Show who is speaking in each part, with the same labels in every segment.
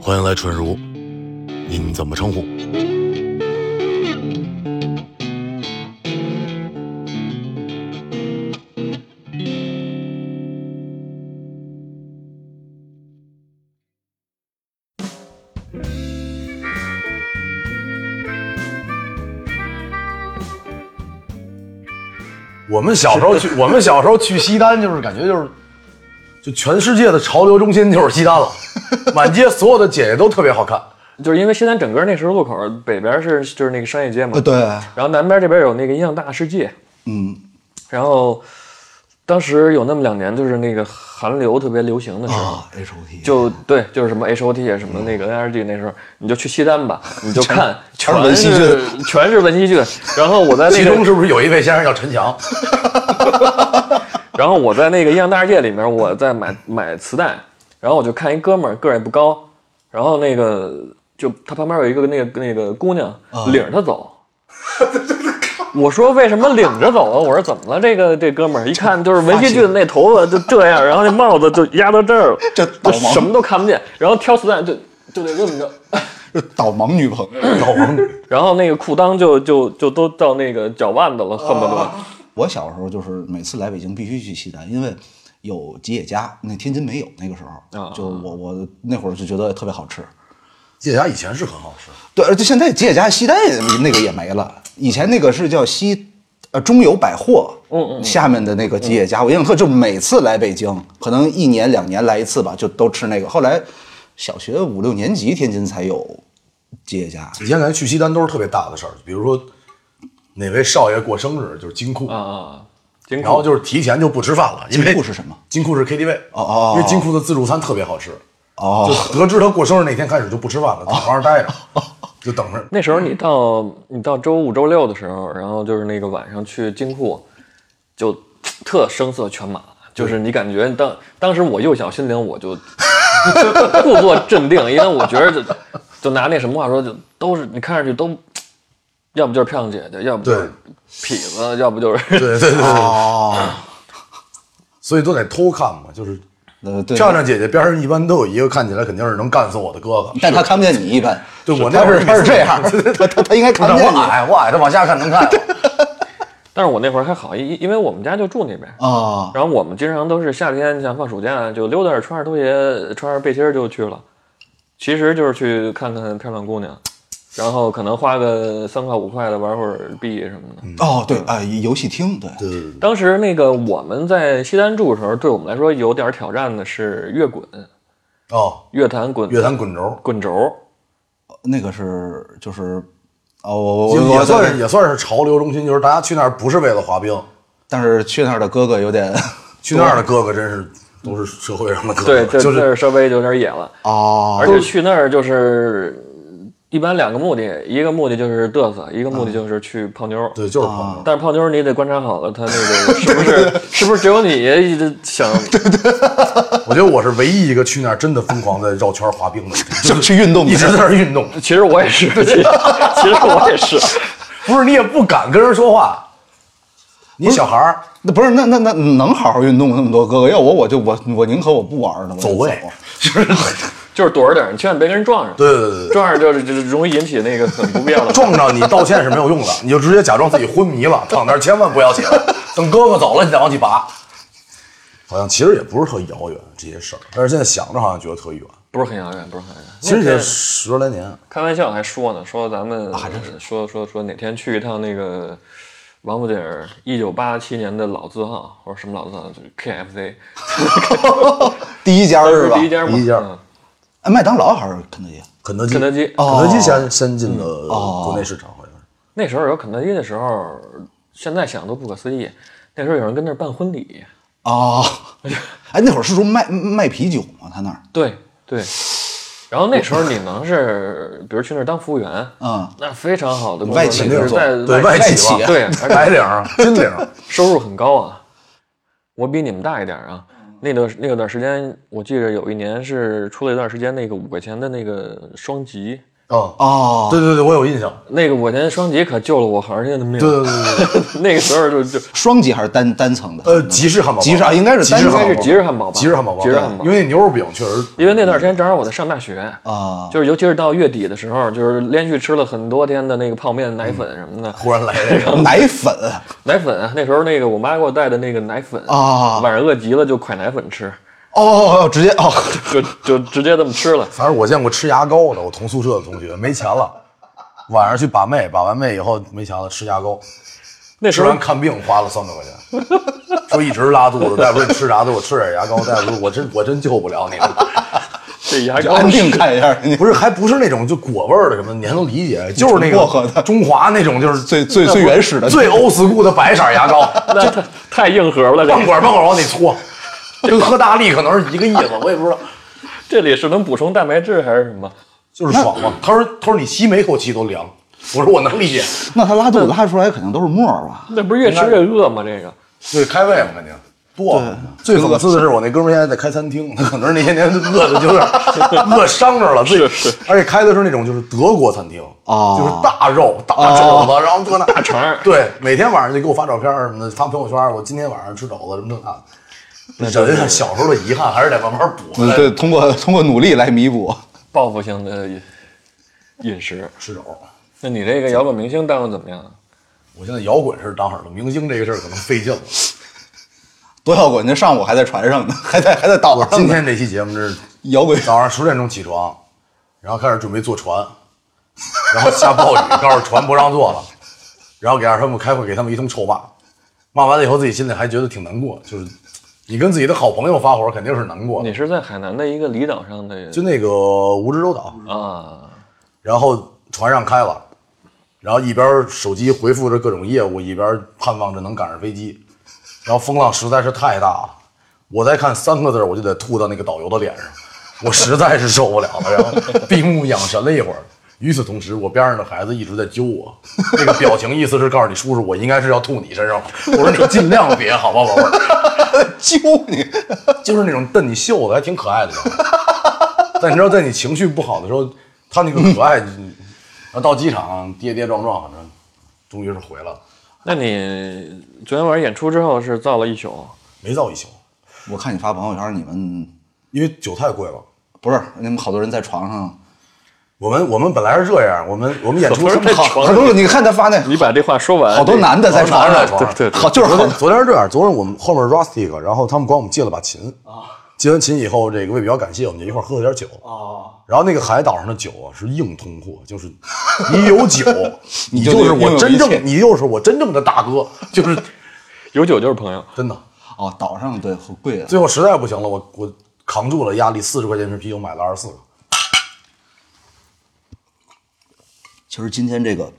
Speaker 1: 欢迎来春如，您怎么称呼？
Speaker 2: 我们小时候 去，我们小时候去西单，就是感觉就是，就全世界的潮流中心就是西单 了，满街所有的姐姐都特别好看。
Speaker 3: 就是因为西单整个那时候路口北边是就是那个商业街嘛，
Speaker 4: 呃，对，
Speaker 3: 然后南边这边有那个音像大世界，
Speaker 4: 嗯，
Speaker 3: 然后当时有那么两年就是那个韩流特别流行的时候。
Speaker 4: 啊，H O T，嗯
Speaker 3: 就对，就是什么 H O T 啊，什么那个 N R G 那时候，你就去西单吧，你就看
Speaker 4: 全是文戏剧
Speaker 3: 是全是文戏剧。然后我在那
Speaker 2: 其中
Speaker 3: 个，
Speaker 2: 是不是有一位先生叫陈强？
Speaker 3: 然后我在那个音像大世界里面，我在买买磁带，然后我就看一哥们儿，个儿也不高，然后那个就他旁边有一个那个那个姑娘
Speaker 2: 啊
Speaker 3: 领着他走， 我说为什么领着走啊？我说怎么了？这个这哥们儿一看就是文戏剧的那头发就这样，然后那帽子就压到这儿了，
Speaker 4: 这
Speaker 3: 就
Speaker 4: 导盲
Speaker 3: 什么都看不见，然后挑磁带就就得这么着，
Speaker 4: 这导盲女朋友。
Speaker 2: 老王，
Speaker 3: 然后那个裤裆就就就都到那个脚腕子了，恨不
Speaker 2: 啊
Speaker 3: 得。
Speaker 4: 我小时候就是每次来北京必须去西单，因为有吉野家，那天津没有。那个时候，就我我那会儿就觉得特别好吃。
Speaker 2: 姐家以前是很好吃，
Speaker 4: 对，而且现在吉野家西单也那个也没了，以前那个是叫西，呃中友百货，嗯嗯，下面的那个吉野家，我印象特，就每次来北京，可能一年两年来一次吧，就都吃那个。后来小学五六年级天津才有吉野家，
Speaker 2: 以前感觉去西单都是特别大的事儿，比如说哪位少爷过生日就是金库，
Speaker 3: 啊啊，金
Speaker 2: 然后就是提前就不吃饭了，因为
Speaker 4: 金库是什么？
Speaker 2: 金库是 KTV，
Speaker 4: 哦哦哦
Speaker 2: 因为金库的自助餐特别好吃，
Speaker 4: 哦
Speaker 2: 就得知他过生日那天开始就不吃饭了，在床上待着，就等着。
Speaker 3: 那时候你到你到周五周六的时候，然后就是那个晚上去金库，就特声色犬马，就是你感觉当当时我幼小心灵我就 故作镇定，因为我觉得就就拿那什么话说，就都是你看上去都，要不就是漂亮姐姐，要不就是痞子，要不就是
Speaker 2: 对对对，
Speaker 4: 哦，
Speaker 2: 所以都得偷看嘛，就是
Speaker 4: 呃对，
Speaker 2: 漂亮姐姐边上一般都有一个看起来肯定是能干死我的哥哥。
Speaker 4: 但他看不见你一般，
Speaker 2: 对我那
Speaker 4: 他
Speaker 2: 会儿
Speaker 4: 是他是
Speaker 2: 每次
Speaker 4: 这样， 他他他应该看
Speaker 2: 但
Speaker 4: 不
Speaker 2: 我
Speaker 4: 见你
Speaker 2: 矮，我矮，他往下看能看。
Speaker 3: 但是我那会儿还好，因因为我们家就住那边，
Speaker 4: 啊，
Speaker 3: 然后我们经常都是夏天，像放暑假啊就溜达着，穿着拖鞋，穿着背心儿就去了。其实就是去看看漂亮姑娘，然后可能花个三块五块的玩会儿币什么
Speaker 2: 嗯
Speaker 3: 的。
Speaker 4: 哦对啊，游戏厅对，
Speaker 2: 对对对，
Speaker 3: 当时那个我们在西单住的时候，对我们来说有点挑战的是乐滚、
Speaker 2: 哦，
Speaker 3: 乐坛滚、
Speaker 2: 乐坛滚轴，
Speaker 3: 滚轴。
Speaker 4: 那个是就是。哦，我我
Speaker 2: 也
Speaker 4: 我
Speaker 2: 算是也算是潮流中心，就是大家去那儿不是为了滑冰，
Speaker 4: 但是去那儿的哥哥 有点
Speaker 2: 去那儿的哥哥真是都是社会上的哥
Speaker 3: 对，
Speaker 2: 哥，
Speaker 3: 这
Speaker 2: 就
Speaker 3: 这
Speaker 2: 是
Speaker 3: 稍微有点野了。
Speaker 4: 哦
Speaker 3: 而且去那儿就是一般两个目的，一个目的就是嘚瑟，一个
Speaker 2: 嗯
Speaker 3: 目的就是去泡妞。
Speaker 2: 对就是朋友。
Speaker 3: 但是泡妞你也得观察好了，他那个是不是是不是只有你一直想
Speaker 2: 我觉得我是唯一一个去那儿真的疯狂的绕圈滑冰的，
Speaker 4: 就去运动
Speaker 2: 一直在那儿运动。
Speaker 3: 其实我也是，其实其实我也是，
Speaker 2: 不是你也不敢跟人说话，你小孩儿
Speaker 4: 那不是那那那能好好运动吗那么多哥哥，要我我就我我宁可我不玩了，我就
Speaker 2: 走位。
Speaker 3: 就是躲着点儿，你千万别跟人撞上，
Speaker 2: 对对对对，
Speaker 3: 撞上就是就是容易引起那个很不必要的。
Speaker 2: 撞上你道歉是没有用的， 你就直接假装自己昏迷 了，躺那儿千万不要起来，等哥哥走了你再往起拔。好像其实也不是特遥远这些事儿，但是现在想着好像觉得特远。
Speaker 3: 不是很遥远，不是很遥远。
Speaker 2: 其实也十来年，
Speaker 3: 开玩笑还说呢，说咱
Speaker 2: 啊
Speaker 3: 们说说说哪天去一趟那个王府井一九八七年的老字号，我说什么老字号？就 是 KFC，
Speaker 4: 第一家是吧？
Speaker 3: 第一家嘛，
Speaker 2: 第一家
Speaker 3: 嗯
Speaker 4: 哎，麦当劳还是肯德基？啊
Speaker 2: 肯德基，
Speaker 3: 肯德基哦
Speaker 2: 肯德基先先进的国内市场，好像是。
Speaker 3: 那时候有肯德基的时候，现在想都不可思议。那时候有人跟那儿办婚礼，
Speaker 4: 哦，哎，那会儿是说卖卖啤酒吗？他那儿？
Speaker 3: 对对。然后那时候你能是，比如去那儿当服务员，
Speaker 4: 嗯，
Speaker 3: 那非常好的工作，
Speaker 4: 外企
Speaker 3: 那
Speaker 4: 工
Speaker 3: 是
Speaker 4: 作
Speaker 3: 在
Speaker 2: 对
Speaker 3: 外
Speaker 2: 企
Speaker 4: 企
Speaker 2: 吧，
Speaker 3: 对，而且
Speaker 2: 白领、 金领，
Speaker 3: 收入很高啊。我比你们大一点啊。那段那段时间，我记得有一年是出了一段时间那个五块钱的那个双极，
Speaker 2: 嗯，
Speaker 4: 哦，
Speaker 2: 对对对，我有印象。
Speaker 3: 那个我那双极可救了我行业的命。
Speaker 2: 对对对对，
Speaker 3: 那个时候就就
Speaker 4: 双级还是单单层的？
Speaker 2: 呃，吉士汉堡包，
Speaker 4: 吉士啊应该是
Speaker 2: 吉士汉
Speaker 4: 单
Speaker 2: 堡
Speaker 3: 应该
Speaker 2: 包，
Speaker 3: 是吉士汉堡吧
Speaker 2: 吉士汉堡包，
Speaker 3: 吉士汉堡
Speaker 2: 因为牛肉饼确实
Speaker 3: 因为那段时间正好我在上大学
Speaker 4: 啊
Speaker 2: 呃
Speaker 3: 就是尤其是到月底的时候，就是连续吃了很多天的那个泡面、奶粉什么的，
Speaker 4: 嗯
Speaker 2: 忽然来这 个，
Speaker 4: 啊奶粉
Speaker 3: 奶粉啊，那时候那个我妈给我带的那个奶粉
Speaker 4: 啊
Speaker 3: 晚上饿极了就蒯奶粉吃，
Speaker 4: 哦，直接哦，
Speaker 3: 就就直接这么吃了。
Speaker 2: 反正我见过吃牙膏的，我同宿舍的同学没钱了，晚上去把妹，把完妹以后没钱了吃牙膏，
Speaker 3: 那时
Speaker 2: 吃
Speaker 3: 候
Speaker 2: 完看病花了三百块钱，说一直拉肚子，大夫说你吃啥？对我吃点牙膏，大夫说我真我真救不了你了，
Speaker 3: 这牙膏
Speaker 4: 安定看一下，你
Speaker 2: 不是还不是那种就果味儿的什么，你还能理解，就是那
Speaker 4: 薄荷
Speaker 2: 个
Speaker 4: 的
Speaker 2: 中华那种就是
Speaker 4: 最最最原始的
Speaker 2: 最 old school 的白色牙膏，
Speaker 3: 那太太硬核了，这
Speaker 2: 半管半管往里搓，跟喝大力可能是一个意思，我也不知道。
Speaker 3: 这里是能补充蛋白质还是什么？
Speaker 2: 就是爽嘛。他说他说你吸每口气都凉，我说我能理解。
Speaker 4: 那他拉肚子拉出来肯定都是沫儿吧？
Speaker 3: 那不是越吃越饿吗？这个
Speaker 2: 对，开胃嘛肯定。多嘛最讽刺的是，我那哥们儿现在在开餐厅， 他可能是那些年饿的就有点 饿伤着了，自己。而且开的是那种就是德国餐厅，
Speaker 4: 哦
Speaker 2: 就是大肉、大肘子，然后搁那大
Speaker 3: 肠儿
Speaker 2: 对，每天晚上就给我发照片儿什么的，发朋友圈儿，我今天晚上吃肘子什么这那的。人啊小时候的遗憾还是得慢慢补回来。
Speaker 4: 嗯对，通过通过努力来弥补。
Speaker 3: 报复性的饮饮食。
Speaker 2: 吃肘。
Speaker 3: 那你这个摇滚明星当的怎么样？啊
Speaker 2: 我现在摇滚是当上了，明星这个事儿可能费劲了。
Speaker 4: 多摇滚，今上 午还在船上呢，还在还在岛
Speaker 2: 我
Speaker 4: 上呢。
Speaker 2: 今天这期节目真是
Speaker 4: 摇滚
Speaker 2: 早上十点钟起床，然后开始准备坐船，然后下暴雨， 告诉船不让坐了，然后给他们开会，给他们一通臭骂，骂完了以后自己心里还觉得挺难过，就是你跟自己的好朋友发火肯定是难过的
Speaker 3: 你，是在海南的一个离岛上的
Speaker 2: 就那个蜈支洲岛，
Speaker 3: 啊？
Speaker 2: 然后船上开了，然后一边手机回复着各种业务，一边盼望着能赶上飞机，然后风浪实在是太大了，我再看三个字儿我就得吐到那个导游的脸上，我实在是受不了了，然后闭目养神了一会儿。与此同时，我边上的孩子一直在揪我，那个表情意思是告诉你叔叔，我应该是要吐你身上了。我说你尽量别，好吧，宝贝儿，
Speaker 4: 揪你，
Speaker 2: 就是那种瞪你袖子，还挺可爱的。 但你知道，在你情绪不好的时候，他那个可爱，然后到机场跌跌撞撞，反正终于是回来了，
Speaker 3: 那你昨天晚上演出之后是造了一宿，
Speaker 2: 没造一宿，
Speaker 4: 我看你发朋友圈，你们
Speaker 2: 因为酒太贵了。
Speaker 4: 不是你们好多人在床 上，
Speaker 2: 我们我们本来是这样，我们我们演出
Speaker 3: 可 不是在床
Speaker 4: 好多人你看他发 那
Speaker 3: 你把这话说完。
Speaker 4: 好多男的在床
Speaker 2: 在
Speaker 4: 上，
Speaker 2: 床上，
Speaker 3: 对对
Speaker 4: 好就是
Speaker 2: 昨
Speaker 4: 好
Speaker 2: 天昨天是这样，昨天我们后面 Rustic，然后他们管我们借了把琴啊，借完琴以后，这个为表感谢，我们就一块儿喝了点酒
Speaker 4: 哦
Speaker 2: 啊。然后那个海岛上的酒啊是硬通货，就是你有 酒，你
Speaker 4: 就
Speaker 2: 就是
Speaker 4: 拥
Speaker 2: 我
Speaker 4: 有
Speaker 2: 真
Speaker 4: 一
Speaker 2: 正
Speaker 4: 切，
Speaker 2: 你就是我真正的大哥，就是
Speaker 3: 有酒就是朋友。
Speaker 2: 真的。
Speaker 4: 哦，岛上对很贵啊，
Speaker 2: 最后实在不行了，我我扛住了压力，四十块钱一瓶啤酒买了二十四个。
Speaker 4: 其实今天这个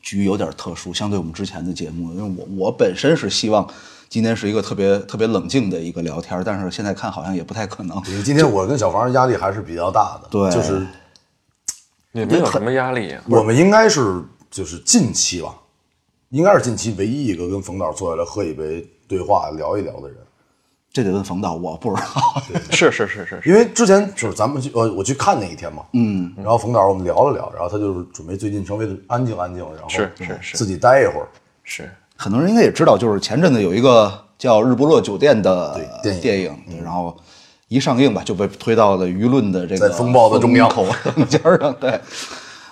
Speaker 4: 局有点特殊，相对我们之前的节目，因为我我本身是希望今天是一个特别特别冷静的一个聊天，但是现在看好像也不太可能。
Speaker 2: 因为今天我跟小房压力还是比较大的，
Speaker 4: 对
Speaker 2: 就是
Speaker 3: 你们有什么压力啊 呀、
Speaker 2: 我们应该是就是近期吧，应该是近期唯一一个跟冯导坐下来喝一杯对话聊一聊的人，
Speaker 4: 这得问冯导，我不知道。
Speaker 3: 是是是是是，
Speaker 2: 因为之前就是咱们去呃我去看那一天嘛，嗯，然后冯导我们聊了聊，然后他就是准备最近稍微的安静安静，然后
Speaker 3: 是是是
Speaker 2: 自己待一会儿，
Speaker 3: 是
Speaker 4: 很多人应该也知道，就是前阵子有一个叫《日不落酒店》的
Speaker 2: 对电影嗯
Speaker 4: 电影，然后一上映吧就被推到了舆论的这个
Speaker 2: 在风暴的中央
Speaker 4: 口尖儿上。对，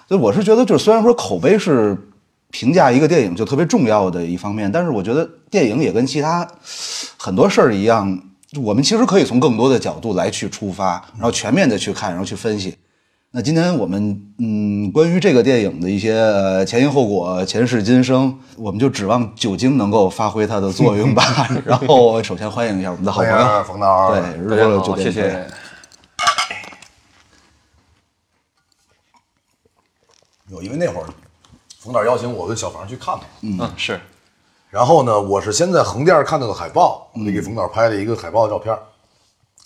Speaker 4: 所以我是觉得，就是虽然说口碑是评价一个电影就特别重要的一方面，但是我觉得电影也跟其他很多事儿一样，我们其实可以从更多的角度来去出发，然后全面的去看，然后去分析。那今天我们嗯，关于这个电影的一些呃前因后果、前世今生，我们就指望酒精能够发挥它的作用 吧。然后，首先欢迎一下我们的好
Speaker 2: 欢
Speaker 4: 朋友
Speaker 2: 迎，哎冯导，
Speaker 4: 对，日
Speaker 3: 哎大家
Speaker 4: 落的酒
Speaker 3: 好，
Speaker 4: 店，
Speaker 3: 谢谢。
Speaker 2: 有因为那会儿冯导邀请我跟小房去看嘛，
Speaker 3: 嗯，是
Speaker 2: 然后呢，我是先在横店看到的海报，我就给冯导拍了一个海报的照片。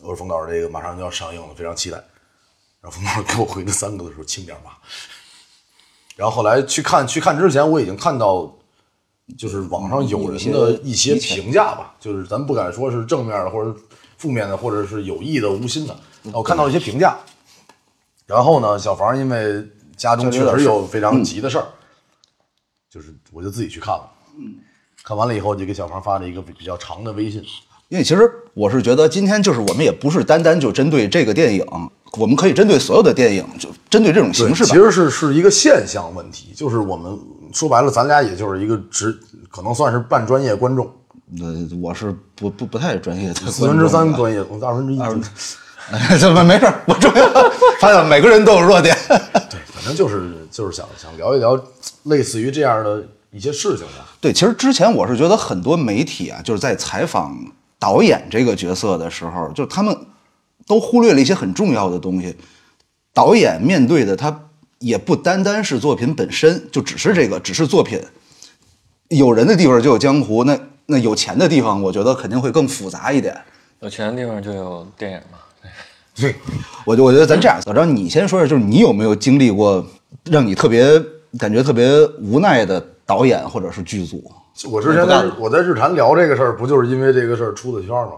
Speaker 2: 我说冯导，这个马上就要上映了，非常期待。然后冯导给我回的三个字说：“轻点儿吧。”然后后来去看去看之前，我已经看到，就是网上有人的嗯一些评价吧，就是咱不敢说是正面的，或者是负面的，或
Speaker 4: 嗯
Speaker 2: 哦者是有意的、无心的。我看到了一些评价。然后呢，小房因为家中
Speaker 4: 确实
Speaker 2: 确实
Speaker 4: 有点事儿嗯
Speaker 2: 有非常急的事儿，就是我就自己去看了。看完了以后，就给小芳发了一个比比较长的微信。
Speaker 4: 因为其实我是觉得今天就是我们也不是单单就针对这个电影，我们可以针对所有的电影，就针对这种
Speaker 2: 对
Speaker 4: 形式吧
Speaker 2: 其。实是是一个现象问题，就是我们说白了，咱俩也就是一个职，可能算是半专业观众，
Speaker 4: 呃，我是不不不太专业的观众，啊
Speaker 2: 四分之三专业，我们二分之一。
Speaker 4: 哎， 怎么没事儿？我重要，发现每个人都有弱点。
Speaker 2: 对，哎反正就是就是想想聊一聊类似于这样的一些事情吧。
Speaker 4: 对，其实之前我是觉得很多媒体啊，就是在采访导演这个角色的时候，就是他们都忽略了一些很重要的东西。导演面对的他也不单单是作品本身，就只是这个，只是作品。有人的地方就有江湖，那那有钱的地方，我觉得肯定会更复杂一点。
Speaker 3: 有钱的地方就有电影嘛。
Speaker 4: 我就我觉得咱这样，老张，你先说说，就是你有没有经历过让你特别感觉特别无奈的导演或者是剧组？
Speaker 2: 就我之前在我在日坛聊这个事儿，不就是因为这个事儿出的圈儿吗？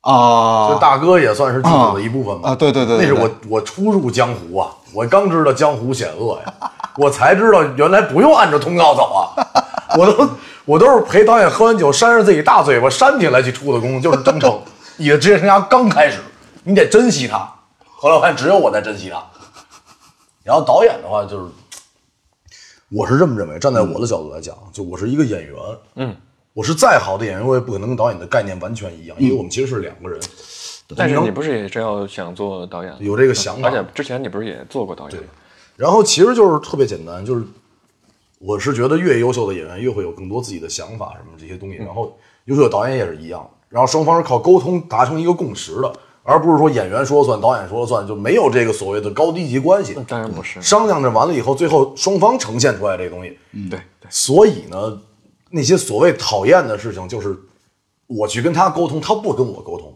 Speaker 4: 啊
Speaker 2: 这大哥也算是剧组的一部分嘛。
Speaker 4: 啊对对对
Speaker 2: 那
Speaker 4: 对
Speaker 2: 是我我初入江湖啊，我刚知道江湖险恶呀，我才知道原来不用按照通告走啊， 我都我都是陪导演喝完酒扇着自己大嘴巴扇起来去出的工，就是征 程。你的职业生涯刚开始，你得珍惜它。后来我发现只有我在珍惜它。然后导演的话就是，我是这么认为，站
Speaker 4: 嗯
Speaker 2: 在我的角度来讲，就我是一个演员，嗯，我是再好的演员，我也不可能跟导演的概念完全一样，
Speaker 4: 嗯
Speaker 2: 因为我们其实是两个人。
Speaker 3: 但是你不是也是要想做导演？
Speaker 2: 有这个想法
Speaker 3: 嗯而且之前你不是也做过导演？
Speaker 2: 然后其实就是特别简单，就是我是觉得越优秀的演员越会有更多自己的想法什么这些东西，
Speaker 3: 嗯
Speaker 2: 然后优秀的导演也是一样，然后双方是靠沟通达成一个共识的，而不是说演员说了算，导演说了算，就没有这个所谓的高低级关系。
Speaker 3: 当然不是。
Speaker 2: 商量着完了以后，最后双方呈现出来这个东西，
Speaker 3: 对对，
Speaker 2: 所以呢，那些所谓讨厌的事情，就是我去跟他沟通，他不跟我沟通，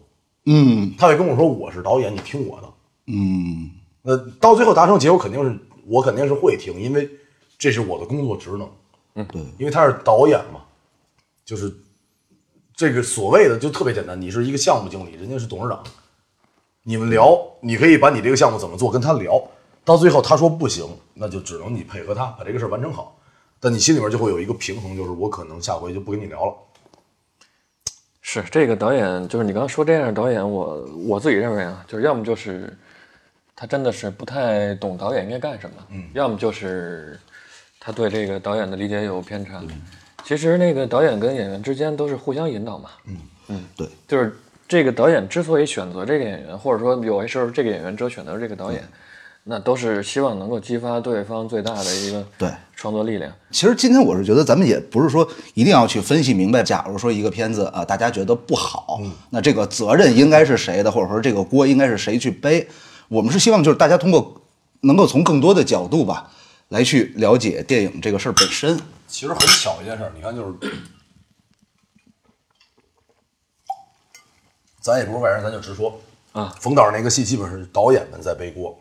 Speaker 2: 嗯，他会跟我说我是导演，你听我的，嗯，那到最后达成结果肯定是我肯定是会听，因为这是我的工作职能，嗯，
Speaker 4: 对，
Speaker 2: 因为他是导演嘛，就是这个所谓的就特别简单，你是一个项目经理，人家是董事长，你们聊，你可以把你这个项目怎么做跟他聊，到最后他说不行，那就只能你配合他把这个事儿完成好，但你心里面就会有一个平衡，就是我可能下回就不跟你聊了。
Speaker 3: 是这个导演，就是你刚刚说这样的导演，我我自己认为啊，就是要么就是他真的是不太懂导演应该干什么，嗯，要么就是他对这个导演的理解有偏差。其实那个导演跟演员之间都是互相引导嘛，嗯嗯，
Speaker 4: 对，
Speaker 3: 就是这个导演之所以选择这个演员，或者说有些时候这个演员只有选择这个导演，那都是希望能够激发对方最大的一个
Speaker 4: 对
Speaker 3: 创作力量。
Speaker 4: 其实今天我是觉得，咱们也不是说一定要去分析明白。假如说一个片子啊，大家觉得不好，那这个责任应该是谁的，或者说这个锅应该是谁去背？我们是希望就是大家通过能够从更多的角度吧，来去了解电影这个事儿本身。
Speaker 2: 其实很巧一件事儿，你看就是， 咱也不是外人，咱就直说
Speaker 3: 啊。
Speaker 2: 冯导那个戏基本是导演们在背锅，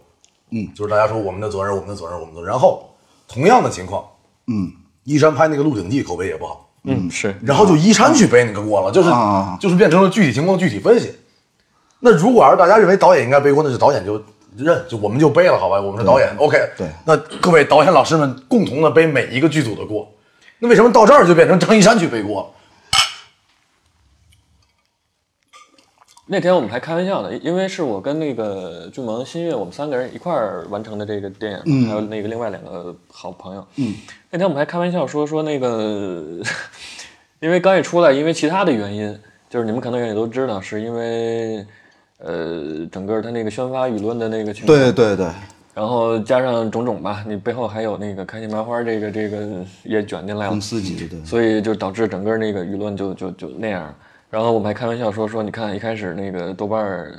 Speaker 2: 嗯，就是大家说我们的责任，我们的责任，我们的责任。然后同样的情况，嗯，一山拍那个《鹿鼎记》口碑也不好，
Speaker 3: 嗯，是
Speaker 2: 然后就一山去背那个锅了，就是、
Speaker 4: 啊
Speaker 2: 就是变成了具体情况具体分析。那如果要是大家认为导演应该背锅，那就导演就认，就我们就背了，好吧？我们是导演，OK。
Speaker 4: 嗯对
Speaker 2: 那各位导演老师们共同的背每一个剧组的锅，那为什么到这儿就变成张一山去背锅了？
Speaker 3: 那天我们还开玩笑呢，因因为是我跟那个俊萌、新月，我们三个人一块儿完成的这个电影，还有那个另外两个好朋友。嗯，那天我们还开玩笑说说那个， 因为刚一出来，因为其他的原因，就是你们可能也都知道，是因为呃，整个他那个宣发舆论的那个情况，
Speaker 4: 对对对，
Speaker 3: 然后加上种种吧，你背后还有那个开心麻花这个这个也卷进来了
Speaker 4: 公，司级的，
Speaker 3: 所以就导致整个那个舆论就就就那样。然后我们还开玩笑说说，你看一开始那个豆瓣儿，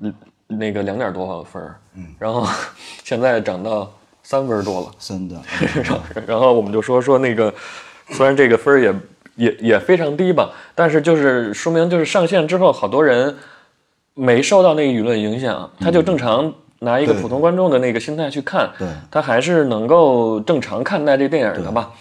Speaker 3: 嗯那个两点多分儿，然后 现在涨到三分儿多了，
Speaker 4: 真 的，
Speaker 3: 然后然后我们就说说那个，虽然这个分儿也也也非常低吧，但是就是说明就是上线之后，好多人没受到那个舆论影响，他就正常拿一个
Speaker 4: 嗯对
Speaker 3: 普通观众的那个心态去看
Speaker 4: 对，
Speaker 3: 他还是能够正常看待这电影的吧。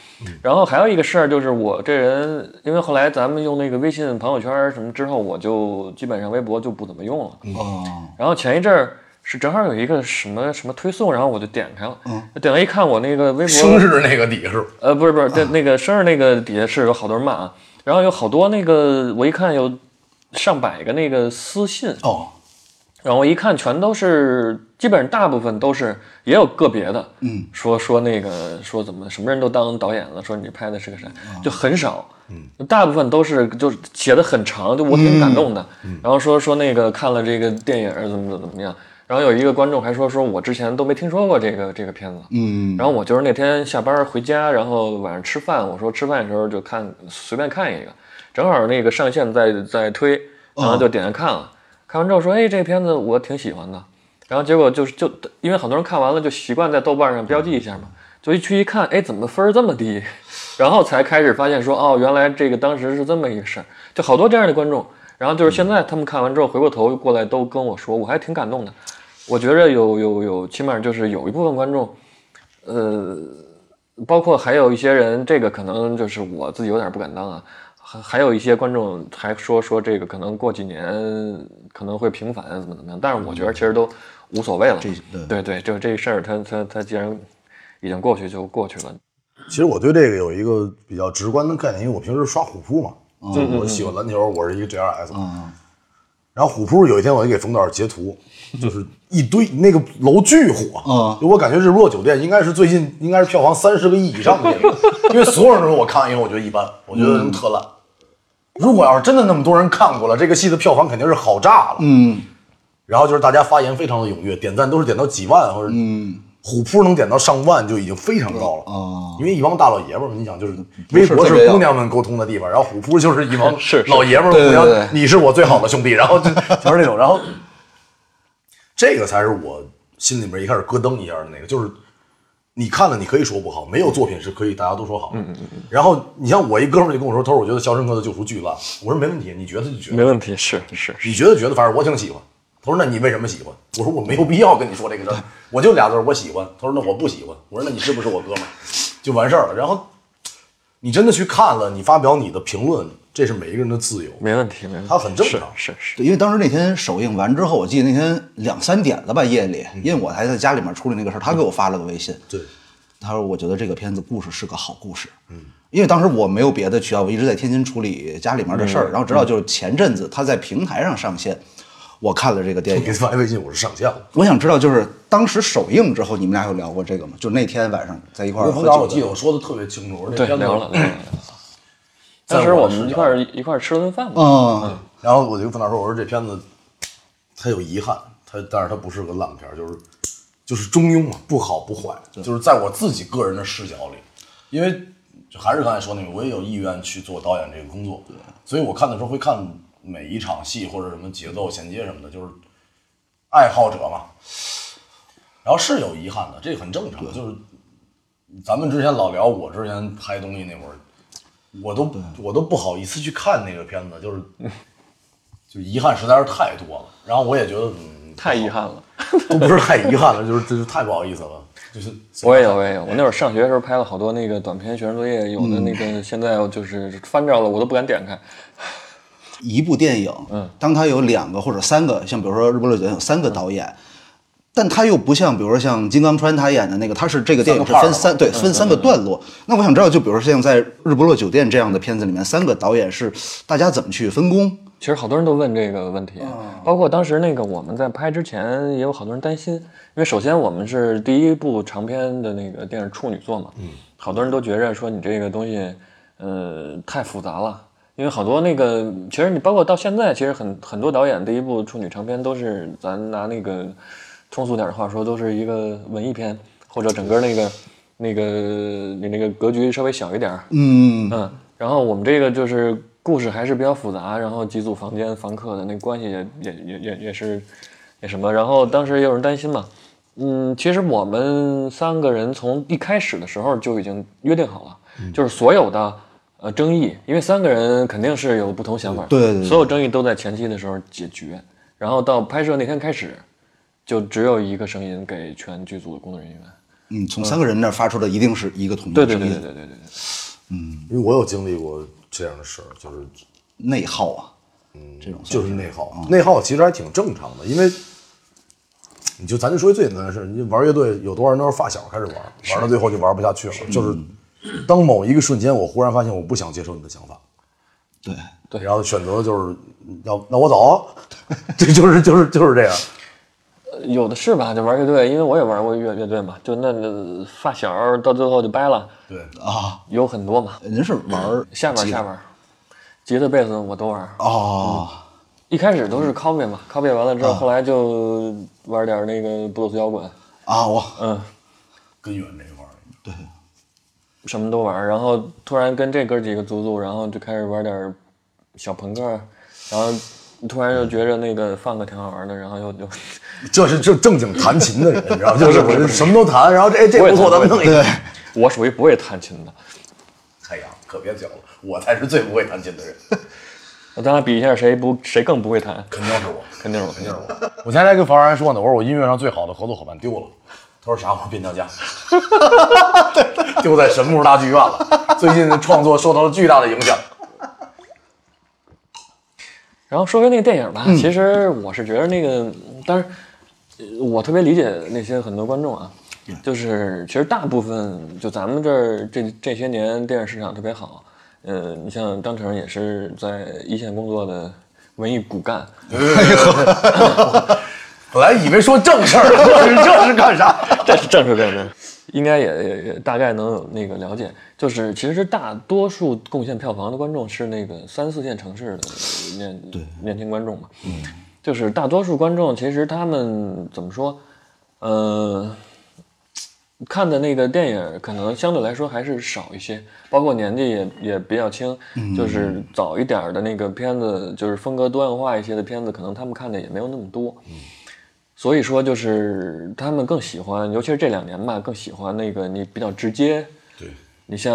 Speaker 3: 然后还有一个事儿就是我这人，因为后来咱们用那个微信朋友圈儿什么之后，我就基本上微博就不怎么用了。
Speaker 4: 哦，
Speaker 3: 然后前一阵儿是正好有一个什么什么推送，然后我就点开了，
Speaker 4: 嗯
Speaker 3: 点开一看我那个微博
Speaker 2: 生日那个底是
Speaker 3: 呃，不是不是，对，那个生日那个底下是有好多人骂啊，然后有好多那个我一看有上百个那个私信，
Speaker 4: 哦，
Speaker 3: 然后我一看全都是，基本上大部分都是，也有个别的，嗯，说说那个说怎么什么人都当导演了，说你拍的是个啥，就很少，哦嗯，大部分都是就是写的很长，就我挺感动的，然后说说那个看了这个电影儿怎么怎么怎么样。然后有一个观众还说说，我之前都没听说过这个这个片子，
Speaker 4: 嗯，
Speaker 3: 然后我就是那天下班回家，然后晚上吃饭，我说吃饭的时候就看随便看一个，正好那个上线在在推，然后就点开看了。看完之后说，哎，这片子我挺喜欢的。然后结果就是就因为很多人看完了就习惯在豆瓣上标记一下嘛，就一去一看，哎，怎么分儿这么低？ 然后才开始发现说，哦，原来这个当时是这么一个事儿，就好多这样的观众。然后就是现在他们看完之后回过头又过来都跟我说，我还挺感动的。我觉着有有有，起码就是有一部分观众，呃，包括还有一些人，这个可能就是我自己有点不敢当啊。还还有一些观众还说说这个可能过几年可能会平反啊怎么怎么样，但是我觉得其实都无所谓了。
Speaker 4: 对
Speaker 3: 对对，就这事儿，它它它既然已经过去就过去了。
Speaker 2: 其实我对这个有一个比较直观的概念，因为我平时刷虎扑嘛，
Speaker 4: 嗯
Speaker 2: 就是我喜欢篮球，我是一个 JRS。然后虎扑有一天我就给冯导截 图，就是一堆那个楼巨火，
Speaker 4: 嗯
Speaker 2: 就我感觉日落酒店应该是最近应该是票房三十个亿以上 的电影，因为所有人都说我看完以后我觉得一般，我觉得什么特烂。
Speaker 4: 嗯
Speaker 2: 如果要是真的那么多人看过了，这个戏的票房肯定是好炸了。
Speaker 4: 嗯，
Speaker 2: 然后就是大家发言非常的踊跃，点赞都是点到几万或者，嗯，虎扑能点到上万就已经非常高了
Speaker 4: 哦
Speaker 2: 因为一帮大老爷们儿，你想就是微博
Speaker 4: 特别
Speaker 2: 是
Speaker 4: 要
Speaker 2: 姑娘们沟通的地方，然后虎扑就是一帮
Speaker 3: 是是
Speaker 2: 老爷们儿
Speaker 4: 对对
Speaker 2: 互相
Speaker 4: 对对，
Speaker 2: 你是我最好的兄弟，然后就就是那种，然后这个才是我心里面一开始咯噔一下的那个，就是你看了你可以说不好，没有作品是可以大家都说好，嗯嗯嗯。然后你像我一哥们儿就跟我说，他说我觉得《肖申克的救赎》巨烂，我说没问题，你觉得就觉得
Speaker 3: 没问题，是是是，
Speaker 2: 你觉得觉得，反正我挺喜欢。他说：“那你为什么喜欢？”我说：“我没有必要跟你说这个事儿，我就俩字儿，我喜欢。”他说：“那我不喜欢。”我说：“那你是不是我哥们儿？”就完事儿了。然后你真的去看了，你发表你的评论，这是每一个人的自由。
Speaker 3: 没问题，没问题，
Speaker 2: 它很正常
Speaker 3: 是是是，
Speaker 4: 对，因为当时那天首映完之后，我记得那天两三点了吧，夜里，因为我还在家里面处理那个事儿，他给我发了个微信，
Speaker 2: 对，
Speaker 4: 他说我觉得这个片子故事是个好故事，嗯，因为当时我没有别的渠道，我一直在天津处理家里面的事儿，然后直到就是前阵子他在平台上上线，我看了这个电
Speaker 2: 你
Speaker 4: 影，
Speaker 2: 发微信我是上线了。
Speaker 4: 我想知道就是当时首映之后，你们俩有聊过这个吗？就那天晚上在一块儿
Speaker 2: 我
Speaker 4: 喝
Speaker 2: 冯导，我
Speaker 4: 酒
Speaker 2: 记
Speaker 4: 的，
Speaker 2: 得我说的特别清楚。我说这
Speaker 3: 对，
Speaker 2: 片子
Speaker 3: 聊了聊了。聊 了当时我们一块儿一块儿吃了顿饭嘛，
Speaker 4: 嗯，
Speaker 2: 然后我就跟冯导说：“我说这片子它有遗憾，它但是它不是个烂片儿，就是就是中庸嘛，不好不坏，就是在我自己个人的视角里，因为就还是刚才说那个，我也有意愿去做导演这个工作，所以我看的时候会看每一场戏或者什么节奏衔接什么的，就是爱好者嘛。然后是有遗憾的，这个很正常，就是咱们之前老聊，我之前拍东西那会儿，我都我都不好意思去看那个片子，就是就遗憾实在是太多了。然后我也觉得，嗯，
Speaker 3: 太遗憾了。
Speaker 2: 都不是太遗憾了，就是就是太不好意思了，就是
Speaker 3: 我也有，我也有。我那会儿上学的时候拍了好多那个短篇学生作业，有的
Speaker 2: 嗯
Speaker 3: 那个现在我就是翻着了，我都不敢点开。
Speaker 4: 一部电影，
Speaker 3: 嗯
Speaker 4: 当它有两个或者三个，像比如说《日不落酒店》有三个导演，
Speaker 3: 嗯
Speaker 4: 但它又不像，比如说像金刚川他演的那个，他是这个电影是
Speaker 2: 三个 part
Speaker 4: 分三对
Speaker 3: 嗯
Speaker 4: 分三个段落。那我想知道，就比如说像在《日不落酒店》这样的片子里面，三个导演是大家怎么去分工？
Speaker 3: 其实好多人都问这个问题，包括当时那个我们在拍之前，也有好多人担心，因为首先我们是第一部长篇的那个电影处女作嘛，嗯，好多人都觉着说你这个东西，呃，太复杂了，因为好多那个其实你包括到现在，其实很很多导演第一部处女长篇都是咱拿那个通俗点的话说，都是一个文艺片，或者整个那个那个你那个格局稍微小一点儿，
Speaker 4: 嗯，
Speaker 3: 嗯，然后我们这个就是故事还是比较复杂，然后几组房间房客的那关系也也也也也是也什么，然后当时也有人担心嘛，嗯，其实我们三个人从一开始的时候就已经约定好了，
Speaker 4: 嗯
Speaker 3: 就是所有的呃争议，因为三个人肯定是有不同想法，
Speaker 4: 对对对对
Speaker 3: 所有争议都在前期的时候解决，然后到拍摄那天开始，就只有一个声音给全剧组的工作人员，
Speaker 4: 嗯，从三个人那儿发出的一定是一个统一
Speaker 3: 对
Speaker 4: 的
Speaker 3: 对
Speaker 4: 声
Speaker 3: 对对
Speaker 4: 音，
Speaker 3: 对对对。
Speaker 2: 因为我有经历过这样的事儿，就是
Speaker 4: 内耗啊，这种
Speaker 2: 就是内耗，内耗其实还挺正常的，因为你就咱就说最简单的事，你玩乐队有多少人都是发小开始玩，玩到最后就玩不下去了。就是当某一个瞬间，我忽然发现我不想接受你的想法，
Speaker 4: 对，
Speaker 2: 对，然后选择就是要那我走，这就是就是就是这样。
Speaker 3: 有的是吧？就玩乐队，因为我也玩过乐乐队嘛，就那那发小儿到最后就掰了，
Speaker 2: 对，
Speaker 3: 有很多嘛。
Speaker 4: 人啊是玩儿
Speaker 3: 下边儿
Speaker 4: 吉他
Speaker 3: 下边儿，吉他、贝斯我都玩儿。
Speaker 4: 哦，
Speaker 3: 一开始都是 copy 嘛，copy 完了之后，后来就玩点儿那个布鲁斯摇滚，
Speaker 4: 啊，我
Speaker 3: 嗯，
Speaker 2: 根源这一块儿，
Speaker 3: 什么都玩儿。然后突然跟这哥几个组组，然后就开始玩点儿小朋克儿，然后突然就觉着那个 funk 挺好玩的，然后又又
Speaker 2: 这是正正经弹琴的人，你知道吗，就是我什么都弹，然后这哎这
Speaker 3: 我也
Speaker 2: 不错，
Speaker 3: 弹
Speaker 2: 咱们弄一个。
Speaker 4: 对，
Speaker 3: 我属于不会弹琴的。
Speaker 2: 哎呀，可别讲了，我才是最不会弹琴的人，
Speaker 3: 咱俩比一下谁不谁更不会弹，
Speaker 2: 肯定是我。
Speaker 3: 肯定是我，肯定是我。
Speaker 2: 我前还跟房然说呢，我说我音乐上最好的合作伙伴丢了，他说啥？我说变调家，丢在神木大剧院了。最近的创作受到了巨大的影响。
Speaker 3: 然后说回那个电影吧，其实我是觉得那个，当然，呃我特别理解那些很多观众啊，就是其实大部分就咱们这儿这这些年电影市场特别好，呃，你像张成也是在一线工作的文艺骨干，
Speaker 2: 本来以为说正事儿，这是这是干啥？
Speaker 3: 这是正是正是，应该也也也大概能有那个了解，就是其实大多数贡献票房的观众是那个三四线城市的年年轻观众嘛，嗯，就是大多数观众其实他们怎么说，呃，看的那个电影可能相对来说还是少一些，包括年纪也也比较轻，就是早一点儿的那个片子，就是风格多样化一些的片子，可能他们看的也没有那么多，所以说就是他们更喜欢，尤其是这两年吧，更喜欢那个你比较直接。
Speaker 2: 对，
Speaker 3: 你像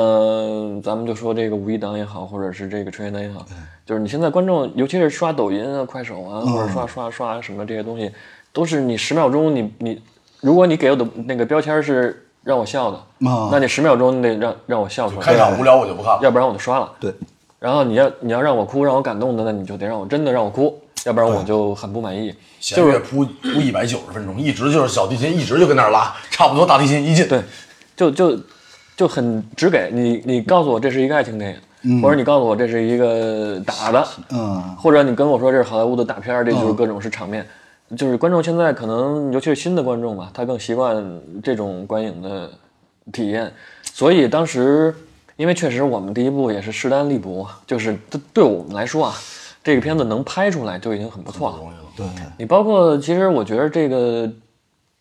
Speaker 3: 咱们就说这个五一档也好，或者是这个春节档也好，就是你现在观众，尤其是刷抖音啊、快手啊，
Speaker 2: 嗯
Speaker 3: 或者刷刷刷什么这些东西，都是你十秒钟你你，如果你给我的那个标签是让我笑的，嗯
Speaker 4: 啊
Speaker 3: 那你十秒钟你得让让我笑出
Speaker 2: 开
Speaker 3: 来，
Speaker 2: 场无聊我就不看了。
Speaker 3: 要不然我就刷了。
Speaker 4: 对，
Speaker 3: 然后你要你要让我哭，让我感动的，那你就得让我真的让我哭，要不然我就很不满意。
Speaker 2: 弦乐铺铺一百九十分钟，一直就是小提琴，一直就跟那儿拉，差不多大提琴一进。
Speaker 3: 对，就就就很直给你，你告诉我这是一个爱情电影，或者你告诉我这是一个打的，
Speaker 4: 嗯，
Speaker 3: 或者你跟我说这是好莱坞的大片儿，这就是各种是场面。就是观众现在可能，尤其是新的观众吧，他更习惯这种观影的体验。所以当时，因为确实我们第一部也是势单力薄，就是对对我们来说啊，这个片子能拍出来就已经很不错了。
Speaker 4: 对，
Speaker 3: 你包括其实我觉得这个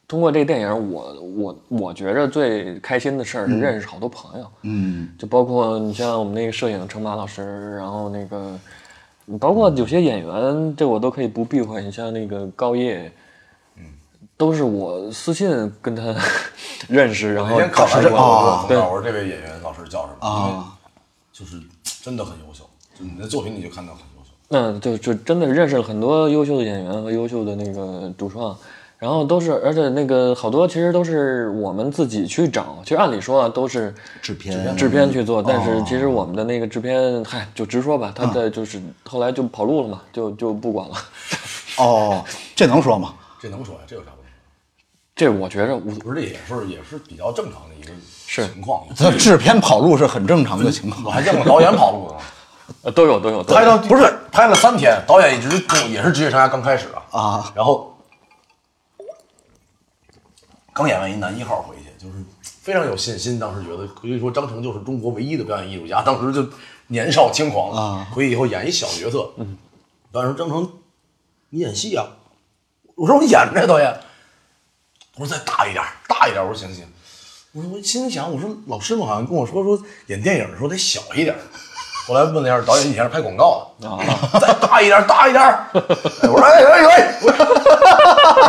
Speaker 3: 通过这个电影，我我我觉着最开心的事儿是认识好多朋友，
Speaker 4: 嗯，
Speaker 3: 就包括你像我们那个摄影程马老师，然后那个你包括有些演员，这我都可以不避讳，你像那个高叶。都是我私信跟他 认识，然
Speaker 2: 那
Speaker 3: 后
Speaker 2: 天看完这个，
Speaker 4: 啊
Speaker 2: 我就问我说这位演员老师叫什么？
Speaker 4: 啊
Speaker 2: 因为就是真的很优秀，就你的作品你就看到很优秀。
Speaker 3: 那嗯就就真的认识了很多优秀的演员和优秀的那个主创，然后都是，而且那个好多其实都是我们自己去找，其实按理说啊都是
Speaker 4: 制片
Speaker 3: 制片去做，但是其实我们的那个制片，嗨，就直说吧，他的就是后来就跑路了嘛，就就不管了。
Speaker 4: 哦，这能说吗？
Speaker 2: 这能说呀？这有啥问题？
Speaker 3: 这我觉着无
Speaker 2: 不是，这也是也是比较正常的一个情况。
Speaker 4: 这制片跑路是很正常的情
Speaker 2: 我
Speaker 4: 况。
Speaker 2: 还见过导演跑 路呢，
Speaker 3: 呃都有都有都
Speaker 2: 拍
Speaker 3: 有，
Speaker 2: 到不是拍了三天，导演一直跟我也是职业生涯刚开始啊
Speaker 4: 啊，
Speaker 2: 然后刚演完一男一号回去，就是非常有信心，当时觉得可以说张成就是中国唯一的表演艺术家，当时就年少轻狂
Speaker 4: 啊，
Speaker 2: 回去以后演一小角色，嗯，导演说张成，你演戏啊？我说我演着呀，导演，我说再大一点儿，大一点儿，我说行行。我说我心想，我说老师们好像跟我说说演电影的时候得小一点儿。后来问了一下导演，以前是拍广告的， 再大一点儿，大一点儿。哎我说哎哎哎，我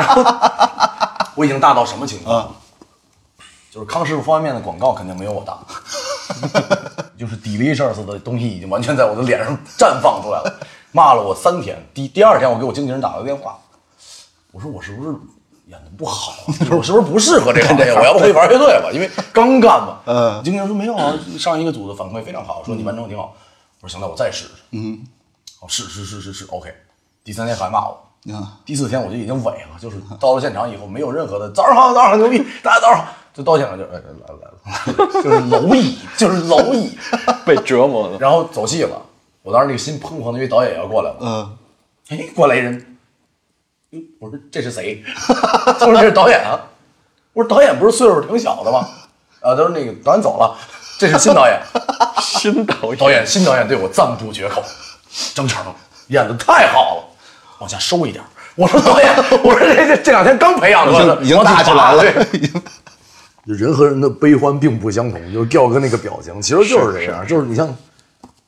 Speaker 2: 我已经大到什么情况？就是康师傅方便面的广告肯定没有我大， 就是 delicious 的东西已经完全在我的脸上绽放出来了。骂了我三天，第第二天我给我经纪人打了个电话，我说我是不是演的不好、啊？我是不是不适合这个行业？我要不回去玩乐队吧，因为刚干嘛。
Speaker 4: 嗯
Speaker 2: 经纪人说没有啊，上一个组的反馈非常好，说你完成的挺好。我说行了，我再试试。嗯，好试试试试试，OK。第三天还骂我，
Speaker 4: 你看，
Speaker 2: 第四天我就已经萎了，就是到了现场以后，没有任何的早上好，早上好，牛逼，大家早上好，就到现场就哎来来来， 就是蝼蚁，就是蝼蚁，
Speaker 3: 被折磨了。
Speaker 2: 然后走戏了。我当时那个心砰砰的，因为导演也要过来了。
Speaker 4: 嗯，
Speaker 2: 哎，过来一人，嗯我说这是谁？ 他说这是导演啊。我说导演不是岁数挺小的吗？啊，他说那个导演走了，这是新导 演。
Speaker 3: 新导演
Speaker 2: 导演新导演对我赞不住绝口，张成演的太好了，往下收一点。我说导演，我说这这这两天刚培养出来的，
Speaker 4: 已经大起来了
Speaker 2: 对，人和人的悲欢并不相同，就是调哥那个表情，其实就是这样，就是你像，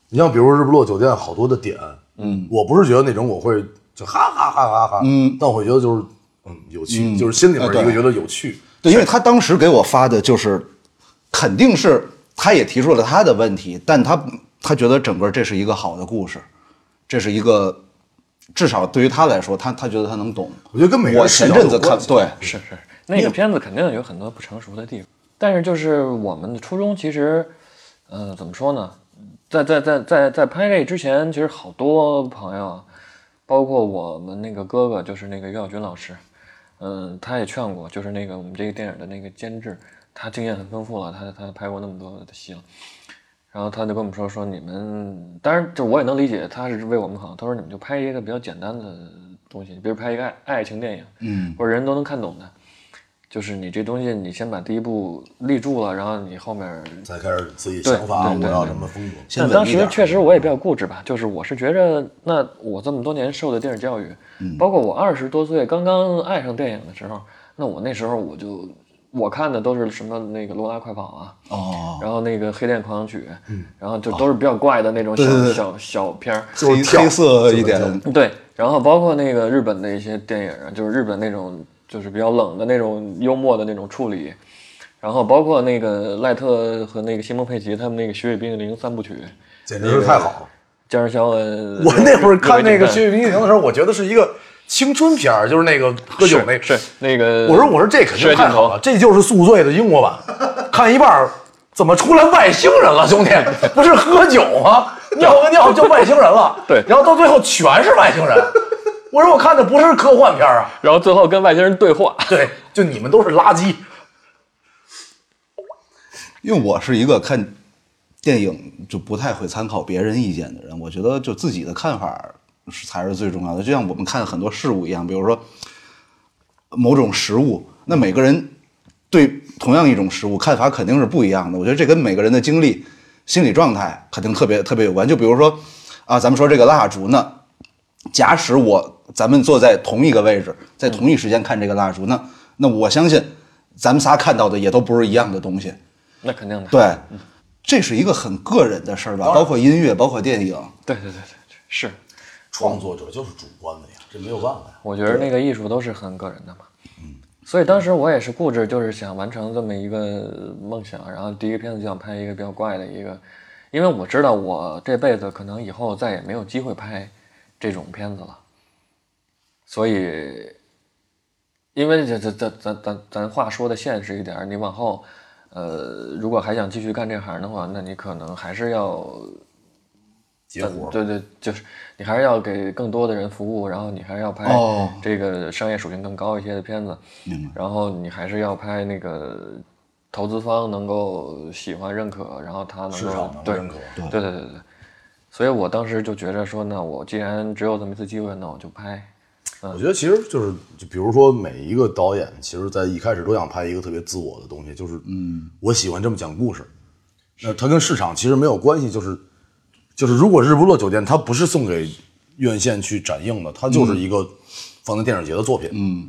Speaker 2: 你像比如日不落酒店好多的点，嗯，我不是觉得那种我会就哈哈哈哈哈，嗯，但我会觉得就是嗯呃有趣，就是心里边
Speaker 4: 啊
Speaker 2: 一
Speaker 4: 对
Speaker 2: 个觉得有趣，
Speaker 4: 对，因为他当时给我发的就是，肯定是他也提出了他的问题，但他他觉得整个这是一个好的故事，这是一个至少对于他来说，他他觉得他能懂。
Speaker 2: 我觉得跟每个人
Speaker 4: 我前
Speaker 2: 视角
Speaker 4: 阵
Speaker 2: 有
Speaker 4: 子看
Speaker 2: 关系
Speaker 4: 对
Speaker 3: 是是，那个片子肯定有很多不成熟的地方，但是就是我们的初衷其实，呃，怎么说呢？在在在在在拍这之前，其实好多朋友啊，包括我们那个哥哥，就是那个岳晓军老师，嗯，他也劝过，就是那个我们这个电影的那个监制，他经验很丰富了，他他拍过那么多的戏了。然后他就跟我们说说你们，当然这我也能理解，他是为我们好。他说你们就拍一个比较简单的东西，比如拍一个爱爱情电影，嗯，或者人都能看懂的，就是你这东西你先把第一步立住了，然后你后面
Speaker 2: 才开始自己想法，
Speaker 3: 对对
Speaker 2: 我
Speaker 3: 对
Speaker 2: 要
Speaker 3: 对
Speaker 2: 什么风格。
Speaker 4: 先
Speaker 3: 但
Speaker 4: 稳
Speaker 3: 当
Speaker 4: 一点
Speaker 3: 时确实我也比较固执吧，就是我是觉着，那我这么多年受的电影教育，
Speaker 4: 嗯
Speaker 3: 包括我二十多岁刚刚爱上电影的时候，那我那时候我就我看的都是什么那个《罗拉快跑》啊，
Speaker 4: 哦，嗯
Speaker 3: 然后那个《黑店狂想曲》，然后就都是比较怪的那种小、
Speaker 4: 对对对
Speaker 3: 小小片儿，
Speaker 4: 黑黑色一点，
Speaker 3: 对，然后包括那个日本的一些电影啊，就是日本那种就是比较冷的那种幽默的那种处理，然后包括那个赖特和那个西蒙佩吉他们那个《雪与冰激凌》三部曲，呃
Speaker 2: 简直是太好了。
Speaker 3: 加上肖恩，
Speaker 2: 我那会儿看那个《
Speaker 3: 剧
Speaker 2: 血雨冰激凌》的时候，我觉得是一个青春片儿，就是那个喝酒那个。
Speaker 3: 是那个，
Speaker 2: 我说我说这肯定
Speaker 3: 是
Speaker 2: 太好了，这就是《宿醉》的英国版。看一半儿，怎么出来外星人了，兄弟？不是喝酒吗？尿个尿就外星人了。
Speaker 3: 对
Speaker 2: 然后到最后全是外星人。我说我看的不是科幻片儿啊，
Speaker 3: 然后最后跟外星人对话，
Speaker 2: 对，就你们都是垃圾。
Speaker 4: 因为我是一个看电影就不太会参考别人意见的人，我觉得就自己的看法是才是最重要的。就像我们看很多事物一样，比如说某种食物，那每个人对同样一种食物看法肯定是不一样的。我觉得这跟每个人的经历、心理状态肯定特别特别有关。就比如说啊，咱们说这个蜡烛呢，假使我咱们坐在同一个位置，在同一时间看这个蜡烛，那那我相信咱们仨看到的也都不是一样的东西。
Speaker 3: 那肯定的，
Speaker 4: 对，这是一个很个人的事儿吧，包括音乐，包括电影。
Speaker 3: 对对对对，是，
Speaker 2: 创作者就是主观的呀，这没有办法呀。
Speaker 3: 我觉得那个艺术都是很个人的嘛。所以当时我也是固执，就是想完成这么一个梦想，然后第一个片子就想拍一个比较怪的一个，因为我知道我这辈子可能以后再也没有机会拍这种片子了，所以，因为这这咱咱咱咱话说的现实一点儿，你往后，呃，如果还想继续干这行的话，那你可能还是要
Speaker 2: 结果
Speaker 3: 呃对对，就是你还是要给更多的人服务，然后你还是要拍
Speaker 4: 哦
Speaker 3: 这个商业属性更高一些的片子，然后你还是要拍那个投资方能够喜欢认可，然后他能
Speaker 2: 市场能
Speaker 3: 够
Speaker 2: 够
Speaker 3: 对
Speaker 2: 认可
Speaker 3: 对对对对对，所以我当时就觉着说，那我既然只有这么一次机会，那我就拍，
Speaker 2: 我觉得其实就是，就比如说每一个导演，其实在一开始都想拍一个特别自我的东西，就是嗯，我喜欢这么讲故事。那它跟市场其实没有关系，就是就是如果《日不落酒店》它不是送给院线去展映的，它就是一个放在电影节的作品，嗯，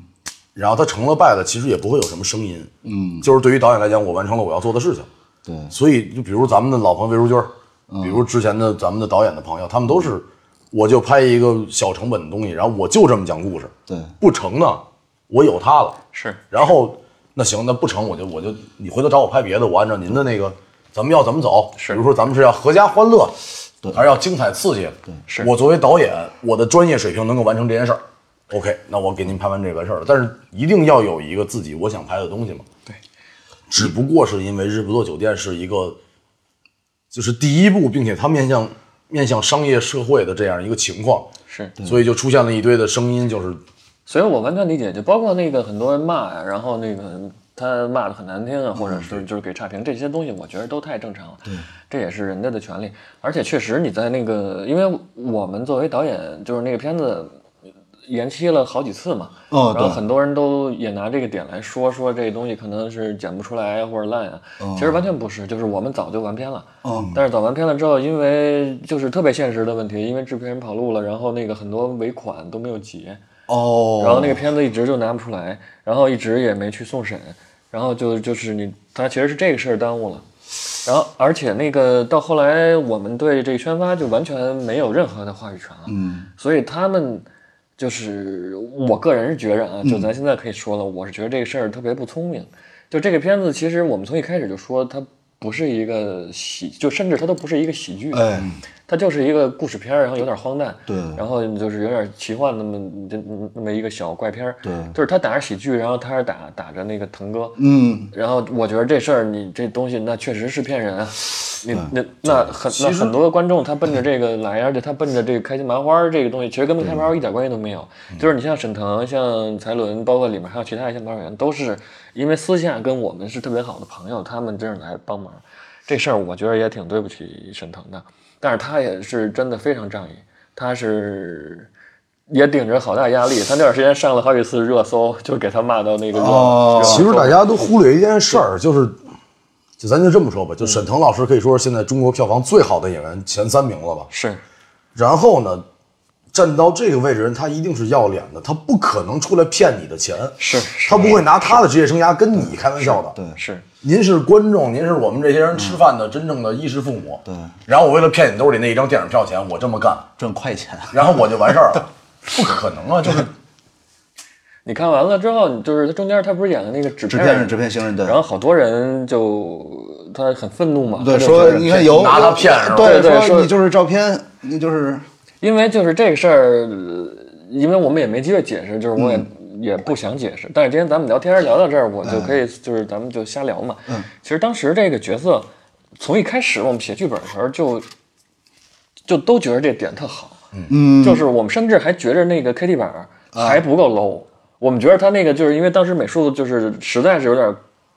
Speaker 2: 然后它成了败了，其实也不会有什么声音，嗯，就是对于导演来讲，我完成了我要做的事情，
Speaker 4: 对
Speaker 2: 所以就比如咱们的老朋友魏如军儿，比如之前的咱们的导演的朋友，他们都是，我就拍一个小成本的东西，然后我就这么讲故事，
Speaker 4: 对，
Speaker 2: 不成呢，我有他了，
Speaker 3: 是
Speaker 2: 然后那行，那不成我就我就你回头找我拍别的，我按照您的那个，咱们要怎么走？
Speaker 3: 是
Speaker 2: 比如说咱们是要阖家欢乐，还是要精彩刺激？对，
Speaker 3: 是
Speaker 2: 我作为导演，我的专业水平能够完成这件事儿。OK，那我给您拍完这个事儿了，但是一定要有一个自己我想拍的东西嘛。
Speaker 3: 对，
Speaker 2: 只不过是因为《日不落酒店》是一个，就是第一部，并且它面向面向商业社会的这样一个情况，
Speaker 3: 是，
Speaker 2: 所以就出现了一堆的声音，就是
Speaker 3: 所以我完全理解，就包括那个很多人骂呀，然后那个他骂的很难听啊，或者
Speaker 4: 嗯
Speaker 3: 是就是给差评，这些东西我觉得都太正常了，对，这也是人家的权利。而且确实你在那个，因为我们作为导演，就是那个片子延期了好几次嘛，
Speaker 4: 哦
Speaker 3: 然后
Speaker 4: 对
Speaker 3: 很多人都也拿这个点来说说这东西可能是剪不出来啊呀或者烂呀、其实完全不是，就是我们早就完片了，
Speaker 4: 哦嗯
Speaker 3: 但是早完片了之后，因为就是特别现实的问题，因为制片人跑路了，然后那个很多尾款都没有结。
Speaker 4: 哦，
Speaker 3: 然后那个片子一直就拿不出来，然后一直也没去送审，然后就就是你他其实是这个事儿耽误了，然后而且那个到后来我们对这个宣发就完全没有任何的话语权了，
Speaker 4: 嗯，
Speaker 3: 所以他们就是我个人是觉着
Speaker 4: 嗯
Speaker 3: 啊，就咱现在可以说了，我是觉得这个事儿特别不聪明，就这个片子其实我们从一开始就说它不是一个喜，就甚至它都不是一个喜剧，
Speaker 4: 哎，
Speaker 3: 它就是一个故事片儿，然后有点荒诞，
Speaker 4: 对
Speaker 3: 嗯然后就是有点奇幻那么这那么一个小怪片儿，
Speaker 4: 对
Speaker 3: 就是他打着喜剧，然后他是打打着那个腾哥，
Speaker 4: 嗯，
Speaker 3: 然后我觉得这事儿你这东西那确实是骗人啊，你那那很那很多观众他奔着这个来，而且他奔着这个开心麻花儿这个东西，其实跟开心麻花儿一点关系都没有，就是你像沈腾、像才伦，包括里面还有其他一些导演，都是因为私下跟我们是特别好的朋友，他们真是来帮忙，这事儿我觉得也挺对不起沈腾的，但是他也是真的非常仗义，他是。也顶着好大压力，他那段时间上了好几次热搜，就给他骂到那个热。
Speaker 4: 哦
Speaker 3: 热搜
Speaker 2: 其实大家都忽略一件事儿，就是，就咱就这么说吧，就沈腾老师可以说是现在中国票房最好的演员前三名了吧。
Speaker 3: 是
Speaker 2: 然后呢，站到这个位置的人，他一定是要脸的，他不可能出来骗你的钱，
Speaker 3: 是是
Speaker 2: 他不会拿他的职业生涯跟你开玩笑的。
Speaker 4: 对
Speaker 3: 是，
Speaker 2: 您是观众，您是我们这些人吃饭的真正的衣食父母。嗯对。然后我为了骗你兜里那一张电影票钱，我这么干，
Speaker 4: 赚快钱，
Speaker 2: 然后我就完事儿了。不可能啊！就是
Speaker 3: 你看完了之后，你就是他中间他不是演了那个纸
Speaker 4: 纸
Speaker 3: 片
Speaker 4: 片
Speaker 3: 人，
Speaker 4: 人、纸片星人，对
Speaker 3: 然，后好多人就他很愤怒嘛，
Speaker 4: 对，
Speaker 3: 他就
Speaker 4: 说
Speaker 3: 觉得
Speaker 4: 你看有
Speaker 2: 拿他骗是吧
Speaker 3: 对
Speaker 4: 对
Speaker 3: 对
Speaker 4: 说
Speaker 3: 说
Speaker 4: 你就是照片，你就是
Speaker 3: 因为就是这个事儿，呃因为我们也没机会解释，就是我
Speaker 4: 嗯
Speaker 3: 也、也不想解释。但是今天咱们聊天聊到这儿，我就可以就是咱们就瞎聊嘛。嗯，其实当时这个角色从一开始我们写剧本的时候就就都觉得这点特好，
Speaker 4: 嗯，
Speaker 3: 就是我们甚至还觉着那个 KT 板儿啊还不够 low，、我们觉得他那个就是因为当时美术就是实在是有点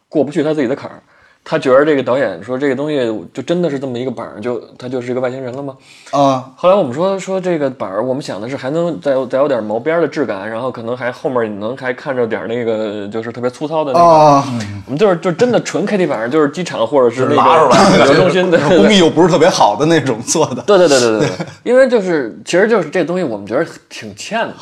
Speaker 3: 过不去他自己的坎儿，他觉得这个导演说这个东西就真的是这么一个板儿，就他就是一个外星人了吗？
Speaker 4: 啊，
Speaker 3: 后来我们说说这个板儿，我们想的是还能再有再有点毛边儿的质感，然后可能还后面你能还看着点儿那个就是特别粗糙的那个，
Speaker 2: 哦
Speaker 4: 啊，
Speaker 3: 我们就是就真的纯 KT 板儿，就是机场或者是那
Speaker 2: 拉出来
Speaker 3: 个流动 心的。
Speaker 4: 工艺又不是特别好的那种做的，
Speaker 3: 对对对对对对，因为就是其实就是这东西我们觉得挺 欠的。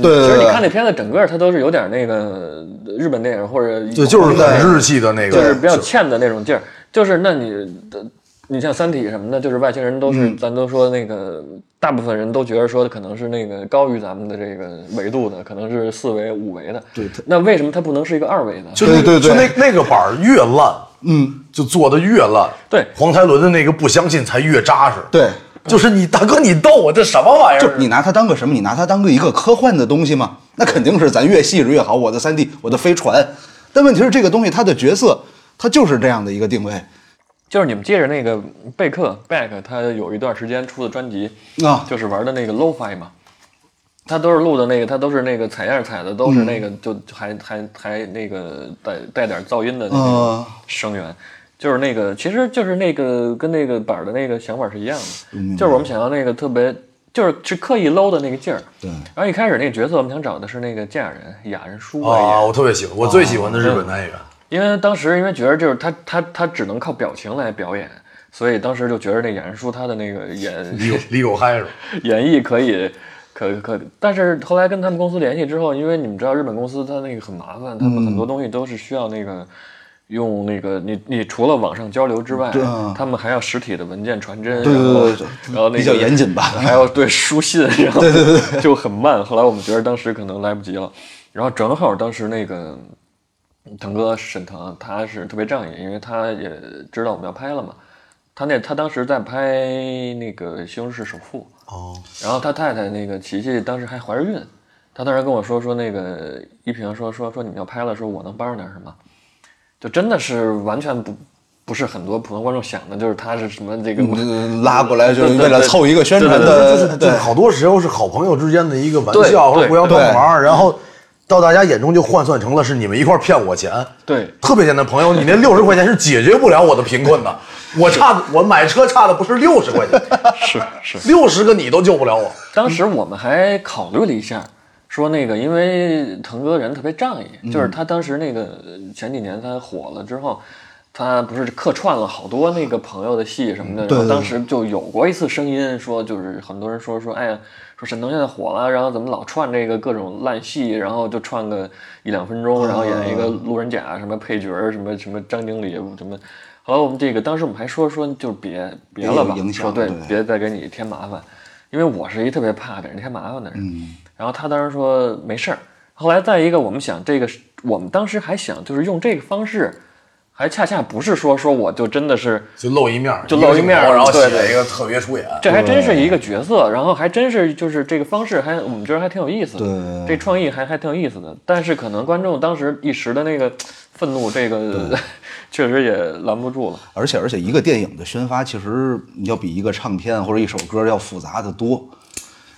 Speaker 4: 对对
Speaker 3: 其
Speaker 4: 对
Speaker 3: 实你
Speaker 4: 对
Speaker 3: 看那片子整个它都是有点那个日本电影或者
Speaker 2: 对，就是很日系的那个，
Speaker 3: 就是比较欠的那种劲儿。就是那你的，你像《三体》什么的，就是外星人都是，咱都说那个，大部分人都觉得说可能是那个高于咱们的这个维度的，可能是四维、五维的。对，那为什么它不能是一个二维的？
Speaker 2: 就那
Speaker 4: 对对对
Speaker 2: 就那那个板儿越烂，嗯，就做的越烂。
Speaker 3: 对
Speaker 2: 黄才伦的那个不相信才越扎实。，
Speaker 4: 对，
Speaker 2: 就是你大哥，你逗我，这什么玩意
Speaker 4: 就
Speaker 2: 儿？
Speaker 4: 你拿它当个什么？你拿它当个一个科幻的东西吗？那肯定是咱越细致越好。我的三 D，我的飞船，但问题是这个东西它的角色，它就是这样的一个定位
Speaker 3: 就是你们记着那个贝克 Beck，他有一段时间出的专辑，
Speaker 4: 啊。
Speaker 3: 就是玩的那个 LoFi 嘛，他都是录的那个，他都是那个采样采的，都是那个、就就还还还那个带带点噪音的那
Speaker 4: 嗯
Speaker 3: 个声源，就是那个其实就是那个跟那个板儿的那个想法是一样的，就是我们想要那个特别就是是刻意 low 的那个劲儿。
Speaker 4: 对，
Speaker 3: 然后一开始那个角色我们想找的是那个嫁人雅人舒来演
Speaker 2: 啊，我特别喜欢，我最喜欢的日本男演员。
Speaker 3: 因为当时因为觉得就是他他他只能靠表情来表演，所以当时就觉得那雅人舒他的那个演
Speaker 2: 李狗李狗嗨是吧？
Speaker 3: 演绎可以，可可，但是后来跟他们公司联系之后，因为你们知道日本公司它那个很麻烦，他
Speaker 4: 嗯
Speaker 3: 们很多东西都是需要那个。用那个你你除了网上交流之外
Speaker 4: 对啊，
Speaker 3: 他们还要实体的文件传真，
Speaker 4: 对对
Speaker 3: 然后
Speaker 4: 对对对
Speaker 3: 然后那个
Speaker 4: 比较严谨吧
Speaker 3: 还要对书信，然后对对对，就很慢。后来我们觉得当时可能来不及了，然后正好当时那个腾哥沈腾他是特别仗义，因为他也知道我们要拍了嘛，他那他当时在拍那个《西红柿首富》，
Speaker 2: 哦，
Speaker 3: 然后他太太那个琪琪当时还怀着孕，她当时跟我说说那个一平说说说你要拍了，说我能帮上点什么，就真的是完全不不是很多普通观众想的，就是他是什么这个
Speaker 4: 嗯拉过来就是为了凑一个宣传
Speaker 2: 就
Speaker 4: 的，
Speaker 2: 是就是好多时候是好朋友之间的一个玩
Speaker 3: 对
Speaker 2: 笑或者
Speaker 3: 对
Speaker 2: 互相帮
Speaker 4: 对
Speaker 2: 忙，然后到大家眼中就换算成了是你们一块儿骗我钱。
Speaker 3: 对
Speaker 2: 特别简单，朋友，你那六十块钱是解决不了我的贫困的，我差我买车差的不是六十块钱，
Speaker 3: 是是。
Speaker 2: 六十个你都救不了我。
Speaker 3: 当时我们还考虑了一下，说那个因为腾哥人特别仗义，
Speaker 4: 嗯
Speaker 3: 就是他当时那个呃前几年他火了之后，他不是客串了好多那个朋友的戏什么的，
Speaker 4: 嗯对
Speaker 3: 然后
Speaker 4: 对
Speaker 3: 当时就有过一次声音说，就是很多人说说哎呀，说沈腾现在火了，然后怎么老串这个各种烂戏，然后就串个一两分钟，然后演一个
Speaker 4: 啊
Speaker 3: 路人甲什么配角儿什么什么张经理什么。后来我们这个当时我们还说说就是别别了吧
Speaker 4: 别有，影响
Speaker 3: 说对
Speaker 4: 对
Speaker 3: 别再给你添麻烦，因为我是一特别怕给人添麻烦的人。然后他当时说没事儿。后来再一个，我们想这个是，我们当时还想就是用这个方式，还恰恰不是说说我就真的是，
Speaker 2: 就露一面儿，
Speaker 3: 就露一面儿
Speaker 2: 个镜头然后
Speaker 3: 对
Speaker 2: 写一个特别出演。
Speaker 3: 这还真是一个角色，然后还真是就是这个方式还我们觉得还挺有意思的，这
Speaker 4: 对
Speaker 3: 创意还还挺有意思的。但是可能观众当时一时的那个愤怒，这个 确实也拦不住了。
Speaker 4: 而且而且一个电影的宣发其实要比一个唱片或者一首歌要复杂的多，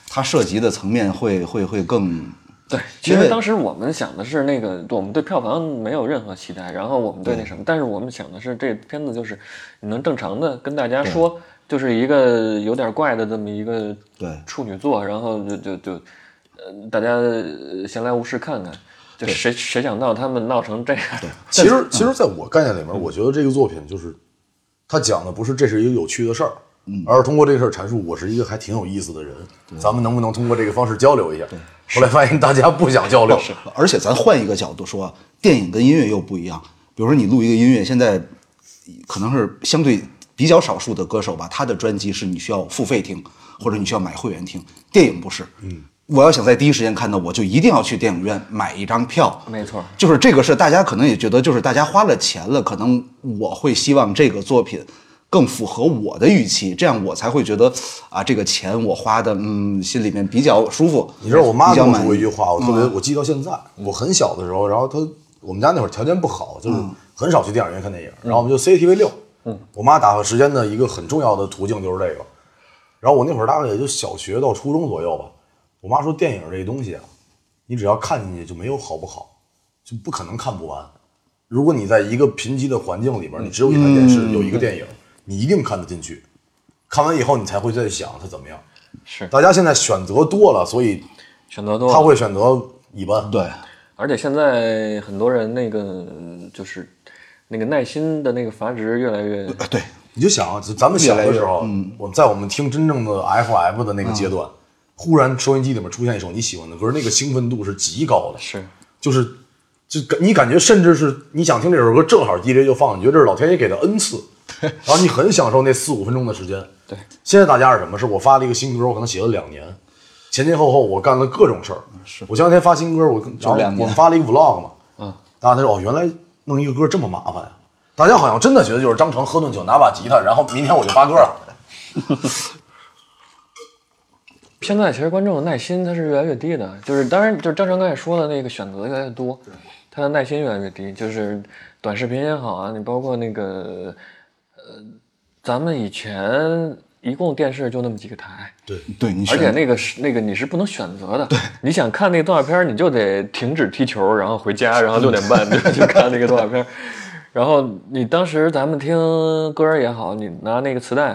Speaker 4: 它涉及的层面会会会更
Speaker 3: 对，其
Speaker 4: 因
Speaker 3: 实
Speaker 4: 为
Speaker 3: 当时我们想的是那个，我们对票房没有任何期待，然后我们对那什么，但是我们想的是这片子就是你能正常的跟大家说，就是一个有点怪的这么一个
Speaker 4: 对
Speaker 3: 处女座，然后就就就，呃，大家呃闲来无事看看，就谁谁想到他们闹成这样，
Speaker 2: 其实，其实在我概念里面，我觉得这个作品就是，他讲的不是这是一个有趣的事儿，而是通过这个事儿阐述我是一个还挺有意思的人。咱们能不能通过这个方式交流一下？后来发现大家不想交流，
Speaker 4: 而且咱换一个角度说，电影跟音乐又不一样。比如说你录一个音乐，现在可能是相对比较少数的歌手吧，他的专辑是你需要付费听，或者你需要买会员听。电影不是，嗯，我要想在第一时间看到，我就一定要去电影院买一张票。
Speaker 3: 没错，
Speaker 4: 就是这个是大家可能也觉得，就是大家花了钱了，可能我会希望这个作品更符合我的预期，这样我才会觉得啊，这个钱我花的，嗯，心里面比较舒服。
Speaker 2: 你知道我妈
Speaker 4: 比较
Speaker 2: 跟我
Speaker 4: 满
Speaker 2: 说过一
Speaker 4: 意嗯
Speaker 2: 句话，我特别我记到现在。我很小的时候，然后她我们家那会儿条件不好，就是
Speaker 4: 嗯
Speaker 2: 很少去电影院看电影，然后我们就 CCTV 六。我妈打发时间的一个很重要的途径就是这个。然后我那会儿大概也就小学到初中左右吧。我妈说电影这东西啊，你只要看进去就没有好不好，就不可能看不完。如果你在一个贫瘠的环境里边，你只有一台电
Speaker 4: 嗯
Speaker 2: 视，有一个电影，你一定看得进去。看完以后，你才会再想它怎么样。
Speaker 3: 是
Speaker 2: 大家现在选择多了，所以
Speaker 3: 选择多了
Speaker 2: 他会选择一般。
Speaker 4: 对。
Speaker 3: 而且现在很多人那个就是那个耐心的那个阀值越来越
Speaker 4: 啊，对，
Speaker 2: 你就想啊，就咱们小的时候，我们在我们听真正的 FM 的那个阶段，忽然收音机里面出现一首你喜欢的歌，那个兴奋度是极高的，
Speaker 3: 是。
Speaker 2: 就是就感你感觉甚至是你想听这首歌，正好 DJ 就放，你觉得这是老天爷给的恩赐，然后你很享受那四五分钟的时间。
Speaker 3: 对，
Speaker 2: 现在大家是什么？是我发了一个新歌，我可能写了两年，前前后后我干了各种事儿。是我前两天发新歌，我跟然后
Speaker 4: 两年
Speaker 2: 我们发了一个 vlog 嘛，嗯，大家说哦，原来弄一个歌这么麻烦呀、大家好像真的觉得就是张成喝顿酒拿把吉他，然后明天我就发歌了。
Speaker 3: 现在其实观众的耐心它是越来越低的，就是当然就是张成刚才说的那个选择越来越多，他的耐心越来越低，就是短视频也好啊，你包括那个呃，咱们以前一共电视就那么几个台，
Speaker 4: 对你
Speaker 3: 而
Speaker 4: 选
Speaker 3: 且那个是那个你是不能选择的，对，你想看那个动画片儿，你就得停止踢球，然后回家，然后六点半就去看那个动画片儿。然后你当时咱们听歌儿也好，你拿那个磁带，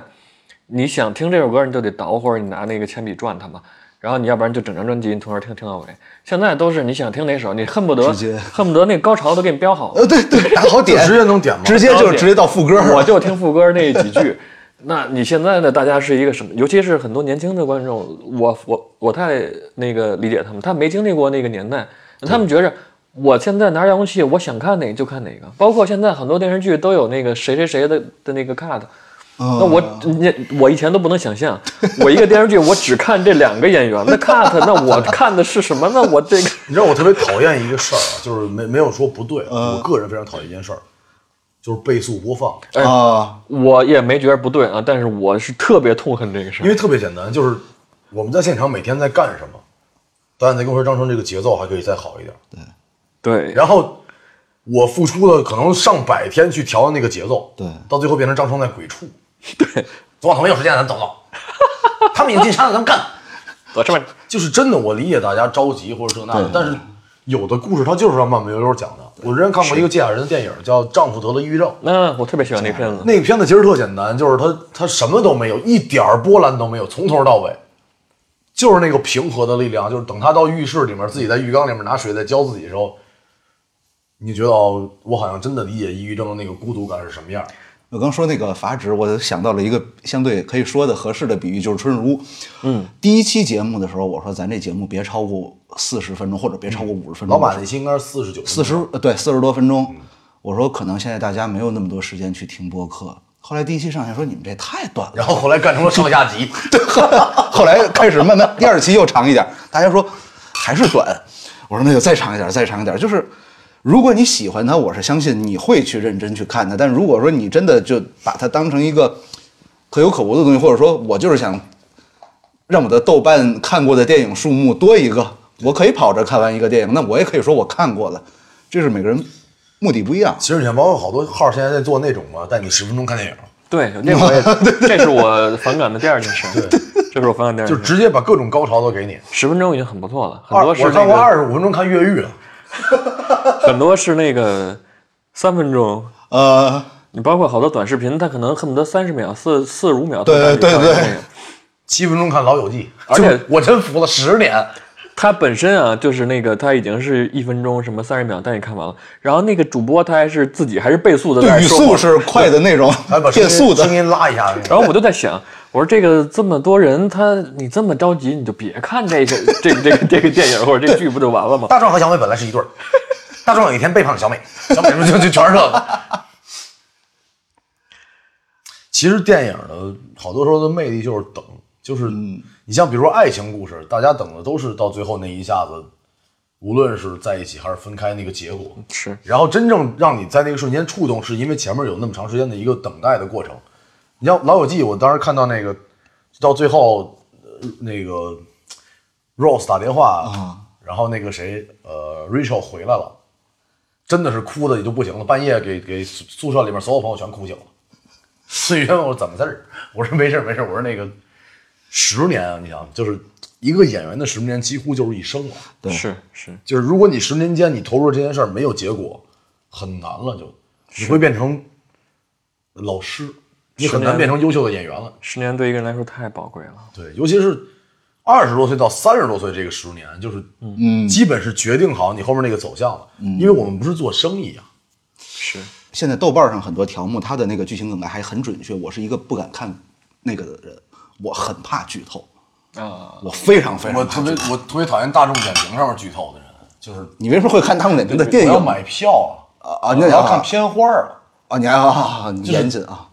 Speaker 3: 你想听这首歌儿，你就得倒会儿，你拿那个铅笔转它嘛。然后你要不然就整张专辑你从头听听到尾。现在都是你想听哪首，你恨不得
Speaker 4: 直接
Speaker 3: 恨不得那高潮都给你标 好了
Speaker 4: 呃，对对，打好
Speaker 2: 就
Speaker 4: 点，
Speaker 2: 直接能点吗？
Speaker 4: 直接就直接到副歌 了。
Speaker 3: 我就听副歌那几句。 那你现在呢？大家是一个什么？尤其是很多年轻的观众，我我我太那个理解他们，他没经历过那个年代，他们觉着我现在拿遥控器，我想看哪个就看哪个。包括现在很多电视剧都有那个谁谁谁的的那个 cut，那我你我以前都不能想象， 我一个电视剧我只看这两个演员的 cut，那我看的是什么呢？我这个
Speaker 2: 你知道我特别讨厌一个事儿啊，就是没没有说不对，啊我个人非常讨厌一件事儿，就是倍速播放。
Speaker 3: 哎
Speaker 4: 啊，
Speaker 3: 我也没觉得不对啊，但是我是特别痛恨这个事
Speaker 2: 因
Speaker 3: 儿。
Speaker 2: 为特别简单，就是我们在现场每天在干什么。导演在跟我说张成这个节奏还可以再好一点，
Speaker 3: 对，
Speaker 2: 然后我付出了可能上百天去调那个节奏，
Speaker 4: 对
Speaker 2: 到最后变成张成在鬼畜。对，左往头右使劲，咱走走。他们已经进山了，咱们干。
Speaker 3: 我这边
Speaker 2: 就是真的，我理解大家着急或者这那的，但是有的故事它就是要慢慢悠悠讲的。我之前看过一个芥雅人的电影叫《丈夫得了抑郁症》，
Speaker 3: 那我特别喜欢那片子，
Speaker 2: 那个片子其实特简单，就是它它什么都没有，一点儿波澜都没有，从头到尾，就是那个平和的力量。就是等他到浴室里面，自己在浴缸里面拿水在浇自己的时候，你觉得哦，我好像真的理解抑郁症的那个孤独感是什么样儿。
Speaker 4: 我刚说那个阀值，我想到了一个相对可以说的合适的比喻，就是春如。嗯，第一期节目的时候，我说咱这节目别超过四十分钟，或者别超过五十分钟。
Speaker 2: 老马那期应该是四十九，
Speaker 4: 四十呃对四十多分钟，我说可能现在大家没有那么多时间去听播客。后来第一期上线说你们这太短了，
Speaker 2: 然后后来干成了上下集。
Speaker 4: 后来开始慢慢第二期又长一点，大家说还是短，我说那就再长一点，再长一点。就是如果你喜欢它，我是相信你会去认真去看它。但如果说你真的就把它当成一个可有可无的东西，或者说我就是想让我的豆瓣看过的电影数目多一个，我可以跑着看完一个电影，那我也可以说我看过了。这是每个人目的不一样。
Speaker 2: 其实你看，包括好多号现在在做那种嘛，带你十分钟看电影，
Speaker 3: 对，那我也，这是我反感的第二件事， 这是我反感第二
Speaker 2: 就
Speaker 3: 件事。
Speaker 2: 直接把各种高潮都给你。
Speaker 3: 十分钟已经很不错了，很
Speaker 2: 二，
Speaker 3: 多
Speaker 2: 我
Speaker 3: 是
Speaker 2: 看过
Speaker 3: 那
Speaker 2: 二十五分钟看越狱，
Speaker 3: 个，很多是那个三分钟，
Speaker 4: 呃，
Speaker 3: 你包括好多短视频，它可能恨不得三十秒、四四十五秒都
Speaker 4: 对
Speaker 3: 能看
Speaker 4: 对对
Speaker 3: 那个
Speaker 2: 七分钟看老友记，
Speaker 3: 而且
Speaker 2: 就我真服了，十年。
Speaker 3: 它本身啊，就是那个，它已经是一分钟什么三十秒，但你看完了。然后那个主播他还是自己还是倍速的在那
Speaker 4: 对，
Speaker 3: 儿
Speaker 4: 语
Speaker 3: 说
Speaker 4: 速
Speaker 3: 话
Speaker 4: 是快的那种
Speaker 2: 哎，把，声
Speaker 4: 变
Speaker 2: 音
Speaker 4: 速的
Speaker 2: 声。音拉一下。那个
Speaker 3: 然后我就在想，我说这个这么多人，他你这么着急，你就别看这个这个这个这个电影或者这个剧不就完了吗？
Speaker 2: 大壮和小美本来是一对 儿，大壮有一天背叛了 小美，小美就就全是这个。 其实电影的好多时候的魅力就是等，就是你像比如说爱情故事，大家等的都是到最后那一下子，无论是在一起还是分开那个结果。
Speaker 3: 是，
Speaker 2: 然后真正让你在那个瞬间触动，是因为前面有那么长时间的一个等待的过程。你像《老友记》，我当时看到那个到最后，呃那个 Rose 打电话，然后那个谁，呃，Rachel 回来了，真的是哭的也就不行了，半夜给给宿宿舍里面所有朋友全哭醒了。所以问我怎么事儿，我说没事儿没事儿，我说那个十年啊，你想就是一个演员的十年几乎就是一生了。
Speaker 4: 对
Speaker 3: 是是，
Speaker 2: 就是如果你十年间你投入这件事儿没有结果，很难了就，你会变成老师，你很难变成优秀的演员了。
Speaker 3: 十年对一个人来说太宝贵了。
Speaker 2: 对，尤其是二十多岁到三十多岁这个十年，就是嗯，基本是决定好你后面那个走向了。因为我们不是做生意啊，
Speaker 3: 是，
Speaker 4: 现在豆瓣上很多条目，它的那个剧情梗概还很准确。我是一个不敢看那个的人，我很怕剧透啊，我非常非常怕。
Speaker 2: 别我特别讨厌大众点评上面剧透的人，就是
Speaker 4: 你为什么会看他们脸评的
Speaker 2: 哎
Speaker 4: 电影？
Speaker 2: 票啊
Speaker 4: 啊啊那要看
Speaker 2: 片花啊。
Speaker 4: 啊，你还啊，你
Speaker 2: 是
Speaker 4: 严谨啊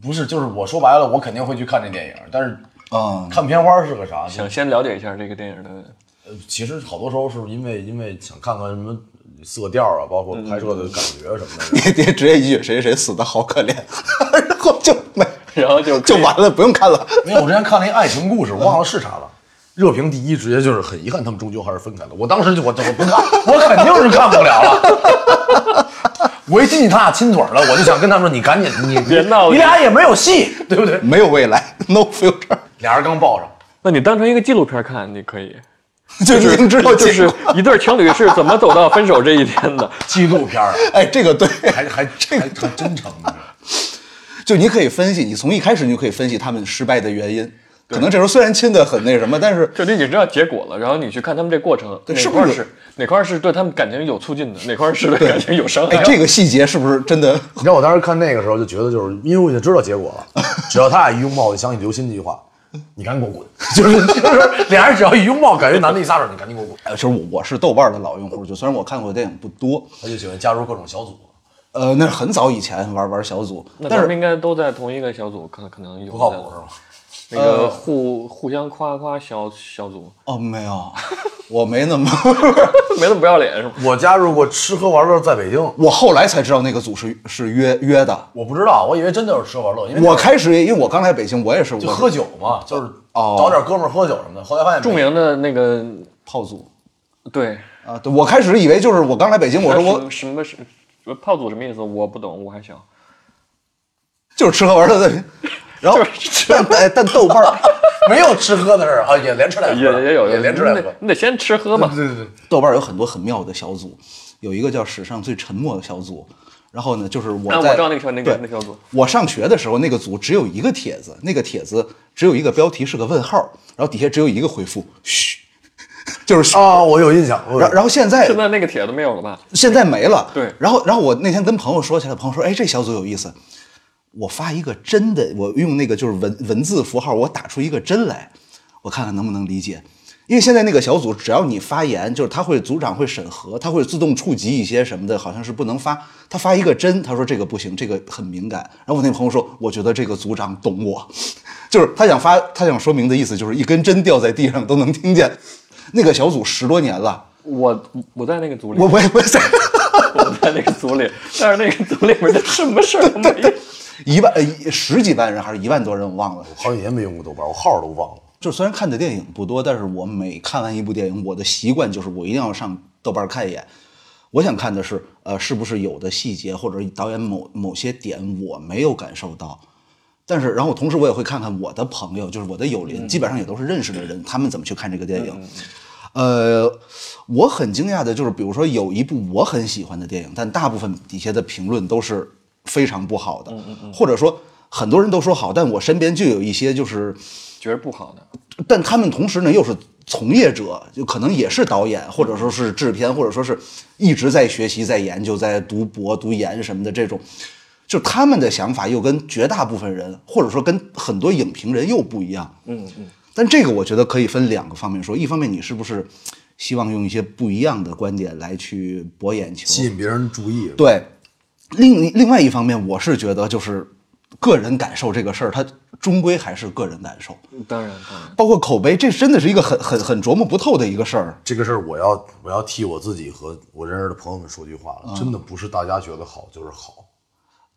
Speaker 2: 不是，就是我说白了，我肯定会去看这电影，但是
Speaker 4: 啊，
Speaker 2: 看片花是个啥？
Speaker 3: 想先了解一下这个电影的，
Speaker 2: 呃，其实好多时候是因为因为想看看什么色调啊，包括
Speaker 3: 嗯
Speaker 2: 拍摄的感觉什么的。
Speaker 4: 别别直接一句谁谁死的好 可怜，然后就没
Speaker 3: 然后 就
Speaker 4: 就
Speaker 3: 可以
Speaker 4: 完了，不用看了。
Speaker 3: 嗯
Speaker 2: 因为我之前看了一爱情故事，我忘了是啥了。热评第一，直接就是很遗憾，他们终究还是分开了。我当时就我我不看，我肯定是看不了了。我一进去他俩亲嘴了，我就想跟他们说：“你赶紧，你
Speaker 3: 别闹了
Speaker 2: 你俩也没有戏，对不对
Speaker 4: 没有未来，no future，？”
Speaker 2: 俩人刚抱上，
Speaker 3: 那你当成一个纪录片看，你可以。
Speaker 4: 就已经知道
Speaker 3: 就
Speaker 4: 结
Speaker 3: 是
Speaker 4: 果
Speaker 3: 一对情侣是怎么走到分手这一天的。
Speaker 2: 纪录片儿
Speaker 4: 哎，这个对，
Speaker 2: 还还还还真诚。
Speaker 4: 就你可以分析，你从一开始你就可以分析他们失败的原因。可能这时候虽然亲的很那什么，但是
Speaker 3: 就你已经知道结果了，然后你去看他们这过程，
Speaker 4: 对是
Speaker 3: 哪
Speaker 4: 不
Speaker 3: 块
Speaker 4: 是
Speaker 3: 儿是哪块儿是对他们感情有促进的，哪块儿是对感情有伤害
Speaker 4: 哎，
Speaker 3: 的。
Speaker 4: 这个细节是不是真的？
Speaker 2: 你知道我当时看那个时候就觉得，就是因为我已经知道结果了，只要他俩一拥抱，我就想起刘鑫那句话：“你赶紧给我滚！” 就是就是俩人只要一拥抱，感觉男的一撒手，你赶紧给我滚。
Speaker 4: 呃，其实我我是豆瓣的老用户，就虽然我看过的电影不多，
Speaker 2: 他就喜欢加入各种小组。
Speaker 4: 呃，那是很早以前玩玩小组，
Speaker 3: 那
Speaker 4: 但
Speaker 3: 咱
Speaker 4: 是
Speaker 3: 们应该都在同一个小组，可可能有
Speaker 2: 不靠谱是吗？
Speaker 3: 那个互互相夸夸小小组，
Speaker 4: 哦没有，我没那么，
Speaker 3: 没那么不要脸是吗？
Speaker 2: 我加入过吃喝玩乐在北京，
Speaker 4: 我后来才知道那个组是是约约的。
Speaker 2: 我不知道，我以为真的是吃喝玩乐，因为
Speaker 4: 我开始也因为我刚来北京，我也是
Speaker 2: 就
Speaker 4: 我
Speaker 2: 喝酒嘛，就是
Speaker 4: 哦
Speaker 2: 找点哥们儿喝酒什么的。后来发现
Speaker 3: 著名的那个
Speaker 4: 炮组，
Speaker 3: 对，
Speaker 4: 啊，对我开始以为就是我刚来北京，我说 我
Speaker 3: 什么什么是炮组什么意思？我不懂，我还小。
Speaker 4: 就是吃喝玩 乐的，然后但但但豆瓣儿
Speaker 2: 没有吃喝的事儿啊，也连吃带喝，
Speaker 3: 也也有，嗯
Speaker 2: 也连吃
Speaker 3: 你
Speaker 2: 带
Speaker 3: 得
Speaker 2: 喝。
Speaker 3: 你得先吃喝嘛。
Speaker 2: 对对对，
Speaker 4: 豆瓣儿有很多很妙的小组，有一个叫史上最沉默的小组。然后呢，就是我
Speaker 3: 啊
Speaker 4: 在、
Speaker 3: 我知道那个小那个
Speaker 4: 对
Speaker 3: 那个小组。
Speaker 4: 我上学的时候，那个组只有一个帖子，那个帖子只有一个标题是个问号，然后底下只有一个回复，嘘， 就是嘘。
Speaker 2: 啊，我有印象。我有
Speaker 4: 然后然后现在
Speaker 3: 现在那个帖子没有了吧？
Speaker 4: 现在没了。
Speaker 3: 对
Speaker 4: 然后然后我那天跟朋友说起来，朋友说，哎，这小组有意思。我发一个真的，我用那个就是文文字符号，我打出一个真来，我看看能不能理解。因为现在那个小组，只要你发言，就是他会组长会审核，他会自动触及一些什么的，好像是不能发。他发一个真，他说这个不行，这个很敏感。然后我那朋友说，我觉得这个组长懂我， 就是他想发，他想说明的意思就是一根针掉在地上都能听见。那个小组十多年了，
Speaker 3: 我我在那个组里，
Speaker 4: 我我也不在。
Speaker 3: 我在那个组里，但是那个组里面就什么事儿都没有。
Speaker 4: 一万呃一十几万人还是一万多人，我忘了。
Speaker 2: 好几年没用过豆瓣，我号都忘了。
Speaker 4: 就虽然看的电影不多，但是我每看完一部电影，我的习惯就是我一定要上豆瓣看一眼。我想看的是，呃，是不是有的细节或者导演某某些点我没有感受到，但是然后同时我也会看看我的朋友，就是我的友邻，基本上也都是认识的人，他们怎么去看这个电影。呃，我很惊讶的就是，比如说有一部我很喜欢的电影，但大部分底下的评论都是非常不好的，或者说很多人都说好，但我身边就有一些就是。
Speaker 3: 觉得不好的，
Speaker 4: 但他们同时呢又是从业者，就可能也是导演，或者说是制片，或者说是一直在学习、在研究、在读博、读研什么的这种，就他们的想法又跟绝大部分人，或者说跟很多影评人又不一样。嗯嗯。但这个我觉得可以分两个方面说，一方面你是不是希望用一些不一样的观点来去博眼球，
Speaker 2: 吸引别人注意。
Speaker 4: 对，另另外一方面，我是觉得就是个人感受这个事儿，它终归还是个人感受。
Speaker 3: 当然当然，
Speaker 4: 包括口碑，这真的是一个很很很琢磨不透的一个事儿。
Speaker 2: 这个事儿，我要我要替我自己和我认识的朋友们说句话了，真的不是大家觉得好就是好，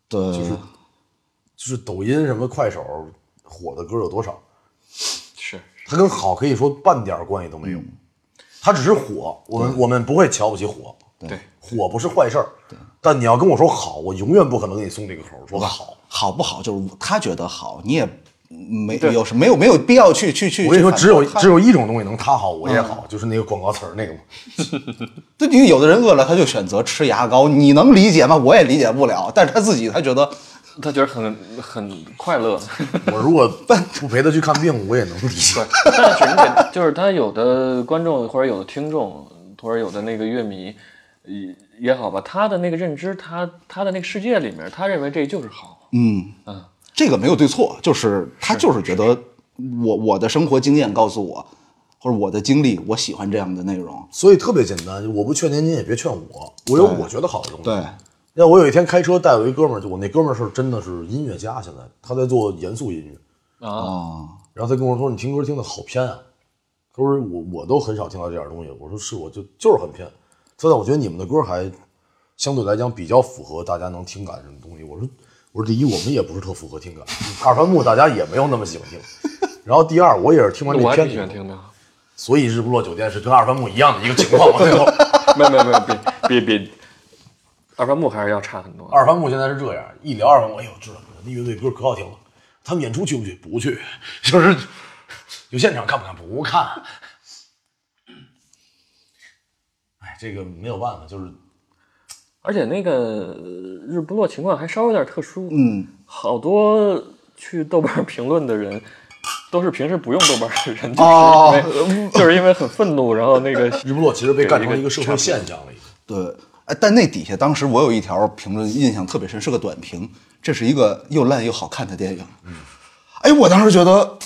Speaker 4: 对，
Speaker 2: 就是抖音什么快手火的歌有多少，
Speaker 3: 是
Speaker 2: 它跟好可以说半点儿关系都没有，它只是火。我们我们不会瞧不起火，
Speaker 3: 对，
Speaker 2: 火不是坏事儿。但你要跟我说好，我永远不可能给你松这个口儿说好。
Speaker 4: 好不好？就是他觉得好，你也没
Speaker 3: 对
Speaker 4: 有什没有没有必要去去去。
Speaker 2: 我跟你说，
Speaker 4: 去反
Speaker 2: 只有
Speaker 4: 驳他
Speaker 2: 只有一种东西能他好我也好，就是那个广告词儿那个嘛。
Speaker 4: 对，因为有的人饿了，他就选择吃牙膏，你能理解吗？我也理解不了，但是他自己他觉得
Speaker 3: 他觉得很很快乐。
Speaker 2: 我如果不陪他去看病，我也能理解。
Speaker 3: 但是你得，就是他有的观众或者有的听众或者有的那个乐迷也也好吧，他的那个认知，他他的那个世界里面，他认为这就是好。
Speaker 4: 这个没有对错，就是他就是觉得我我的生活经验告诉我，或者我的经历，我喜欢这样的内容。
Speaker 2: 所以特别简单，我不劝您，您也别劝我，我有我觉得好的东西。
Speaker 4: 对，
Speaker 2: 那我有一天开车带我一哥们儿，就我那哥们儿是真的是音乐家，现在他在做严肃音乐，
Speaker 4: 啊，
Speaker 2: 然后他跟我说你听歌听的好偏啊，他说我我都很少听到这点东西，我说是我就就是很偏，他说我觉得你们的歌还相对来讲比较符合大家能听感什么东西，我说我说第一我们也不是特符合听感，二番木大家也没有那么喜欢听，然后第二我也是听完
Speaker 3: 我
Speaker 2: 这片
Speaker 3: 还挺喜欢
Speaker 2: 子，
Speaker 3: 听的，
Speaker 2: 所以日不落酒店是跟二番木一样的一个情况嘛，最后。
Speaker 3: 没有没有没有，比比比二番木还是要差很多。
Speaker 2: 二番木现在是这样，一聊二番木，哎呦，知道那乐队歌可好听了。他们演出去不去？不去，就是有现场看不看？不看。哎，这个没有办法，就是
Speaker 3: 而且那个呃日不落情况还稍微有点特殊，嗯，好多去豆瓣评论的人，都是平时不用豆瓣的人，
Speaker 4: 哦
Speaker 3: 就是因为就是因为很愤怒，然后那个
Speaker 2: 日不落其实被干成一个社会现象了。已经。
Speaker 4: 对，哎，但那底下当时我有一条评论印象特别深，是个短评，这是一个又烂又好看的电影。嗯，哎，我当时觉得，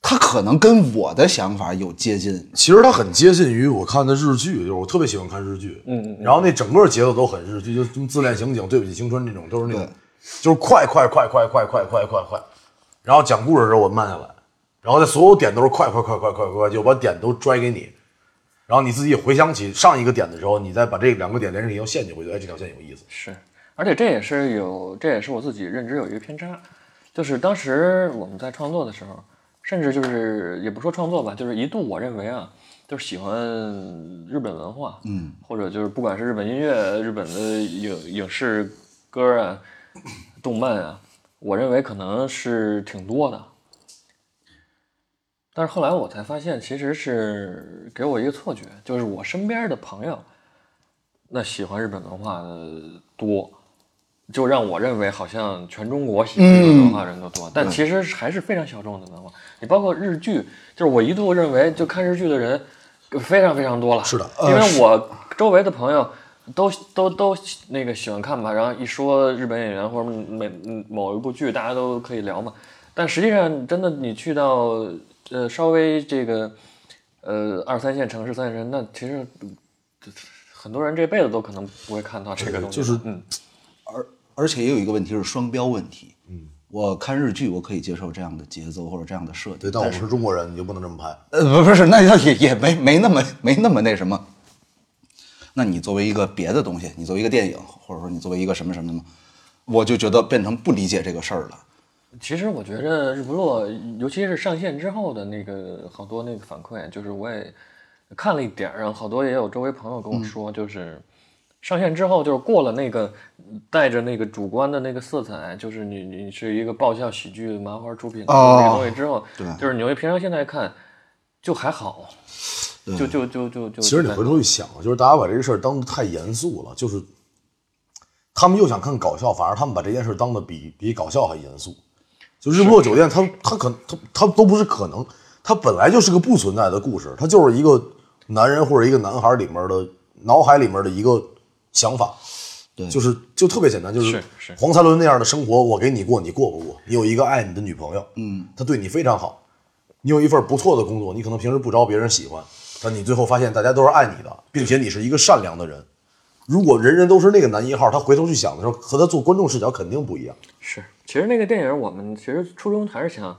Speaker 4: 他可能跟我的想法有接近。
Speaker 2: 其实它很接近于我看的日剧，就是我特别喜欢看日剧，嗯嗯，然后那整个节奏都很日剧，就什么自恋刑警、对不起青春这种，都是那种，就是快快快快快快快快快，然后讲故事的时候我慢下来，然后在所有点都是快快快快快快，就把点都拽给你，然后你自己回想起上一个点的时候，你再把这两个点连成一条线，你会觉得哎这条线有意思。
Speaker 3: 是，而且这也是有，这也是我自己认知有一个偏差，就是当时我们在创作的时候，甚至就是也不说创作吧，就是一度我认为啊，就是喜欢日本文化，嗯，或者就是不管是日本音乐、日本的影影视歌啊、动漫啊，我认为可能是挺多的。但是后来我才发现，其实是给我一个错觉，就是我身边的朋友，那喜欢日本文化的多，就让我认为好像全中国喜欢日本文化的人都多，
Speaker 2: 嗯
Speaker 3: 但其实还是非常小众的文化。你包括日剧，就是我一度认为就看日剧的人呃非常非常多了，
Speaker 2: 是的
Speaker 3: 因为我周围的朋友。都都都那个喜欢看吧，然后一说日本演员或者每某一部剧，大家都可以聊嘛。但实际上，真的你去到呃稍微这个呃二三线城市、三线城市，那其实嗯很多人这辈子都可能不会看到这个东西。
Speaker 2: 就是
Speaker 3: 嗯，
Speaker 4: 而而且也有一个问题是双标问题。嗯，我看日剧，我可以接受这样的节奏或者这样的设定
Speaker 2: 对，。但我们是中国人，你就不能这么拍。
Speaker 4: 呃，不不是，那要也也没没那么没那么那什么。那你作为一个别的东西，你作为一个电影，或者说你作为一个什么什么什么，我就觉得变成不理解这个事儿了。
Speaker 3: 其实我觉着日不落，尤其是上线之后的那个好多那个反馈，就是我也看了一点儿，然后好多也有周围朋友跟
Speaker 2: 嗯
Speaker 3: 我说，就是上线之后就是过了那个带着那个主观的那个色彩，就是你你是一个爆笑喜剧麻花出品的
Speaker 4: 哦
Speaker 3: 这个东西之后，
Speaker 4: 对
Speaker 3: 就是你会平常现在看就还好，就就就就就
Speaker 2: 其实你回头一想，就是大家把这个事儿当得太严肃了，就是他们又想看搞笑，反而他们把这件事当得比比搞笑还严肃。就日不落酒店，它它可它它都不是可能，它本来就是个不存在的故事，它就是一个男人或者一个男孩里面的脑海里面的一个想法。
Speaker 4: 对
Speaker 2: 就是就特别简单，就是
Speaker 3: 是
Speaker 2: 黄才伦那样的生活，我给你过，你过不过？你有一个爱你的女朋友，嗯，她对你非常好，你有一份不错的工作，你可能平时不招别人喜欢，但你最后发现大家都是爱你的，并且你是一个善良的人。如果人人都是那个男一号，他回头去想的时候，和他做观众视角肯定不一样。
Speaker 3: 是，其实那个电影我们其实初衷还是想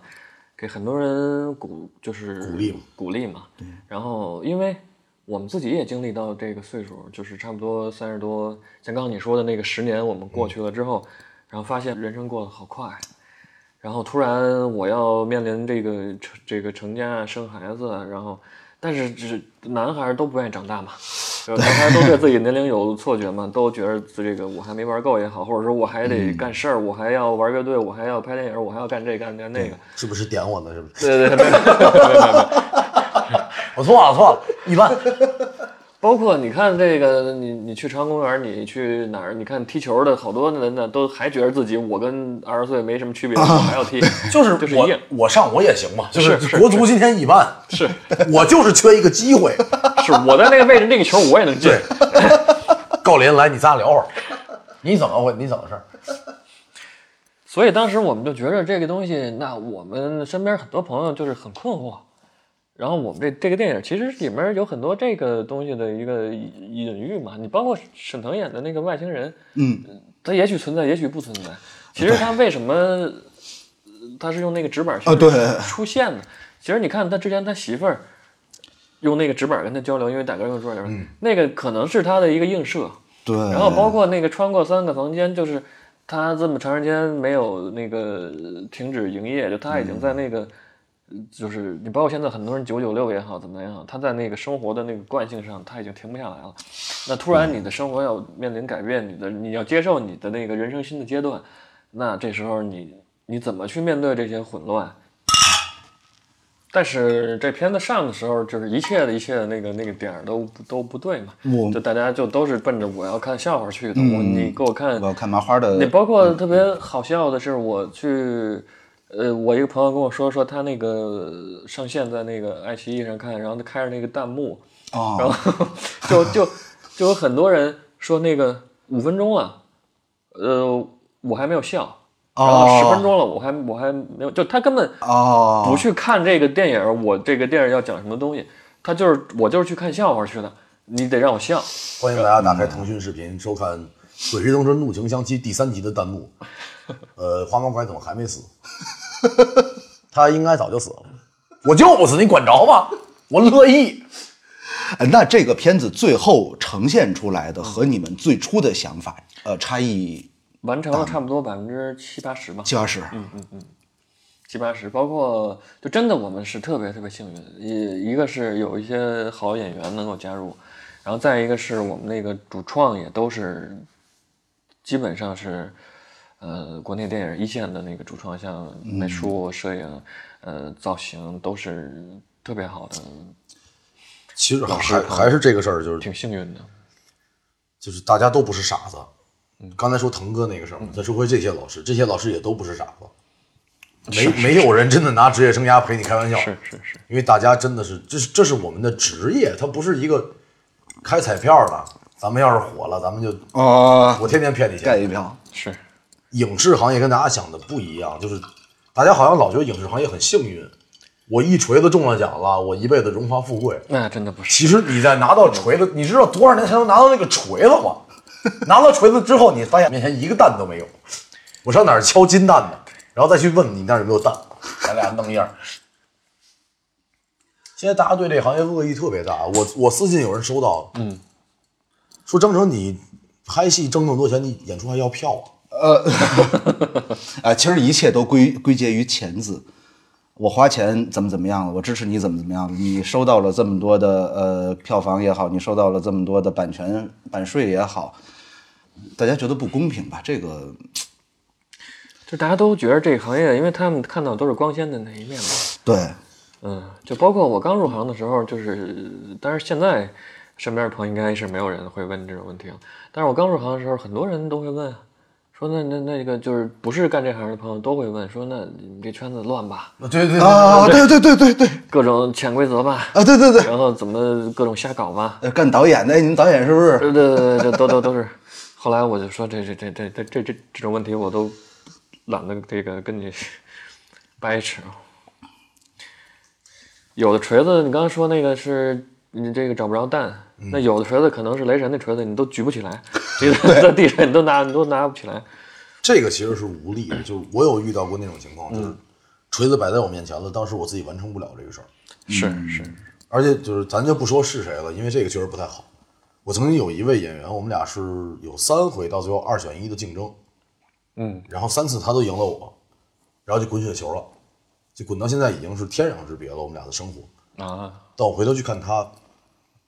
Speaker 3: 给很多人鼓，就是
Speaker 2: 鼓励嘛，
Speaker 3: 鼓励嘛。然后，因为我们自己也经历到这个岁数，就是差不多三十多，像刚刚你说的那个十年，我们
Speaker 2: 嗯
Speaker 3: 过去了之后，然后发现人生过得好快，然后突然我要面临这个成这个成家啊、生孩子啊，然后但是只男孩儿都不愿意长大嘛，就是男孩儿都对自己年龄有错觉嘛，都觉得这个我还没玩够也好，或者说我还得
Speaker 2: 嗯
Speaker 3: 干事儿，我还要玩乐队，我还要拍电影，我还要干这干那那个。
Speaker 2: 是不是点我呢？是不是？
Speaker 3: 对对对，没没没
Speaker 2: 我错了，错了，一般。
Speaker 3: 包括你看这个，你你去朝阳公园，你去哪儿？你看踢球的好多人呢，都还觉得自己我跟二十岁没什么区别，我还要踢，
Speaker 2: 啊就是
Speaker 3: 就是一
Speaker 2: 我
Speaker 3: 样，
Speaker 2: 我上我也行嘛，就是
Speaker 3: 是
Speaker 2: 国足今天一般，
Speaker 3: 是
Speaker 2: 我就是缺一个机会。
Speaker 3: 是我在那个位置，那个球我也能进。
Speaker 2: 高林来，你咱俩聊会儿，你怎么回？你怎么事儿？
Speaker 3: 所以当时我们就觉着这个东西，那我们身边很多朋友就是很困惑。然后我们这这个电影其实里面有很多这个东西的一个隐喻嘛，你包括沈腾演的那个外星人，呃
Speaker 4: 嗯，哦
Speaker 3: 他也许存在，也许不存在。其实他为什么呃他是用那个纸板
Speaker 4: 啊对
Speaker 3: 出现的？其实你看他之前他媳妇儿用那个纸板跟他交流，因为打嗝用桌游，那个可能是他的一个映射。
Speaker 4: 嗯对。
Speaker 3: 然后包括那个穿过三个房间，就是他这么长时间没有那个呃停止营业，就他已经在那个，呃就是你包括现在很多人九九六也好怎么样也好，他在那个生活的那个惯性上他已经停不下来了。那突然你的生活要面临改变，你的你要接受你的那个人生新的阶段，那这时候你你怎么去面对这些混乱？但是这片子上的时候，就是一切的一切的那个那个点儿都不都不对嘛，
Speaker 4: 我嗯
Speaker 3: 就大家就都是奔着我要看笑话去的。我你给我看
Speaker 4: 我，要看麻花的
Speaker 3: 你，包括特别好笑的是，我去，呃，我一个朋友跟我说说他那个呃上线在那个爱奇艺上看，然后他开着那个弹幕，
Speaker 4: 哦
Speaker 3: 然后就就就有很多人说那个五分钟了，呃，我还没有笑，然后十分钟了，我还我还没有，就他根本
Speaker 4: 哦，
Speaker 3: 不去看这个电影，我这个电影要讲什么东西，他就是我就是去看笑话去的，你得让我笑。
Speaker 2: 欢迎大家打开腾讯视频收看《鬼吹灯之怒晴湘妻》第三集的弹 幕。呃，花猫拐桶还没死，他应该早就死了。我就不死，你管着吗？我乐意。
Speaker 4: 哎那这个片子最后呈现出来的和你们最初的想法，呃，差异
Speaker 3: 完成了差不多百分之七八十吧，
Speaker 4: 七八十，
Speaker 3: 七八十，包括就真的我们是特别特别幸运，一一个是有一些好演员能够加入，然后再一个是我们那个主创也都是基本上是呃国内电影一线的那个主创，像美术、摄影、呃造型都是特别好的，
Speaker 2: 其实还还是这个事儿，就是
Speaker 3: 挺幸运的。
Speaker 2: 就是大家都不是傻子。嗯刚才说腾哥那个事儿嘛，再说回这些老师，这些老师也都不是傻子，没没有人真的拿职业生涯陪你开玩笑，
Speaker 3: 是是是，
Speaker 2: 因为大家真的是，这是这是我们的职业，它不是一个开彩票的。咱们要是火了，咱们就
Speaker 4: 啊，
Speaker 2: 我天天骗你
Speaker 4: 盖
Speaker 2: 钱。
Speaker 4: 一票，
Speaker 3: 是
Speaker 2: 影视行业跟大家想的不一样，就是大家好像老觉得影视行业很幸运，我一锤子中了奖了，我一辈子荣华富贵。
Speaker 3: 那真的不是。
Speaker 2: 其实你在拿到锤子，你知道多少年才能拿到那个锤子吗？拿到锤子之后，你发现面前一个蛋都没有。我上哪儿敲金蛋呢？然后再去问你那儿有没有蛋，咱俩弄一样。现在大家对这行业恶意特别大，我我私信有人收到，嗯，说张成你拍戏挣那么多钱，你演出还要票啊？
Speaker 4: 啊，其实一切都归归结于钱字。我花钱怎么怎么样了？我支持你怎么怎么样了？你收到了这么多的呃票房也好，你收到了这么多的版权版税也好，大家觉得不公平吧？这个
Speaker 3: 就大家都觉得这个行业，因为他们看到都是光鲜的那一面嘛。
Speaker 4: 对，
Speaker 3: 嗯，就包括我刚入行的时候，就是，但是现在身边的朋友应该是没有人会问这种问题了。但是我刚入行的时候，很多人都会问，说那那那个就是不是干这行的朋友都会问，说那你们这圈子乱吧，
Speaker 2: 对对对
Speaker 4: 啊，对对对对对
Speaker 3: 各种潜规则吧，
Speaker 4: 啊，对对对，
Speaker 3: 然后怎么各种瞎搞吧，
Speaker 4: 呃干导演的，哎，你们导演是不是？
Speaker 3: 对对对对，这都都都是。后来我就说这这这这这这这这种问题我都懒得这个跟你掰扯。有的锤子，你刚刚说那个是你这个找不着蛋，
Speaker 2: 嗯
Speaker 3: 那有的锤子可能是雷神的锤子，你都举不起 来，你在地上你都拿你都拿不起来。
Speaker 2: 这个其实是无力的，就是我有遇到过那种情况，就是锤子摆在我面前了，当时我自己完成不了这个事儿。
Speaker 3: 是
Speaker 2: 嗯
Speaker 3: 是，
Speaker 2: 而且就是咱就不说是谁了，因为这个确实不太好。我曾经有一位演员，我们俩是有三回到最后二选一的竞争，
Speaker 3: 嗯，
Speaker 2: 然后三次他都赢了我，然后就滚雪球了，就滚到现在已经是天壤之别了，我们俩的生活。
Speaker 3: 啊，
Speaker 2: 但我回头去看他，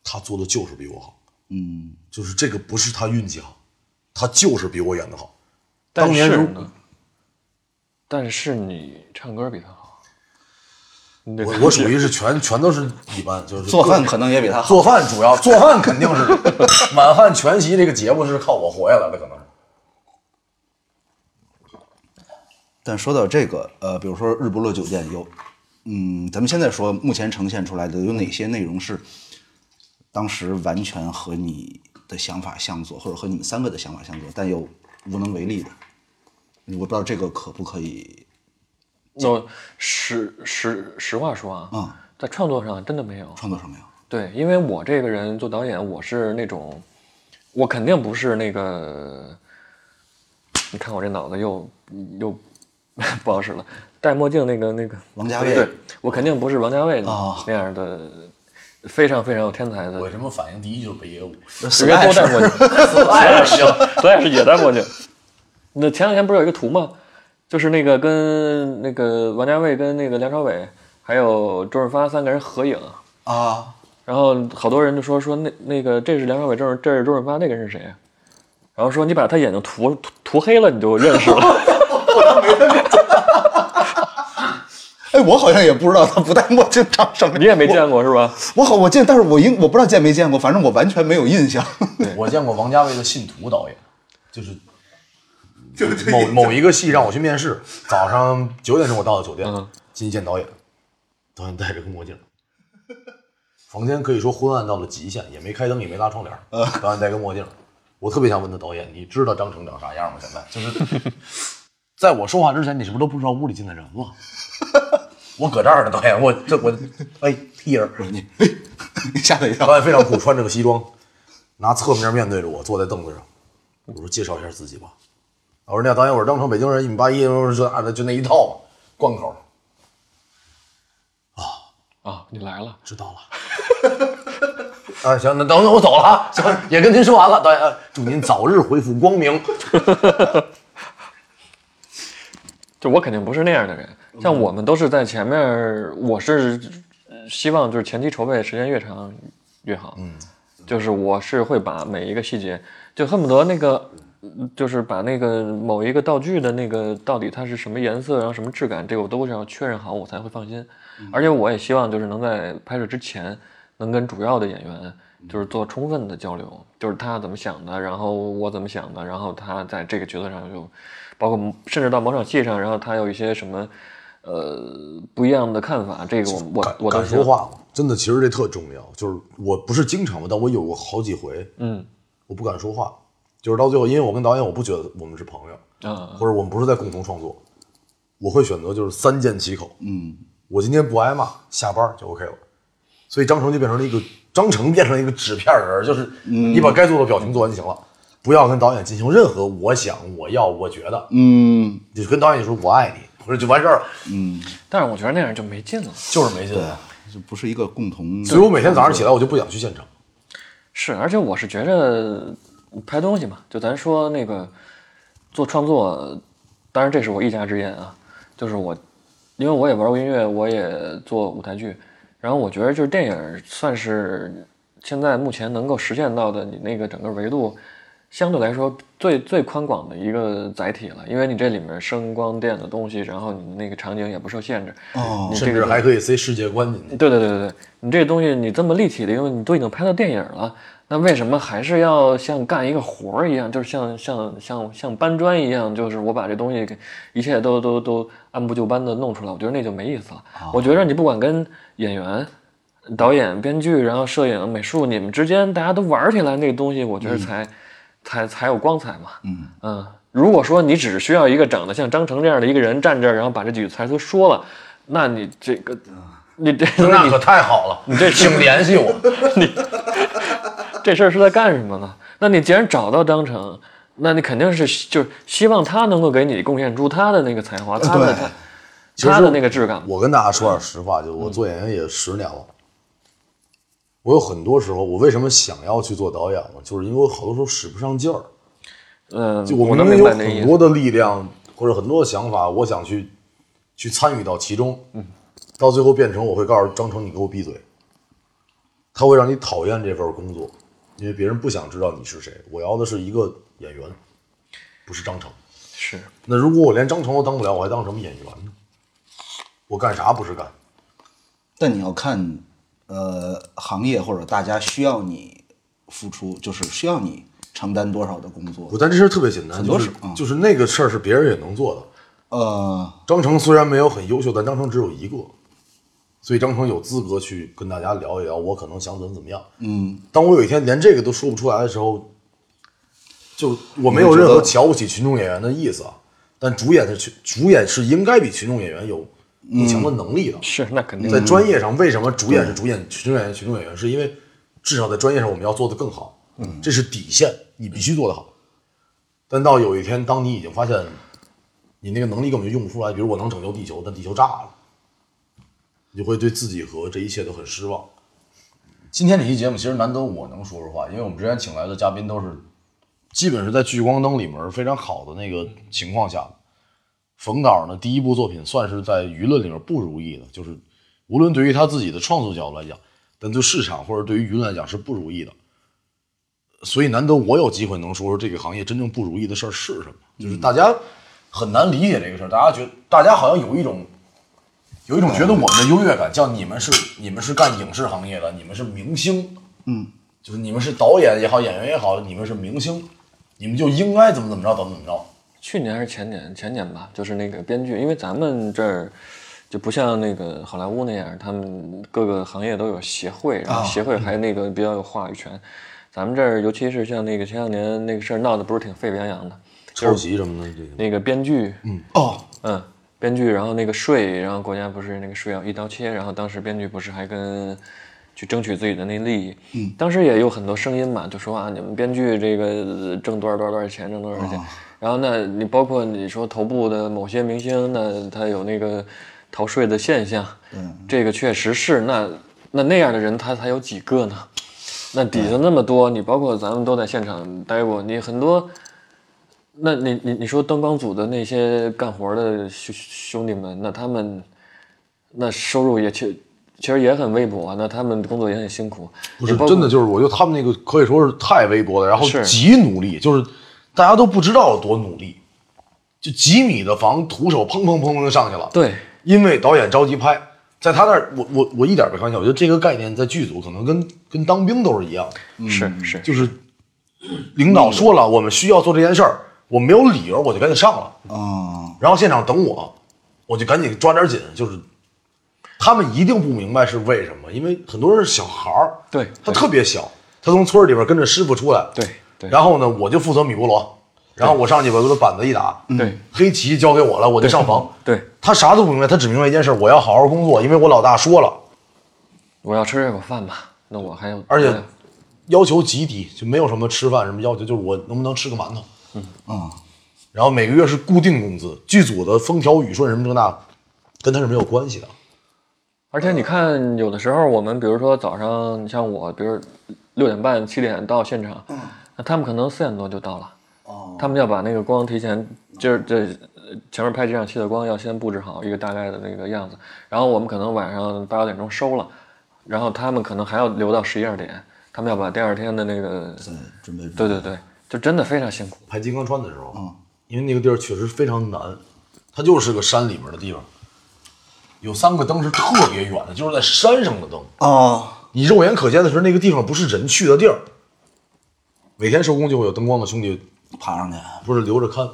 Speaker 2: 他做的就是比我好，
Speaker 4: 嗯，
Speaker 2: 就是这个不是他运气好，他就是比我演的好。
Speaker 3: 但
Speaker 2: 当年
Speaker 3: 是
Speaker 2: 如
Speaker 3: 呢，但是你唱歌比他好，你得
Speaker 2: 我我属于是全全都是一般，就是
Speaker 4: 做
Speaker 2: 各
Speaker 4: 饭可能也比他好。
Speaker 2: 做饭主要做饭肯定是 满汉全席这个节目是靠我活下来的，可能是。
Speaker 4: 但说到这个，呃，比如说日不落酒店有，嗯，咱们现在说目前呈现出来的有哪些内容是当时完全和你的想法相左，或者和你们三个的想法相左，但又无能为力的？我不知道这个可不可以
Speaker 3: 那实实实话说啊，
Speaker 4: 嗯
Speaker 3: 在创作上真的没有。
Speaker 4: 创作上没有？
Speaker 3: 对，因为我这个人做导演，我是那种，我肯定不是那个，你看我这脑子又又不好使了，戴墨镜那个那个
Speaker 4: 王家卫
Speaker 3: 对，我肯定不是王家卫
Speaker 4: 哦
Speaker 3: 那样的，非常非常有天才的
Speaker 2: 什么反应第一就是北野武？
Speaker 3: 直接多戴墨镜，咱也 是，咱也是也戴墨镜。那前两天不是有一个图吗？就是那个跟那个王家卫跟那个梁朝伟还有周润发三个人合影，
Speaker 4: 啊，
Speaker 3: 然后好多人就说说那那个这是梁朝伟，这是这是周润发，那个人是谁啊？然后说你把他眼睛涂涂涂黑了，你就认识了。
Speaker 4: 哎，我好像也不知道他不戴墨镜长什么样。
Speaker 3: 你也没见过是吧？
Speaker 4: 我好，我见，但是我应我不知道见没见过，反正我完全没有印象。
Speaker 2: 我见过王家卫的信徒导演，就是
Speaker 3: 嗯
Speaker 2: 某某一个戏让我去面试，早上九点钟我到的酒店，进去见导演，导演戴着个墨镜，房间可以说昏暗到了极限，也没开灯，也没拉窗帘，导演戴个墨镜，我特别想问他导演，你知道张成长啥样吗？现在就是，在我说话之前，你是不是都不知道屋里进来人了？我搁这儿呢，导演，我这我哎屁人。
Speaker 4: 你哎，你吓他一跳
Speaker 2: 导演非常酷，穿着个西装，拿侧面面对着我，坐在凳子上。我说介绍一下自己吧。我说那导演，我是张成，北京人，一米八一，这啊那的就那一套嘛，贯口。
Speaker 3: 啊，你来了，
Speaker 2: 知道了。啊，行，那等等我走了啊，行，也跟您说完了，导演，呃祝您早日恢复光明。
Speaker 3: 就我肯定不是那样的人，像我们都是在前面儿，我是呃希望就是前期筹备时间越长越好。嗯，就是我是会把每一个细节，就恨不得那个，嗯就是把那个某一个道具的那个到底它是什么颜色，然后什么质感，这个我都是要确认好，我才会放心。而且我也希望就是能在拍摄之前，能跟主要的演员就是做充分的交流，就是他怎么想的，然后我怎么想的，然后他在这个角色上就，包括甚至到某场戏上，然后他有一些什么。呃，不一样的看法，这个我我
Speaker 2: 敢
Speaker 3: 我
Speaker 2: 敢
Speaker 3: 当时
Speaker 2: 说话了，真的，其实这特重要。就是我不是经常吧，但我有过好几回，
Speaker 3: 嗯，
Speaker 2: 我不敢说话，就是到最后，因为我跟导演，我不觉得我们是朋友，
Speaker 3: 啊，
Speaker 2: 或者我们不是在共同创作，我会选择就是三缄其口。嗯，我今天不挨骂，下班就 OK 了。所以张成就变成了一个张成变成了一个纸片人，就是你把该做的表情做完就行了，不要跟导演进行任何我想、我要、我觉得，
Speaker 4: 嗯，
Speaker 2: 你就跟导演说我爱你，或者就完事儿了，
Speaker 3: 但是我觉得那样就没劲了。
Speaker 2: 就是没劲。
Speaker 4: 这不是一个共同。
Speaker 2: 所以我每天早上起来我就不想去现场。
Speaker 3: 是，而且我是觉着拍东西嘛，就咱说那个做创作，当然这是我一家之言啊，就是我，因为我也玩过音乐，我也做舞台剧，然后我觉得就是电影算是现在目前能够实现到的你那个整个维度。相对来说最最宽广的一个载体了，因为你这里面声光电的东西，然后你那个场景也不受限制，
Speaker 4: 哦
Speaker 3: 你这
Speaker 2: 甚
Speaker 3: 个
Speaker 2: 至还可以塞世界观进去。
Speaker 3: 对对对对对，你这个东西你这么立体的，因为你都已经拍到电影了，那为什么还是要像干一个活儿一样，就是像像像像搬砖一样，就是我把这东西给一切都都都按部就班的弄出来？我觉得那就没意思了。我觉得你不管跟演员、导演、编剧，然后摄影、美术，你们之间大家都玩起来，那个东西我觉得才、才才有光彩嘛。嗯如果说你只需要一个长得像张成这样的一个人站这儿，然后把这几句台词说了，那你这个。你这
Speaker 2: 那可太好了，你这请联系我。
Speaker 3: 这事儿是在干什么呢？那你既然找到张成，那你肯定是希就是希望他能够给你贡献出他的那个才华，
Speaker 2: 呃
Speaker 3: 他的他他的那个质感。
Speaker 2: 我跟大家说点实话，
Speaker 3: 嗯
Speaker 2: 就我做演员也十年了，我有很多时候，我为什么想要去做导演呢？就是因为我好多时候使不上劲儿，
Speaker 3: 嗯，
Speaker 2: 就
Speaker 3: 我
Speaker 2: 明
Speaker 3: 能
Speaker 2: 明
Speaker 3: 明
Speaker 2: 有
Speaker 3: 白那意
Speaker 2: 很
Speaker 3: 思。
Speaker 2: 多的力量或者很多的想法，我想去去参与到其中，
Speaker 3: 嗯
Speaker 2: 到最后变成我会告诉张成，你给我闭嘴，他会让你讨厌这份工作，因为别人不想知道你是谁。我要的是一个演员，不是张成。
Speaker 3: 是，
Speaker 2: 那如果我连张成都当不了，我还当什么演员呢？我干啥不是干？
Speaker 4: 但你要看，呃，行业或者大家需要你付出，就是需要你承担多少的工作
Speaker 2: 我。但这事儿特别简单，
Speaker 4: 很多
Speaker 2: 就是
Speaker 4: 事嗯
Speaker 2: 就是那个事儿是别人也能做的。
Speaker 4: 呃，
Speaker 2: 张成虽然没有很优秀，但张成只有一个，所以张成有资格去跟大家聊一聊我可能想怎么怎么样。嗯，当我有一天连这个都说不出来的时候，就我没有任何瞧不起群众演员的意思啊。但主演的群主演是应该比群众演员有更强的能力的。
Speaker 3: 是，那肯定
Speaker 2: 在专业上，为什么主演是主演，群众演员是群众演员，是因为至少在专业上我们要做得更好，嗯，这是底线，你必须做得好。但到有一天，当你已经发现你那个能力根本就用不出来，比如我能拯救地球，但地球炸了，你就会对自己和这一切都很失望。今天这期节目其实难得我能说说话，因为我们之前请来的嘉宾都是基本是在聚光灯里面非常好的那个情况下的。冯导呢，第一部作品算是在舆论里面不如意的，就是无论对于他自己的创作角度来讲，但对市场或者对于舆论来讲是不如意的。所以难得我有机会能说说这个行业真正不如意的事儿是什么，就是大家很难理解这个事儿，大家觉大家好像有一种有一种觉得我们的优越感，叫你们是你们是干影视行业的，你们是明星，嗯，就是你们是导演也好，演员也好，你们是明星，你们就应该怎么怎么着，怎么怎么着。
Speaker 3: 去年还是前年，前年吧，就是那个编剧，因为咱们这儿就不像那个好莱坞那样，他们各个行业都有协会，
Speaker 2: 啊
Speaker 3: 然后协会
Speaker 2: 嗯
Speaker 3: 还那个比较有话语权。咱们这儿，尤其是像那个前两年那个事儿闹得不是挺沸沸扬扬的，
Speaker 2: 抄袭什么的，这个
Speaker 3: 那个编剧，
Speaker 4: 哦，
Speaker 3: 嗯，编剧，然后那个税，然后国家不是那个税要一刀切，然后当时编剧不是还跟去争取自己的那利益，嗯，当时也有很多声音嘛，就说啊，你们编剧这个呃挣多少多少多少钱，挣多少多少钱，然后那你包括你说头部的某些明星，那他有那个逃税的现象，嗯，这个确实是，那那那样的人他才有几个呢？那底下那么多，你包括咱们都在现场待过，你很多那你你你说灯光组的那些干活的兄兄弟们，那他们那收入也其其实也很微薄啊，那他们工作也很辛苦。
Speaker 2: 不是真的，就是我觉得他们那个可以说是太微薄了，然后
Speaker 3: 是
Speaker 2: 极努力，就是大家都不知道有多努力，就几米的房，徒手砰砰砰砰就上去了。
Speaker 3: 对，
Speaker 2: 因为导演着急拍，在他那儿，我我我一点没开玩笑，我觉得这个概念在剧组可能跟跟当兵都是一样的，
Speaker 3: 是是，
Speaker 2: 就是领导说了我们需要做这件事儿，我没有理由我就赶紧上了，
Speaker 4: 啊，
Speaker 2: 然后现场等我，我就赶紧抓点紧，就是。他们一定不明白是为什么，因为很多人是小孩儿，
Speaker 3: 对
Speaker 2: 他
Speaker 3: 对
Speaker 2: 特别小，他从村儿里边跟着师傅出来，
Speaker 3: 对对
Speaker 2: 然后呢，我就负责米菠萝，然后我上去把我的板子一打，
Speaker 3: 对
Speaker 2: 黑棋交给我了，我就上房，
Speaker 3: 嗯对，
Speaker 2: 他啥都不明白，他只明白一件事：我要好好工作，因为我老大说了，
Speaker 3: 我要吃这口饭吧，那我还要
Speaker 2: 而
Speaker 3: 还
Speaker 2: 且
Speaker 3: 要
Speaker 2: 要求极低，就没有什么吃饭什么要求，就是我能不能吃个馒头。嗯
Speaker 4: 啊
Speaker 2: 然后每个月是固定工资，剧组的风调雨顺什么这那，跟他是没有关系的。
Speaker 3: 而且你看，有的时候我们比如说早上，你像我，比如六点半、七点到现场，那他们可能四点多就到了。
Speaker 4: 哦，
Speaker 3: 他们要把那个光提前，就是这呃前面拍这场戏的光要先布置好一个大概的那个样子，然后我们可能晚上八九点钟收了，然后他们可能还要留到十一二点，他们要把第二天的那个，
Speaker 4: 准备
Speaker 3: 对对对，就真的非常辛苦。
Speaker 2: 拍《金刚川》的时候，因为那个地儿确实非常难，它就是个山里面的地方，有三个灯是特别远的，就是在山上的灯，
Speaker 4: 哦，
Speaker 2: 你肉眼可见的时候，那个地方不是人去的地儿。每天收工就会有灯光的兄弟，
Speaker 4: 爬上去，
Speaker 2: 不是留着看，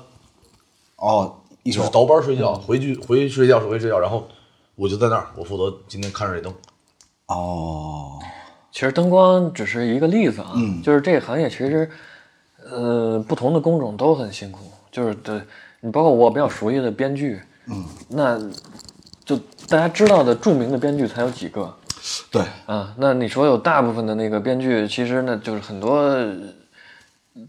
Speaker 4: 哦，一
Speaker 2: 就是
Speaker 4: 手
Speaker 2: 倒班睡觉，回去回去睡觉是回去睡觉，然后我就在那儿，我负责今天看着这灯。
Speaker 4: 哦，
Speaker 3: 其实灯光只是一个例子啊，就是这个行业其实，呃，不同的工种都很辛苦。就是对你包括我比较熟悉的编剧，嗯，那就大家知道的著名的编剧才有几个
Speaker 4: 对，
Speaker 3: 啊。那你说有大部分的那个编剧，其实呢就是很多，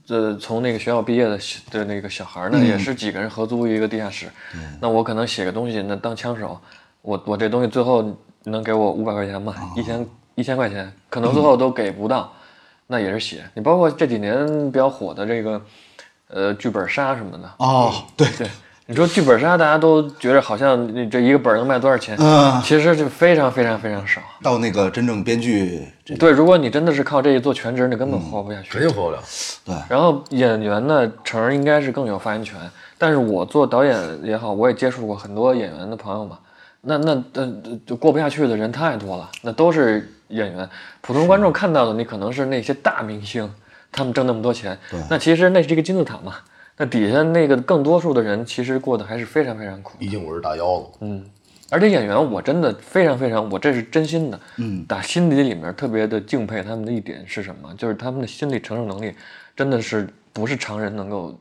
Speaker 3: 呃，从那个学校毕业的小的那个小孩儿呢，也是几个人合租一个地下室。那我可能写个东西，那当枪手，我我这东西最后能给我五百块钱吗？一千一千块钱，可能最后都给不到，那也是写。你包括这几年比较火的这个，呃，剧本杀什么的，
Speaker 4: 哦，对，
Speaker 3: 对，你说剧本杀，大家都觉得好像你这一个本儿能卖多少钱？
Speaker 4: 嗯
Speaker 3: 其实就非常非常非常少。
Speaker 4: 到那个真正编剧这，
Speaker 3: 对，如果你真的是靠这一做全职，你根本活不下去。
Speaker 2: 肯定活不了。
Speaker 3: 然后演员呢，成儿应该是更有发言权。但是我做导演也好，我也接触过很多演员的朋友嘛，那那呃就过不下去的人太多了，那都是演员。普通观众看到的你可能是那些大明星，他们挣那么多钱，那其实那是一个金字塔嘛。那底下那个更多数的人其实过得还是非常非常苦。
Speaker 2: 毕竟我是大腰子，
Speaker 3: 嗯而且演员，我真的非常非常，我这是真心的，嗯，打心底里面特别的敬佩他们的一点是什么？就是他们的心理承受能力，真的是不是常人能够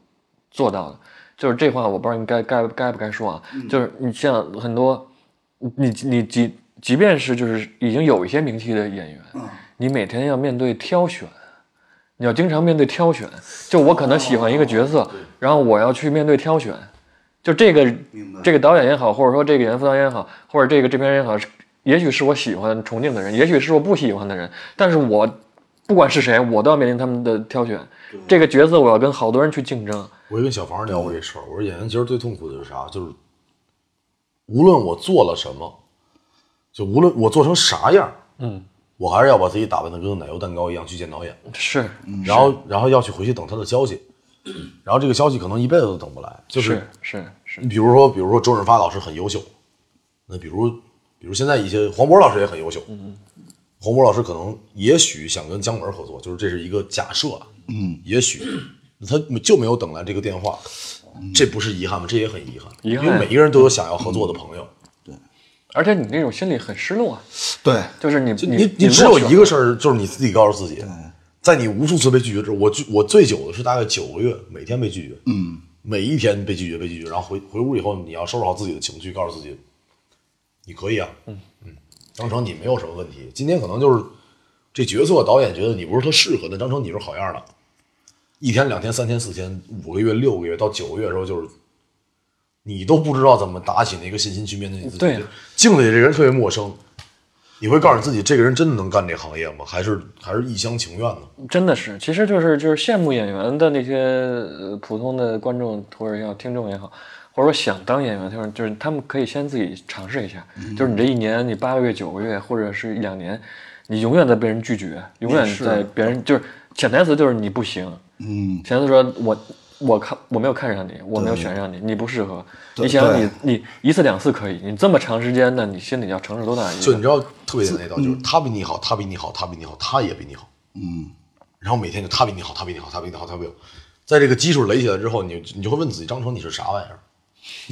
Speaker 3: 做到的。就是这话，我不知道你该该该不该说啊。就是你像很多，你你即即便是就是已经有一些名气的演员，你每天要面对挑选，你要经常面对挑选。就我可能喜欢一个角色，然后我要去面对挑选，就这个这个导演也好，或者说这个演员副导演也好，或者这个制片人也好，是也许是我喜欢崇敬的人，也许是我不喜欢的人，但是我不管是谁，我都要面临他们的挑选。这个角色我要跟好多人去竞争。
Speaker 2: 我也跟小房聊过这事儿。我说演员其实最痛苦的是啥？就是无论我做了什么，就无论我做成啥样，嗯，我还是要把自己打扮的跟奶油蛋糕一样去见导演，
Speaker 3: 是，
Speaker 2: 然后然后要去回去等他的消息，然后这个消息可能一辈子都等不来。就是
Speaker 3: 是是，
Speaker 2: 你比如说，比如说周润发老师很优秀，那比如比如现在一些黄渤老师也很优秀，黄渤老师可能也许想跟姜文合作，就是这是一个假设啊，嗯，也许他就没有等来这个电话，这不是遗憾吗？这也很遗憾，
Speaker 3: 遗憾
Speaker 2: 因为每一个人都有想要合作的朋友，
Speaker 3: 而且你那种心里很失落啊，
Speaker 4: 对，
Speaker 3: 就是你
Speaker 2: 就
Speaker 3: 你
Speaker 2: 你只有一
Speaker 3: 落选
Speaker 2: 个事儿，就是你自己告诉自己，在你无数次被拒绝之后，我拒我最久的是大概九个月，每天被拒绝，嗯，每一天被拒绝被拒绝，然后回回屋以后，你要收拾好自己的情绪，告诉自己，你可以啊，嗯张成你没有什么问题，今天可能就是这角色导演觉得你不是特适合，但张成你是好样的，一天两天三天四天五个月六个月到九个月的时候就是。你都不知道怎么打起那个信心去面对你自己，
Speaker 3: 对啊
Speaker 2: 镜子里这个人特别陌生，
Speaker 1: 你会告诉自己，这个人真的能干这行业吗？还是还是一厢情愿呢？
Speaker 3: 真的是，其实就是就是羡慕演员的那些呃普通的观众或者要听众也好，或者说想当演员，就是就是他们可以先自己尝试一下，就是你这一年，你八个月、九个月，或者是一两年，你永远在被人拒绝，永远在别人就是潜台词就是你不行，
Speaker 4: 嗯，
Speaker 3: 潜台词说我我看我没有看上你，我没有选上你，你不适合。你想想
Speaker 4: 对
Speaker 3: 你你一次两次可以，你这么长时间呢，你心里要承受多大一
Speaker 1: 就
Speaker 3: 个
Speaker 1: 你知道特别简单一道，就是他比你好，他比你好，他比你好，他也比你好，嗯，然后每天就他比你好，他比你好，他比你好，他比你好，在这个基础垒起来之后，你你就会问自己，张成你是啥玩意儿？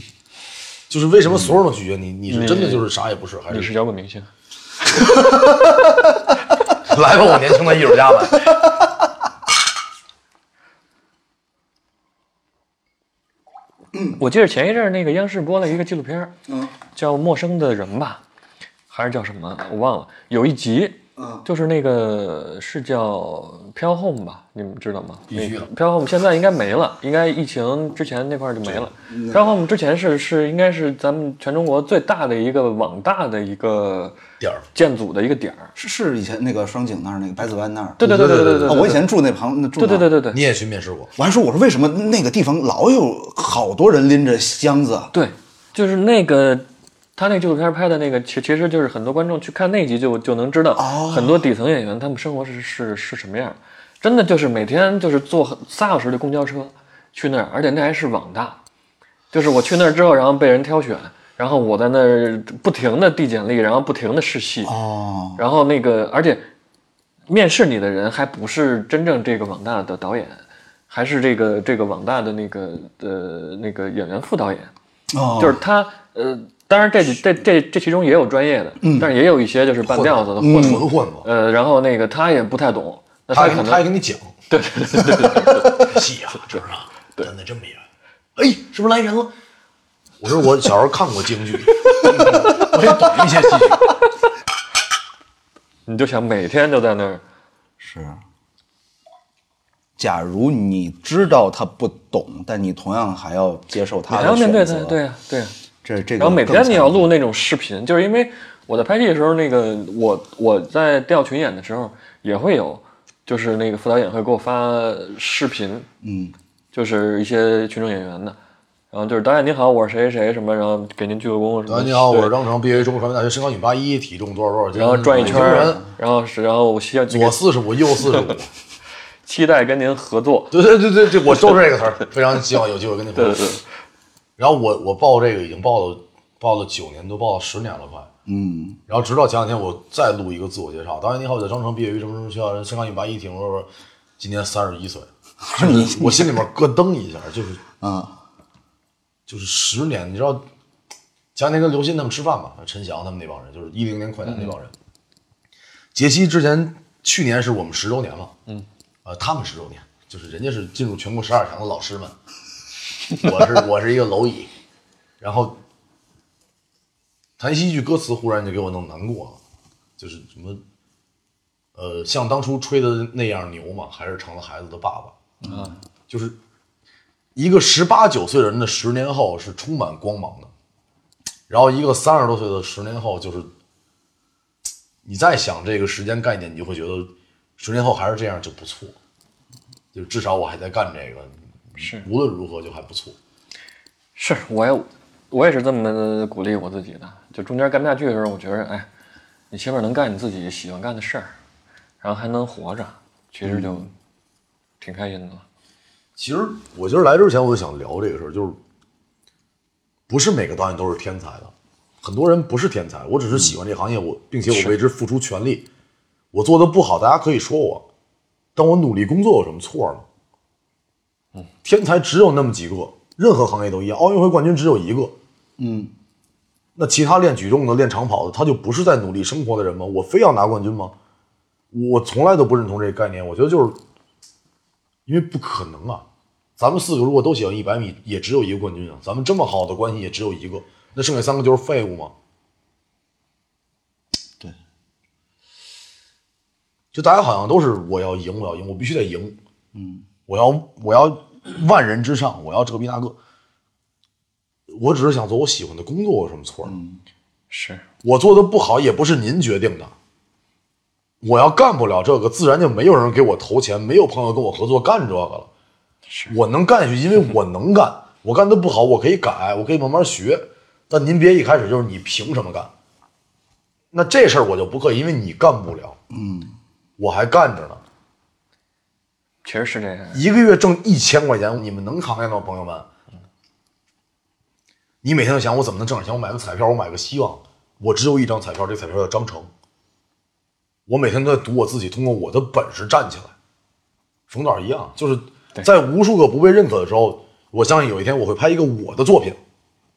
Speaker 1: 就是为什么所有人都拒绝你？你是真的就是啥也不是，还
Speaker 3: 你
Speaker 1: 是
Speaker 3: 是摇滚明星。
Speaker 1: 来吧，我年轻的艺术家们。
Speaker 3: 我记得前一阵儿那个央视播了一个纪录片，嗯，叫《陌生的人》吧，还是叫什么？我忘了。有一集，嗯，就是那个是叫飘 home 吧，你们知道吗？
Speaker 1: 必须的
Speaker 3: 那个飘 home 现在应该没了，应该疫情之前那块儿就没了。飘 home 之前是是应该是咱们全中国最大的一个网大的一个
Speaker 1: 点儿
Speaker 3: 建组的一个点儿。
Speaker 4: 是是以前那个双井那儿那个白子湾那儿，
Speaker 3: 对对对对对对
Speaker 4: 哦，我以前住那旁，那住
Speaker 3: 对对对
Speaker 4: 对。
Speaker 3: 对对
Speaker 1: 你也去面试过？
Speaker 4: 我还说我说为什么那个地方老有好多人拎着箱子？
Speaker 3: 对，就是那个他那纪录片拍的那个，其其实就是很多观众去看那集就就能知道，很多底层演员他们生活是是是什么样儿，真的就是每天就是坐很仨小时的公交车去那儿，而且那还是网大，就是我去那儿之后，然后被人挑选。然后我在那儿不停的递简历，然后不停的试戏，
Speaker 4: 哦，
Speaker 3: 然后那个，而且面试你的人还不是真正这个网大的导演，还是这个这个网大的那个呃那个演员副导演，
Speaker 4: 哦
Speaker 3: 就是他呃，当然这这这这其中也有专业的，但是也有一些就是半吊子的混
Speaker 1: 纯
Speaker 3: 混，
Speaker 1: 混子，
Speaker 3: 呃，然后那个他也不太懂，那
Speaker 1: 他
Speaker 3: 他
Speaker 1: 还
Speaker 3: 可
Speaker 1: 跟他还
Speaker 3: 能
Speaker 1: 跟你 讲，对对 对，戏啊，这是啊，咱得这么演。哎，是不是来人了？我说我小时候看过京 剧，我也懂一些戏剧。
Speaker 3: 你就想每天就在那儿，
Speaker 4: 是。假如你知道他不懂，但你同样还要接受
Speaker 3: 你
Speaker 4: 他
Speaker 3: 还
Speaker 4: 的
Speaker 3: 要面
Speaker 4: 选
Speaker 3: 对他
Speaker 4: 择，，
Speaker 3: 对呀对呀。啊
Speaker 4: 这这个
Speaker 3: 然后每
Speaker 4: 更
Speaker 3: 天你要
Speaker 4: 残
Speaker 3: 录那种视频，就是因为我在拍戏的时候，那个我我在调群演的时候也会有，就是那个副导演会给我发视频，
Speaker 4: 嗯，
Speaker 3: 就是一些群众演员的，然后就是导演您好，我是谁谁谁什么，然后给您鞠个躬什么。
Speaker 1: 大 家你好，
Speaker 3: 对
Speaker 1: 我是张成，毕业于中国传媒大学，身高一米八一，体重多少多少斤，
Speaker 3: 然后转一圈
Speaker 1: 北京
Speaker 3: 儿
Speaker 1: 人，
Speaker 3: 然后是然后我希望那
Speaker 1: 左
Speaker 3: 个
Speaker 1: 四十五，右四 十五。
Speaker 3: 期待跟您合作。
Speaker 1: 对对对对对，我就是这个词儿，非常希望有机会跟你合
Speaker 3: 对
Speaker 1: 作
Speaker 3: 对。对，
Speaker 1: 然后我我报这个已经报了报了九年，都报了十年了，快。
Speaker 4: 嗯，
Speaker 1: 然后直到前两天我再录一个自我介绍，导演你好，我在张成毕业于什么什么学校，身高一米八一，体重多少多少，今年三十一岁。
Speaker 4: 你
Speaker 1: 我心里面咯噔一下， 就是
Speaker 4: 啊，
Speaker 1: 就是十年，你知道，前两天跟刘鑫他们吃饭吧，陈翔他们那帮人，就是一零年快男那帮人。
Speaker 4: 嗯
Speaker 1: 杰西之前去年是我们十周年了，嗯，呃，他们十周年，就是人家是进入全国十二强的老师们，我是我是一个蝼蚁，然后谈西一句歌词忽然就给我弄难过了，就是什么，呃，像当初吹的那样牛嘛，还是成了孩子的爸爸，嗯，就是一个十八九岁的人的十年后是充满光芒的，然后一个三十多岁的十年后就是，你再想这个时间概念，你就会觉得十年后还是这样就不错，就至少我还在干这个，
Speaker 3: 是
Speaker 1: 无论如何就还不错。
Speaker 3: 是我也我也是这么鼓励我自己的。就中间干不下去的时候，我觉着，哎，你起码能干你自己喜欢干的事儿，然后还能活着，其实就挺开心的了。
Speaker 1: 其实我今儿来之前我就想聊这个事儿，就是不是每个导演都是天才的，很多人不是天才。我只是喜欢这行业，我并且我为之付出全力。我做的不好，大家可以说我，但我努力工作有什么错呢？天才只有那么几个，任何行业都一样。奥运会冠军只有一个，
Speaker 4: 嗯，
Speaker 1: 那其他练举重的、练长跑的，他就不是在努力生活的人吗？我非要拿冠军吗？我从来都不认同这个概念。我觉得就是因为不可能啊！咱们四个如果都喜欢一百米，也只有一个冠军啊！咱们这么好的关系也只有一个，那剩下三个就是废物吗？
Speaker 4: 对，
Speaker 1: 就大家好像都是我要赢，我要赢，我必须得赢。嗯，我要我要万人之上，我要这个比那个。我只是想做我喜欢的工作，有什么错？嗯，
Speaker 3: 是
Speaker 2: 我做的不好也不是您决定的。我要干不了这个，自然就没有人给我投钱，没有朋友跟我合作干这个了。我能干下去，因为我能干。我干的不好，我可以改，我可以慢慢学。但您别一开始就是你凭什么干？那这事儿我就不客气，因为你干不了。嗯，我还干着呢，
Speaker 3: 确实是这样。
Speaker 2: 一个月挣一千块钱，你们能扛下吗，朋友们？你每天都想我怎么能挣点钱？我买个彩票，我买个希望。我只有一张彩票，这彩票叫张成。我每天都在赌我自己，通过我的本事站起来。冯导一样，就是在无数个不被认可的时候，我相信有一天我会拍一个我的作品，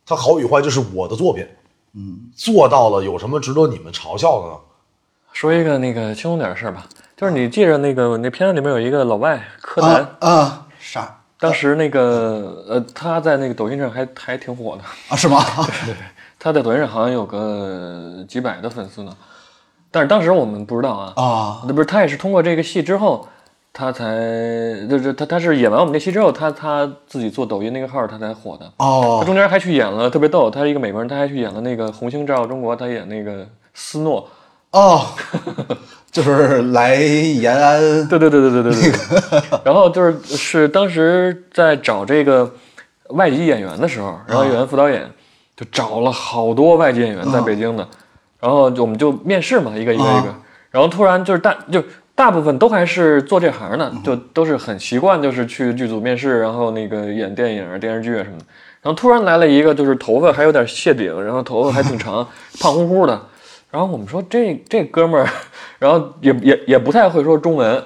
Speaker 2: 它好与坏就是我的作品。嗯，做到了，有什么值得你们嘲笑的呢？
Speaker 3: 说一个那个轻松点的事儿吧，就是你记着那个那片子里面有一个老外柯南，
Speaker 4: 啊啊，啥
Speaker 3: 当时那个呃他在那个抖音上还还挺火的，
Speaker 4: 啊？是吗？
Speaker 3: 他在抖音上好像有个几百的粉丝呢，但是当时我们不知道啊。
Speaker 4: 啊，
Speaker 3: 那不是他也是通过这个戏之后，他才就是他他是演完我们这戏之后，他他自己做抖音那个号儿他才火的。他
Speaker 4: 哦，
Speaker 3: 中间还去演了特别逗，他是一个美国人，他还去演了那个《红星照中国》，他演那个斯诺。
Speaker 4: 哦，就是来延安
Speaker 3: 对对对对对 对对。然后就是是当时在找这个外籍演员的时候，然后演员副导演就找了好多外籍演员在北京的，然后就我们就面试嘛，一个一个一个
Speaker 4: 啊，
Speaker 3: 然后突然就是大就大部分都还是做这行的，就都是很习惯就是去剧组面试，然后那个演电影啊、电视剧啊什么的。然后突然来了一个，就是头发还有点谢顶，然后头发还挺长，胖乎乎的。然后我们说这这哥们儿， 然后也也也不太会说中文，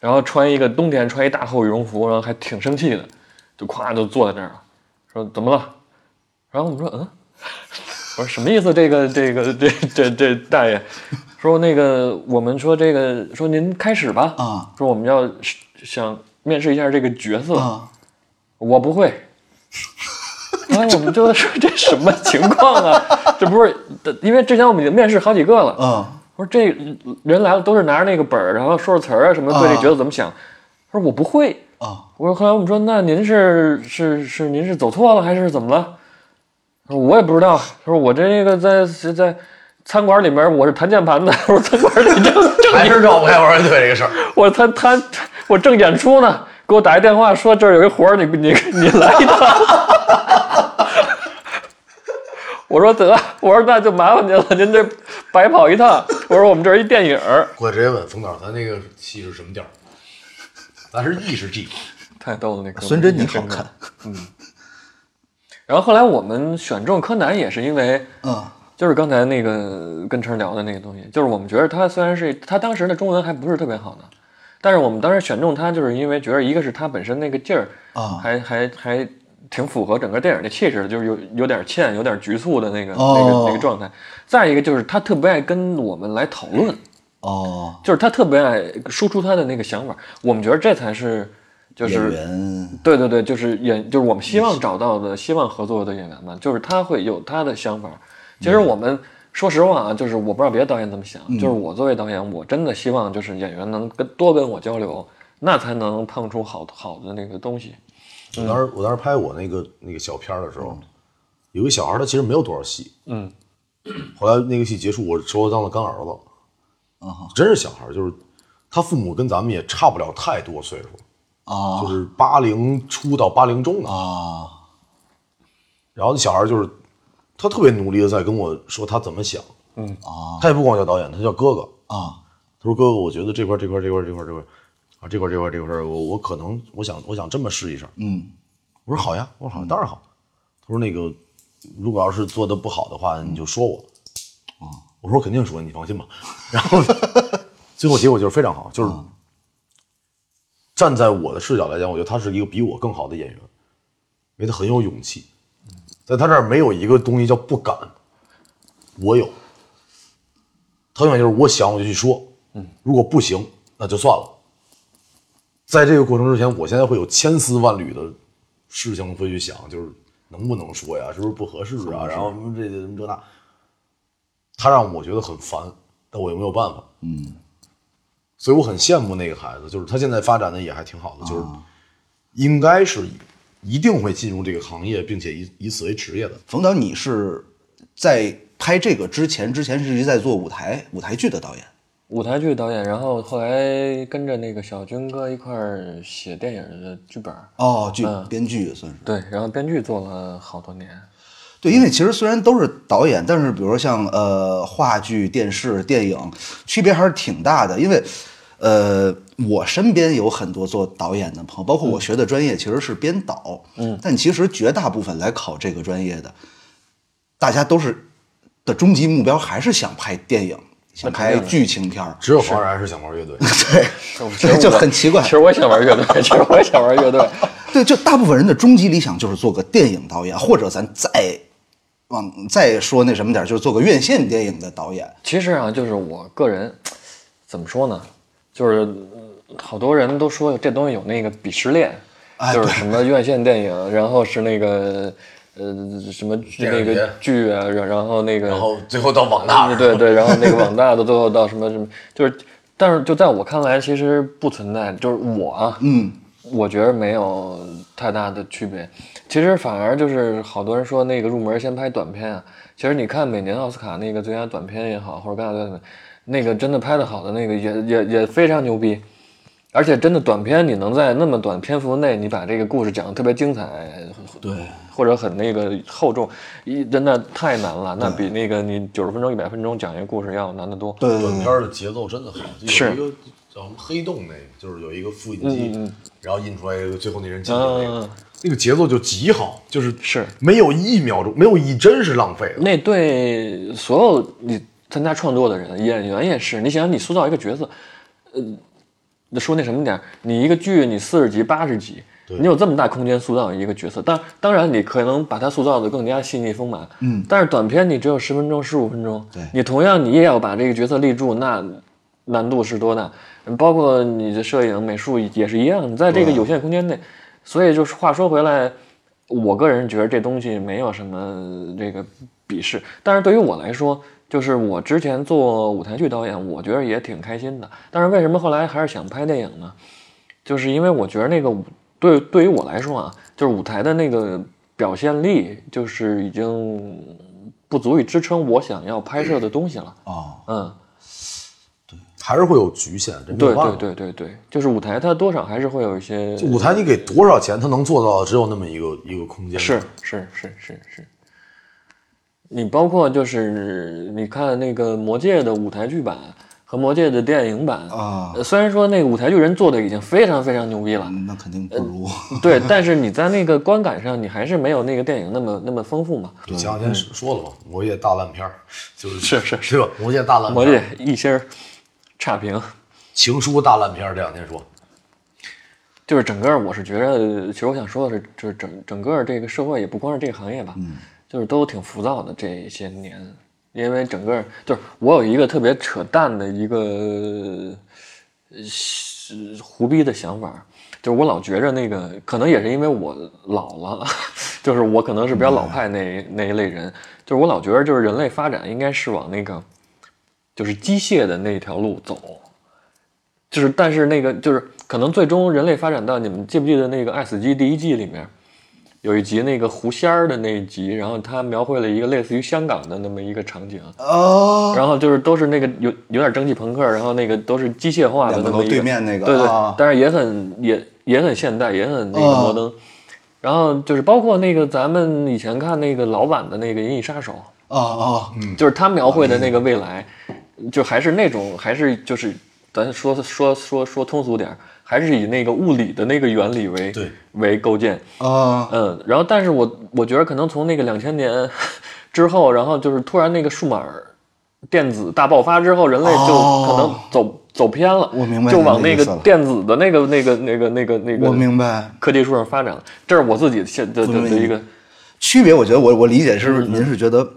Speaker 3: 然后穿一个冬天穿一大厚羽绒服，然后还挺生气的，就咵就坐在那儿了，说怎么了？然后我们说嗯，我说什么意思？这个这个这这这大爷说那个我们说这个说您开始吧
Speaker 4: 啊，
Speaker 3: 说我们要是想面试一下这个角色，
Speaker 4: 啊，
Speaker 3: 我不会。然后我们就说这什么情况啊？这不是因为之前我们已经面试好几个了，
Speaker 4: 嗯，
Speaker 3: 我说这人来了都是拿着那个本儿，然后说说词儿啊什么，对这角色怎么想？他说我不会。
Speaker 4: 啊，
Speaker 3: 我说后来我们说那您是是是您是走错了还是怎么了？他说我也不知道。他说我这个在在餐馆里面我是弹键盘的，我说餐馆里正 正
Speaker 2: 还是绕不开玩乐队这个事儿。
Speaker 3: 我他他我正演出呢，给我打一电话说这儿有一活儿，你你你来一趟。 我说得，我说那就麻烦您了，您这白跑一趟。我说我们这儿一电影儿，
Speaker 2: 我直接问冯导，咱那个戏是什么调儿？咱是意识剧，
Speaker 3: 太逗了那个
Speaker 4: 孙真你好看，
Speaker 3: 然后后来我们选中柯南也是因为，
Speaker 4: 嗯
Speaker 3: 就是刚才那个跟陈聊的那个东西，就是我们觉得他虽然是他当时的中文还不是特别好呢，但是我们当时选中他，就是因为觉得一个是他本身那个劲儿
Speaker 4: 啊
Speaker 3: 还还还挺符合整个电影的气质的，就是有有点欠，有点局促的那个、那
Speaker 4: 哦
Speaker 3: 个那个状态。再一个就是他特别爱跟我们来讨论，
Speaker 4: 哦，
Speaker 3: 就是他特别爱输出他的那个想法，我们觉得这才是就
Speaker 4: 演
Speaker 3: 是
Speaker 4: 员
Speaker 3: 对对对，就是演，就是我们希
Speaker 4: 嗯
Speaker 3: 望找到的、希望合作的演员嘛，就是他会有他的想法。其
Speaker 4: 嗯
Speaker 3: 实我们说实话啊，就是我不知道别的导演怎么想，就是我作为导演，我真的希望就是演员能跟多跟我交流，那才能碰出好好的那个东西。
Speaker 2: 我当时
Speaker 4: 嗯
Speaker 2: 我当时拍我那个那个小片儿的时候，有一小孩儿他其实没有多少戏，
Speaker 3: 嗯，
Speaker 2: 后来那个戏结束，我收他当了干儿子，
Speaker 4: 嗯
Speaker 2: 啊，真是小孩儿，就是他父母跟咱们也差不了太多岁数，
Speaker 4: 啊
Speaker 2: 就是八零初到八零中的，
Speaker 4: 啊
Speaker 2: 然后那小孩儿就是他特别努力的在跟我说他怎么想，
Speaker 4: 啊
Speaker 2: 他也不光叫导演，他叫哥哥，
Speaker 4: 啊
Speaker 2: 他说：“哥哥，我觉得这块儿这块儿这块儿这块儿这块儿啊，这块儿这块儿这块儿，我我可能我想我想这么试一试。”
Speaker 4: 嗯，
Speaker 2: 我说：“好呀，我说好，当然好。”他说：“那个，如果要是做的不好的话，你就说我。”啊，我说：“我肯定说，你放心吧。”然后最后结果就是非常好，就是站在我的视角来讲，我觉得他是一个比我更好的演员，因为他很有勇气，在他这儿没有一个东西叫不敢，我有。他永远就是我想我就去说，嗯，如果不行那就算了。在这个过程之前，我现在会有千丝万缕的事情会去想，就是能不能说呀，是不是不合适啊，然后什么这这什么这那，他让我觉得很烦，但我又没有办法，嗯，所以我很羡慕那个孩子，就是他现在发展的也还挺好的，就是应该是一定会进入这个行业，并且以以此为职业的。
Speaker 4: 冯导，你是在拍这个之前，之前是一直在做舞台舞台剧的导演。
Speaker 3: 舞台剧导演，然后后来跟着那个小军哥一块儿写电影的剧本儿，
Speaker 4: 哦，剧
Speaker 3: 嗯
Speaker 4: 编剧也算是。
Speaker 3: 对，然后编剧做了好多 年，
Speaker 4: 对，因为其实虽然都是导演，但是比如说像呃话剧、电视、电影，区别还是挺大的。因为呃，我身边有很多做导演的朋友，包
Speaker 3: 嗯
Speaker 4: 括我学的专业其实是编导，嗯，但其实绝大部分来考这个专业的，大家都是的终极目标还是想拍电影，想拍剧情片儿。
Speaker 2: 只有黄然是想玩乐 队，
Speaker 3: 其实我
Speaker 4: 就很奇怪
Speaker 3: 其实我也想玩乐队，其实我也想玩乐队。
Speaker 4: 对，就大部分人的终极理想就是做个电影导演，或者咱再往再说那什么点儿，就是做个院线电影的导演。
Speaker 3: 其实啊，就是我个人怎么说呢，就是嗯好多人都说这东西有那个鄙视链，
Speaker 2: 哎
Speaker 3: 就是什么院线电影，然后是那个呃什么剧
Speaker 2: 电
Speaker 3: 那
Speaker 2: 影节
Speaker 3: 个剧啊，然然后那个
Speaker 2: 然后最后到网
Speaker 1: 嗯
Speaker 2: 大
Speaker 3: 对对对，然后那个网大的最后到什么什么，就是，但是就在我看来，其实不存在，就是我啊，嗯，我觉得没有太大的区别。其实反而就是好多人说那个入门先拍短片啊，其实你看每年奥斯卡那个最佳短片也好，或者戛纳最佳短片，那个真的拍的好的那个也也也非常牛逼。而且真的短片，你能在那么短篇幅内，你把这个故事讲得特别精彩，对，或者很那个厚重，一真的太难了，那比那个你九十分钟、一百分钟讲一个故事要难得多。
Speaker 4: 对对对
Speaker 2: 短片儿的节奏真的好，就有
Speaker 3: 是
Speaker 2: 一个叫什么黑洞那个，就是有一个复印机，然后印出来一个最后那人进去那
Speaker 3: 嗯嗯
Speaker 2: 个
Speaker 3: 嗯，
Speaker 2: 那个节奏就极好，就是
Speaker 3: 是嗯
Speaker 2: 没有一秒钟，没有一帧是浪费的。
Speaker 3: 那对所有你参加创作的人，演员也是，你想你塑造一个角色，呃，说那什么点儿，你一个剧你四十集、八十集，你有这么大空间塑造一个角色，当当然你可能把它塑造的更加细腻丰满，嗯，但是短片你只有十分钟、十五分钟，对，你同样你也要把这个角色立住，那难度是多大？包括你的摄影、美术也是一样，你在这个有限空间内，所以就是话说回来。我个人觉得这东西没有什么这个鄙视，但是对于我来说，就是我之前做舞台剧导演，我觉得也挺开心的。但是为什么后来还是想拍电影呢？就是因为我觉得那个舞对对于我来说啊，就是舞台的那个表现力，就是已经不足以支撑我想要拍摄的东西了。
Speaker 4: 哦，
Speaker 3: 嗯，
Speaker 2: 还是会有局限，这没有
Speaker 3: 对
Speaker 2: 办
Speaker 3: 对
Speaker 2: 法。
Speaker 3: 对对对，就是舞台它多少还是会有一些
Speaker 2: 就舞台你给多少钱，它能做到的只有那么一个一个空间。
Speaker 3: 是是是是是。你包括就是你看那个《魔戒》的舞台剧版和《魔戒》的电影版
Speaker 4: 啊
Speaker 3: 呃虽然说那个舞台剧人做的已经非常非常牛逼了，
Speaker 4: 嗯那肯定不如。
Speaker 3: 对，但是你在那个观感上，你还是没有那个电影那么那么丰富嘛。
Speaker 2: 前两天说了嘛，《魔戒》大烂片儿，就是是是是吧，《魔戒》大烂片儿，
Speaker 3: 魔戒一星儿差评，
Speaker 2: 情书大烂片儿，这两天说
Speaker 3: 就是整个我是觉得，其实我想说的是，就是整整个这个社会也不光是这个行业吧，就是都挺浮躁的这些年，因为整个就是我有一个特别扯淡的一个是胡逼的想法，就是我老觉着那个，可能也是因为我老了， 就是我可能是比较老派那那一类人，就是我老觉着就是人类发展应该是往那个就是机械的那条路走，就是但是那个就是可能最终人类发展到你们记不记得那个《爱死机》第一季里面有一集那个狐仙儿的那一集，然后他描绘了一个类似于香港的那么一个场景，
Speaker 4: 哦，
Speaker 3: 然后就是都是那个有有点蒸汽朋克，然后那个都是机械化的
Speaker 4: 两个
Speaker 3: 那
Speaker 4: 楼
Speaker 3: 么一个
Speaker 4: 对面那个
Speaker 3: 对对，
Speaker 4: 啊
Speaker 3: 但是也很也也很现代，也很那个
Speaker 4: 啊
Speaker 3: 摩登。然后就是包括那个咱们以前看那个老版的那个《银翼杀手》，
Speaker 4: 哦哦，
Speaker 1: 嗯
Speaker 3: 就是他描绘的那个未来，就还是那种，还是就是咱说说说说通俗点儿，还是以那个物理的那个原理为
Speaker 2: 对
Speaker 3: 为构建。
Speaker 4: 哦，
Speaker 3: 嗯，然后但是我我觉得可能从那个两千年 之后，然后就是突然那个数码电子大爆发之后，人类就
Speaker 4: 哦
Speaker 3: 可能走、走偏了，
Speaker 4: 我明白
Speaker 3: 就
Speaker 4: 你
Speaker 3: 往
Speaker 4: 的
Speaker 3: 那
Speaker 4: 意
Speaker 3: 个
Speaker 4: 思了
Speaker 3: 电子的那个那个那个那个那个
Speaker 4: 我明白。
Speaker 3: 科技树上发展了，这是我自己现的的的一个
Speaker 4: 区别，我觉得我我理解是，您是觉得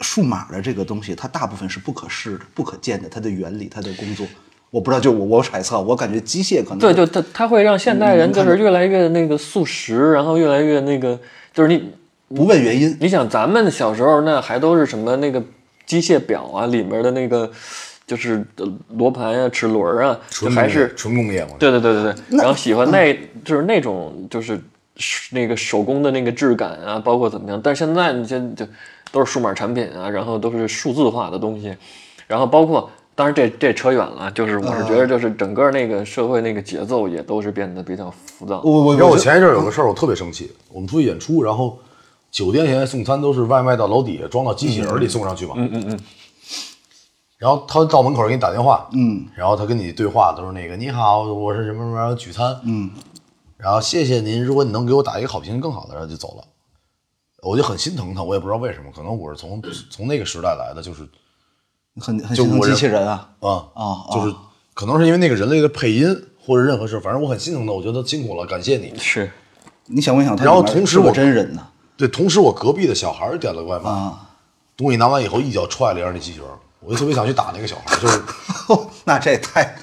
Speaker 4: 数码的这个东西，它大部分是不可视的、不可见的，它的原理、它的工作，我不知道。就我我揣测，我感觉机械可能
Speaker 3: 对，就它它会让现代人就是越来越那个速食，然后越来越那个就是你
Speaker 4: 不问原因。
Speaker 3: 你想咱们小时候那还都是什么那个机械表啊里面的那个就是呃罗盘啊、齿轮儿啊，就
Speaker 2: 纯工业
Speaker 3: 还是
Speaker 2: 纯工业嘛，
Speaker 3: 对对对对对，然后喜欢那，嗯就是那种就是手那个手工的那个质感啊，包括怎么样。但是现在你就就都是数码产品啊，然后都是数字化的东西，然后包括。当然这，这扯远了，就是我是觉得，就是整个那个社会那个节奏也都是变得比较浮躁。
Speaker 4: 我我
Speaker 1: 你知道我前一阵儿有个事儿，我特别生气。我们出去演出，然后酒店现在送餐都是外卖到楼底下装到机器人儿里送上去嘛。嗯嗯嗯。然后他到门口给你打电话，嗯，然后他跟你对话都是那个你好，我是什么什么举餐，嗯，然后谢谢您，如果你能给我打一个好评更好的，然后就走了。我就很心疼他，我也不知道为什么，可能我是从从那个时代来的，就是
Speaker 4: 很很
Speaker 1: 就
Speaker 4: 心疼
Speaker 1: 我
Speaker 4: 机
Speaker 1: 认
Speaker 4: 器人啊，
Speaker 1: 啊
Speaker 4: 哦
Speaker 1: 就是可能是因为那个人类的配音或者任何事，反正我很心疼他，我觉得辛苦了，感谢你。
Speaker 3: 是，
Speaker 4: 你想没想它
Speaker 1: 然后
Speaker 4: 里面
Speaker 1: 同时
Speaker 4: 是个
Speaker 1: 我
Speaker 4: 真人呢
Speaker 1: 对，同时我隔壁的小孩儿点了个外卖，
Speaker 4: 啊，
Speaker 1: 东西拿完以后一脚踹了一下那机器人儿，我就特别想去打那个小孩儿，就是
Speaker 4: 那这也太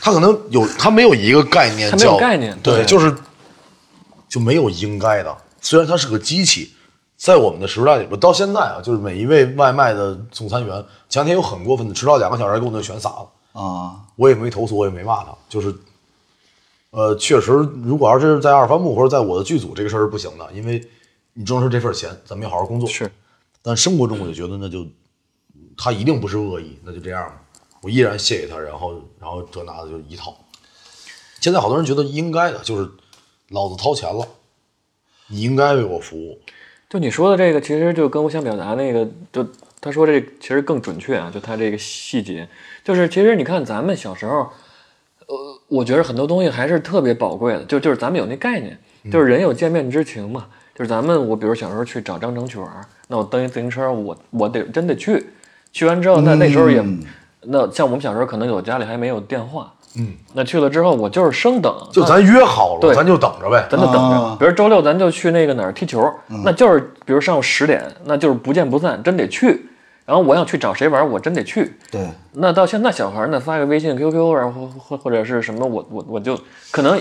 Speaker 1: 他可能有他没有一个概念
Speaker 3: 他没有
Speaker 1: 叫
Speaker 3: 概念
Speaker 1: 对，
Speaker 3: 对
Speaker 1: 就是就没有应该的。虽然他是个机器，在我们的时代里边，到现在啊，就是每一位外卖的送餐员，前两天有很过分的，迟到两个小时还给我那全撒了，
Speaker 4: 啊，
Speaker 1: 我也没投诉，我也没骂他，就是。呃，确实，如果要是在二番木或者在我的剧组，这个事儿是不行的，因为你挣的是这份儿钱，咱们要好好工作。
Speaker 3: 是，
Speaker 1: 但生活中我就觉得那就他一定不是恶意，那就这样吧。我依然谢谢他，然后然后这那的就一套。现在好多人觉得应该的，就是老子掏钱了，你应该为我服务。
Speaker 3: 就你说的这个，其实就跟我想表达那个，就他说这其实更准确啊，就他这个细节，就是其实你看咱们小时候，呃，我觉得很多东西还是特别宝贵的，就就是咱们有那概念，
Speaker 1: 嗯
Speaker 3: 就是人有见面之情嘛，就是咱们我比如小时候去找张成去玩儿，那我蹬一自行车，我我得真得去，去完之后，那那时候也，那像我们小时候可能有家里还没有电话，
Speaker 1: 嗯，
Speaker 3: 那去了之后我就是生等，
Speaker 1: 就
Speaker 3: 那
Speaker 1: 咱约好
Speaker 3: 对
Speaker 1: 了，咱就等着呗。
Speaker 3: 咱就等着
Speaker 4: 啊。
Speaker 3: 比如周六咱就去那个哪儿踢球，那就是比如上午十点，那就是不见不散，真得去。然后我想去找谁玩，我真得去。
Speaker 4: 对，
Speaker 3: 那到现在小孩儿呢，发个微信、QQ，然后或或或者是什么，我我我就可能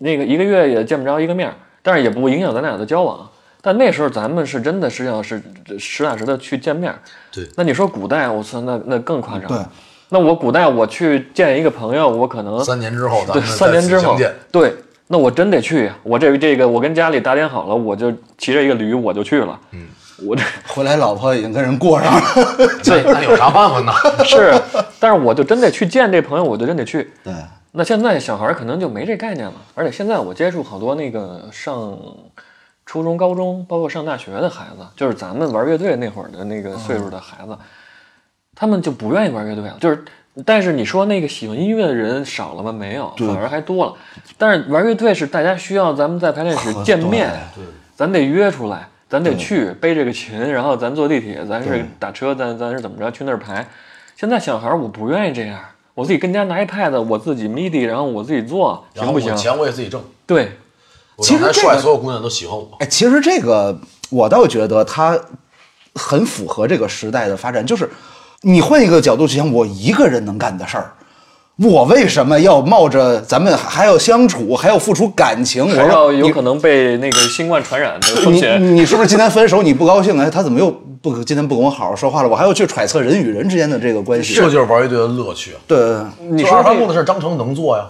Speaker 3: 那个一个月也见不着一个面儿，但是也不影响咱俩的交往。但那时候咱们是真的是要是实打实的去见面儿。
Speaker 1: 对
Speaker 3: 那你说古代，我操，那那更夸张。
Speaker 4: 对，
Speaker 3: 那我古代我去见一个朋友，我可能
Speaker 1: 三年之后，咱
Speaker 3: 对，
Speaker 1: 们
Speaker 3: 三
Speaker 1: 再
Speaker 3: 年
Speaker 1: 次
Speaker 3: 之
Speaker 1: 相
Speaker 3: 后
Speaker 1: 见。，
Speaker 3: 对，那我真得去呀。我这这个，我跟家里打点好了，我就骑着一个驴我就去了。嗯，我这
Speaker 4: 回来老婆已经跟人过上了，
Speaker 3: 对
Speaker 1: 那有啥办法呢？
Speaker 3: 是，啊但是我就真得去见这朋友，我就真得去。
Speaker 4: 对，
Speaker 3: 那现在小孩儿可能就没这概念了，而且现在我接触好多那个上初中、高中，包括上大学的孩子，就是咱们玩乐队那会儿的那个岁数的孩子，他们就不愿意玩乐队了。就是，但是你说那个喜欢音乐的人少了吗？没有，反而还多了。但是玩乐队是大家需要咱们在排练室见面，咱得约出来，咱得去背这个琴，然后咱坐地铁，咱是打车，咱咱是怎么着去那儿排。现在小孩儿我不愿意这样，我自己跟家拿一 pad，我自己 MIDI，然后我自己做，
Speaker 1: 然
Speaker 3: 行
Speaker 1: 后
Speaker 3: 不
Speaker 1: 我
Speaker 3: 行？
Speaker 1: 钱我也自己挣，
Speaker 3: 对，
Speaker 1: 我
Speaker 4: 其实
Speaker 1: 长得
Speaker 4: 这
Speaker 1: 帅，
Speaker 4: 个
Speaker 1: 所有姑娘都喜欢我。
Speaker 4: 哎，其实这个我倒觉得它很符合这个时代的发展，就是你换一个角度去想，我一个人能干的事儿。我为什么要冒着咱们还要相处，还要付出感情？我
Speaker 3: 还要
Speaker 4: 要
Speaker 3: 有可能被那个新冠传染的风
Speaker 4: 你
Speaker 3: 险。
Speaker 4: 你是不是今天分手你不高兴？哎，他怎么又不今天不跟我好好说话了？我还要去揣测人与人之间的这个关系。
Speaker 1: 这就是玩乐队的乐趣啊。
Speaker 4: 对，对对
Speaker 3: 你
Speaker 1: 就
Speaker 3: 说
Speaker 1: 二番
Speaker 3: 这
Speaker 1: 木的
Speaker 3: 个，
Speaker 1: 事儿，张成能做呀。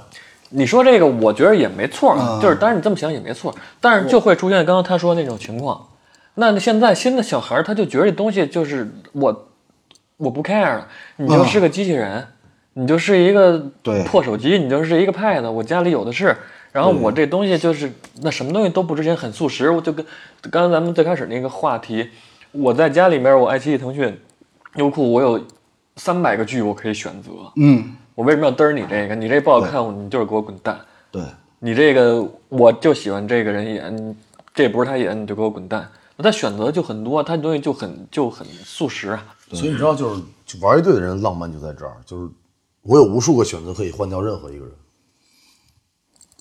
Speaker 3: 你说这个，我觉得也没错啊，就是当然你这么想也没错，但是就会出现刚刚他说那种情况。那现在新的小孩儿他就觉得这东西就是我我不 care 了，你就是个机器人，你就是一个
Speaker 4: 对
Speaker 3: 破手机，你就是一个 pad，我家里有的是。然后我这东西就是那什么东西都不值钱，很速食。我就跟刚才咱们最开始那个话题，我在家里面，我爱奇艺、腾讯、优酷，我有三百个剧我可以选择。
Speaker 4: 嗯，
Speaker 3: 我为什么要嘚儿你这个？你这不好看，你就是给我滚蛋！
Speaker 4: 对，
Speaker 3: 你这个我就喜欢这个人演，你这不是他演，你就给我滚蛋。那他选择就很多，他东西就很就很速食啊。
Speaker 1: 所以你知道，就是就玩乐队的人浪漫就在这儿，就是我有无数个选择可以换掉任何一个人，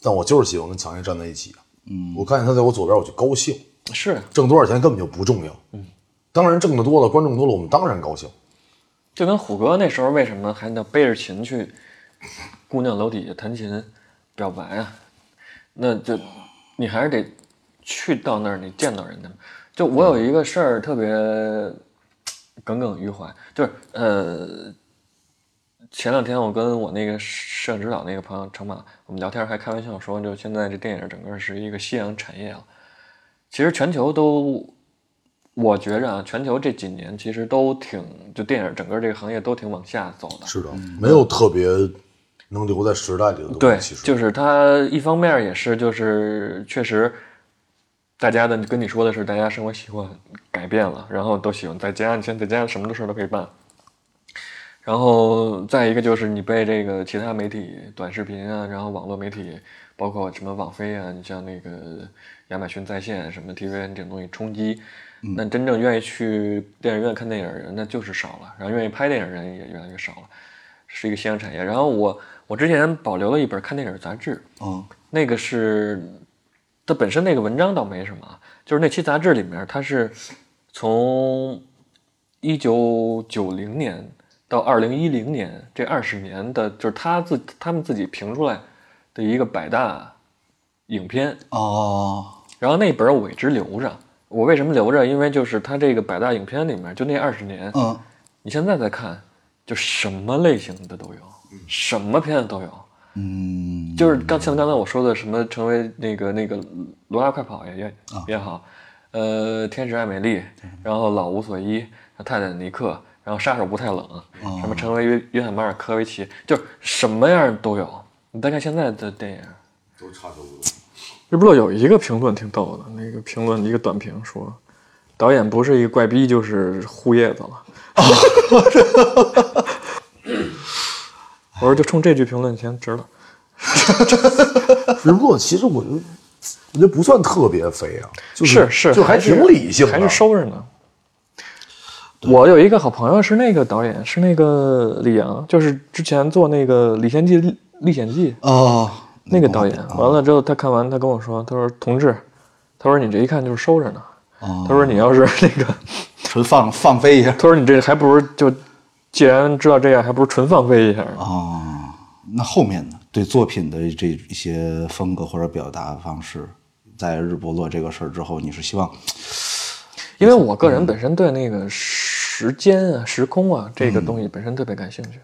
Speaker 1: 但我就是喜欢跟强爷站在一起。嗯，我看见他在我左边，我就高兴。
Speaker 3: 是啊，
Speaker 1: 挣多少钱根本就不重要。嗯，当然挣得多了，观众多了，我们当然高兴。
Speaker 3: 就跟虎哥那时候为什么还得背着琴去姑娘楼底下弹琴表白啊？那就你还是得去到那儿，你见到人家。就我有一个事儿特别耿耿于怀，就是呃，前两天我跟我那个摄影指导那个朋友程马，我们聊天还开玩笑说，就现在这电影整个是一个夕阳产业啊，其实全球都我觉着啊，全球这几年其实都挺，就电影整个这个行业都挺往下走的。
Speaker 1: 是的，没有特别能留在时代里的东西。
Speaker 3: 嗯对，
Speaker 1: 其实
Speaker 3: 就是它一方面也是，就是确实，大家的跟你说的是，大家生活习惯改变了，然后都喜欢在家，你现在在家什么的事儿都可以办。然后再一个就是你被这个其他媒体、短视频啊，然后网络媒体，包括什么网飞啊，你像那个亚马逊在线、什么 TVN 这种东西冲击，
Speaker 1: 嗯
Speaker 3: 那真正愿意去电影院看电影的人那就是少了，然后愿意拍电影的人也越来越少了，是一个夕阳产业。然后我我之前保留了一本看电影杂志，
Speaker 4: 嗯，
Speaker 3: 那个是它本身那个文章倒没什么啊，就是那期杂志里面它是从一九九零年到二零一零年这二十年的，就是他自他们自己评出来的一个百大影片，
Speaker 4: 哦，
Speaker 3: 然后那本儿我一直留着。我为什么留着？因为就是它这个百大影片里面，就那二十年，
Speaker 4: 嗯，
Speaker 3: 你现在再看，就什么类型的都有，什么片子都有。
Speaker 4: 嗯，
Speaker 3: 就是刚像刚才我说的，什么成为那个那个罗拉快跑也也也好，呃，天使爱美丽，然后老无所依，泰坦尼克，然后杀手不太冷，什么成为约约翰马尔科维奇，就是什么样都有。你再看现在的电影，
Speaker 1: 都差不多。
Speaker 3: 这不有一个评论挺逗的，那个评论一个短评说，导演不是一个怪逼就是护叶子了。 我说就冲这句评论钱值了。
Speaker 1: 日落其实我觉得，我觉得不算特别肥啊，就是
Speaker 3: 是是，
Speaker 1: 就还挺理性的，
Speaker 3: 还是收着呢。我有一个好朋友是那个导演，是那个李阳，就是之前做那个《李仙记历历险记》
Speaker 4: 哦，
Speaker 3: 那个导演。
Speaker 1: 啊
Speaker 3: 完了之后，他看完，他跟我说，他说：“同志，他说你这一看就是收着呢。
Speaker 4: 哦
Speaker 3: 他说你要是那个，。
Speaker 4: 纯放放飞一下
Speaker 3: 他说你这还不如就，既然知道这样，还不如纯放飞一下。
Speaker 4: 哦，那后面呢？对作品的这一些风格或者表达方式，在日不落这个事儿之后，你是希望
Speaker 3: 因为我个人本身对那个时间啊、时空啊这个东西本身特别感兴趣，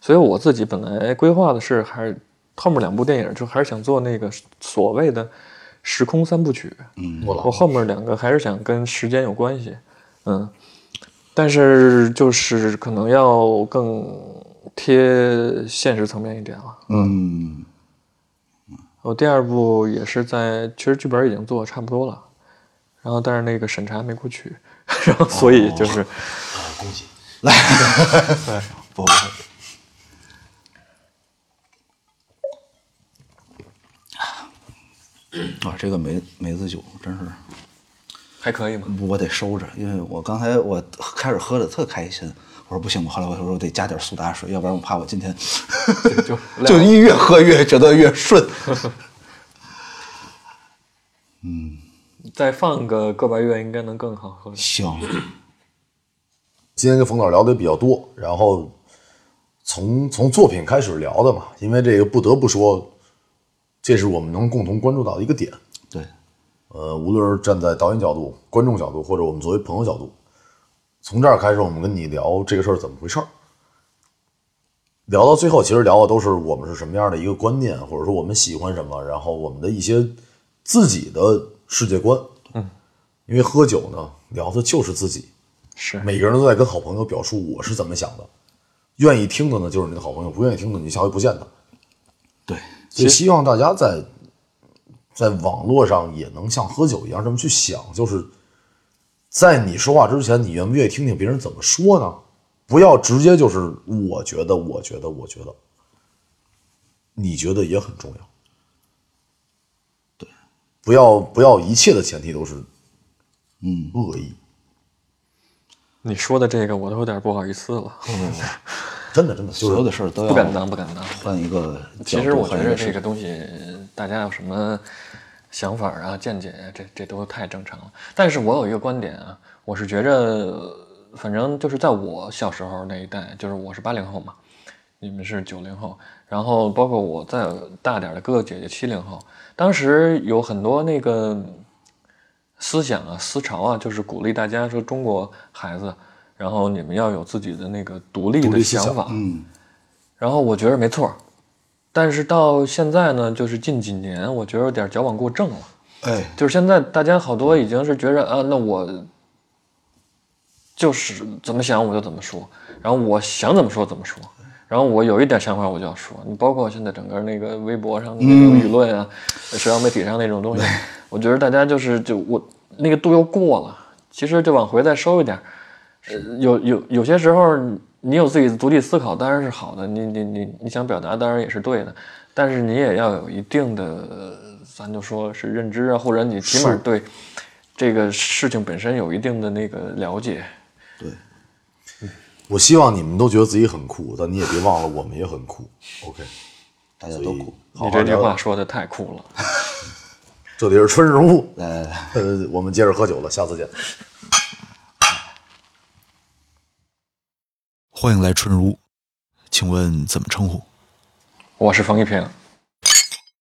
Speaker 3: 所以我自己本来规划的是还是后面两部电影，就还是想做那个所谓的时空三部曲。嗯，
Speaker 1: 我老
Speaker 3: 我后面两个还是想跟时间有关系，嗯，但是就是可能要更贴现实层面一点了。
Speaker 4: 嗯
Speaker 3: 我第二部也是在，其实剧本已经做得差不多了，然后但是那个审查没过去， 然后所以就是。
Speaker 4: 不 啊，这个梅梅子酒真是，
Speaker 3: 还可以吗？
Speaker 4: 我得收着，因为我刚才我开始喝的特开心，我说不行，我后来我说我得加点苏打水，要不然我怕我今天
Speaker 3: 就
Speaker 4: 就一越喝越觉得越顺。
Speaker 3: 再放个个把月，应该能更好喝。
Speaker 4: 行，
Speaker 1: 今天跟冯导聊的比较多，然后从从作品开始聊的嘛，因为这个不得不说，这是我们能共同关注到的一个点。
Speaker 4: 对，
Speaker 1: 呃，无论是站在导演角度、观众角度，或者我们作为朋友角度，从这儿开始，我们跟你聊这个事儿怎么回事儿。聊到最后，其实聊的都是我们是什么样的一个观念，或者说我们喜欢什么，然后我们的一些自己的世界观。嗯，因为喝酒呢，聊的就是自己，
Speaker 3: 是
Speaker 1: 每个人都在跟好朋友表述我是怎么想的，愿意听的呢就是你的好朋友，不愿意听的你下回不见他。
Speaker 4: 对，
Speaker 1: 所以希望大家在在网络上也能像喝酒一样这么去想，就是在你说话之前，你愿不愿意听听别人怎么说呢？不要直接就是我觉得，我觉得，我觉得，你觉得也很重要。对，不要不要一切的前提都是嗯恶意，
Speaker 3: 你说的这个，我都有点不好意思了，
Speaker 1: 真的真的就
Speaker 4: 所有
Speaker 1: 是
Speaker 4: 的事儿都要
Speaker 3: 不敢当，不敢当。
Speaker 4: 换一个角
Speaker 3: 其实
Speaker 4: 度，
Speaker 3: 我
Speaker 4: 换
Speaker 3: 觉
Speaker 4: 一个
Speaker 3: 得
Speaker 4: 视
Speaker 3: 这个东西，大家有什么想法啊、见解啊，这这都太正常了。但是我有一个观点啊，我是觉着，反正就是在我小时候那一代，就是我是八零后嘛，你们是九零后，然后包括我再大点儿的哥哥姐姐七零后，当时有很多那个思想啊、思潮啊，就是鼓励大家说中国孩子，然后你们要有自己的那个独立
Speaker 1: 独
Speaker 3: 的
Speaker 1: 立思
Speaker 3: 想
Speaker 1: 想
Speaker 3: 法，嗯，然后我觉得没错儿，但是到现在呢，就是近几年，我觉得有点矫枉过正了。
Speaker 4: 哎，
Speaker 3: 就是现在大家好多已经是觉着啊，那我就是怎么想我就怎么说，然后我想怎么说怎么说，然后我有一点想法我就要说。你包括现在整个那个微博上的那种舆论啊，社交媒体上那种东西，我觉得大家就是就我那个度又过了，其实就往回再收一点儿。呃有有有些时候你你有自己的独立思考当然是好的，你你你你想表达当然也是对的，但是你也要有一定的，呃咱就说是认知啊，或者你起码对这个事情本身有一定的那个了解。
Speaker 2: 我希望你们都觉得自己很酷，但你也别忘了我们也很酷。OK，
Speaker 4: 大家都酷。
Speaker 3: 你这句话说的太酷了，
Speaker 2: 这里是春日屋，
Speaker 4: 来来来，
Speaker 2: 呃，我们接着喝酒了，下次见。
Speaker 5: 欢迎来春如，请问怎么称呼？
Speaker 3: 我是冯一平。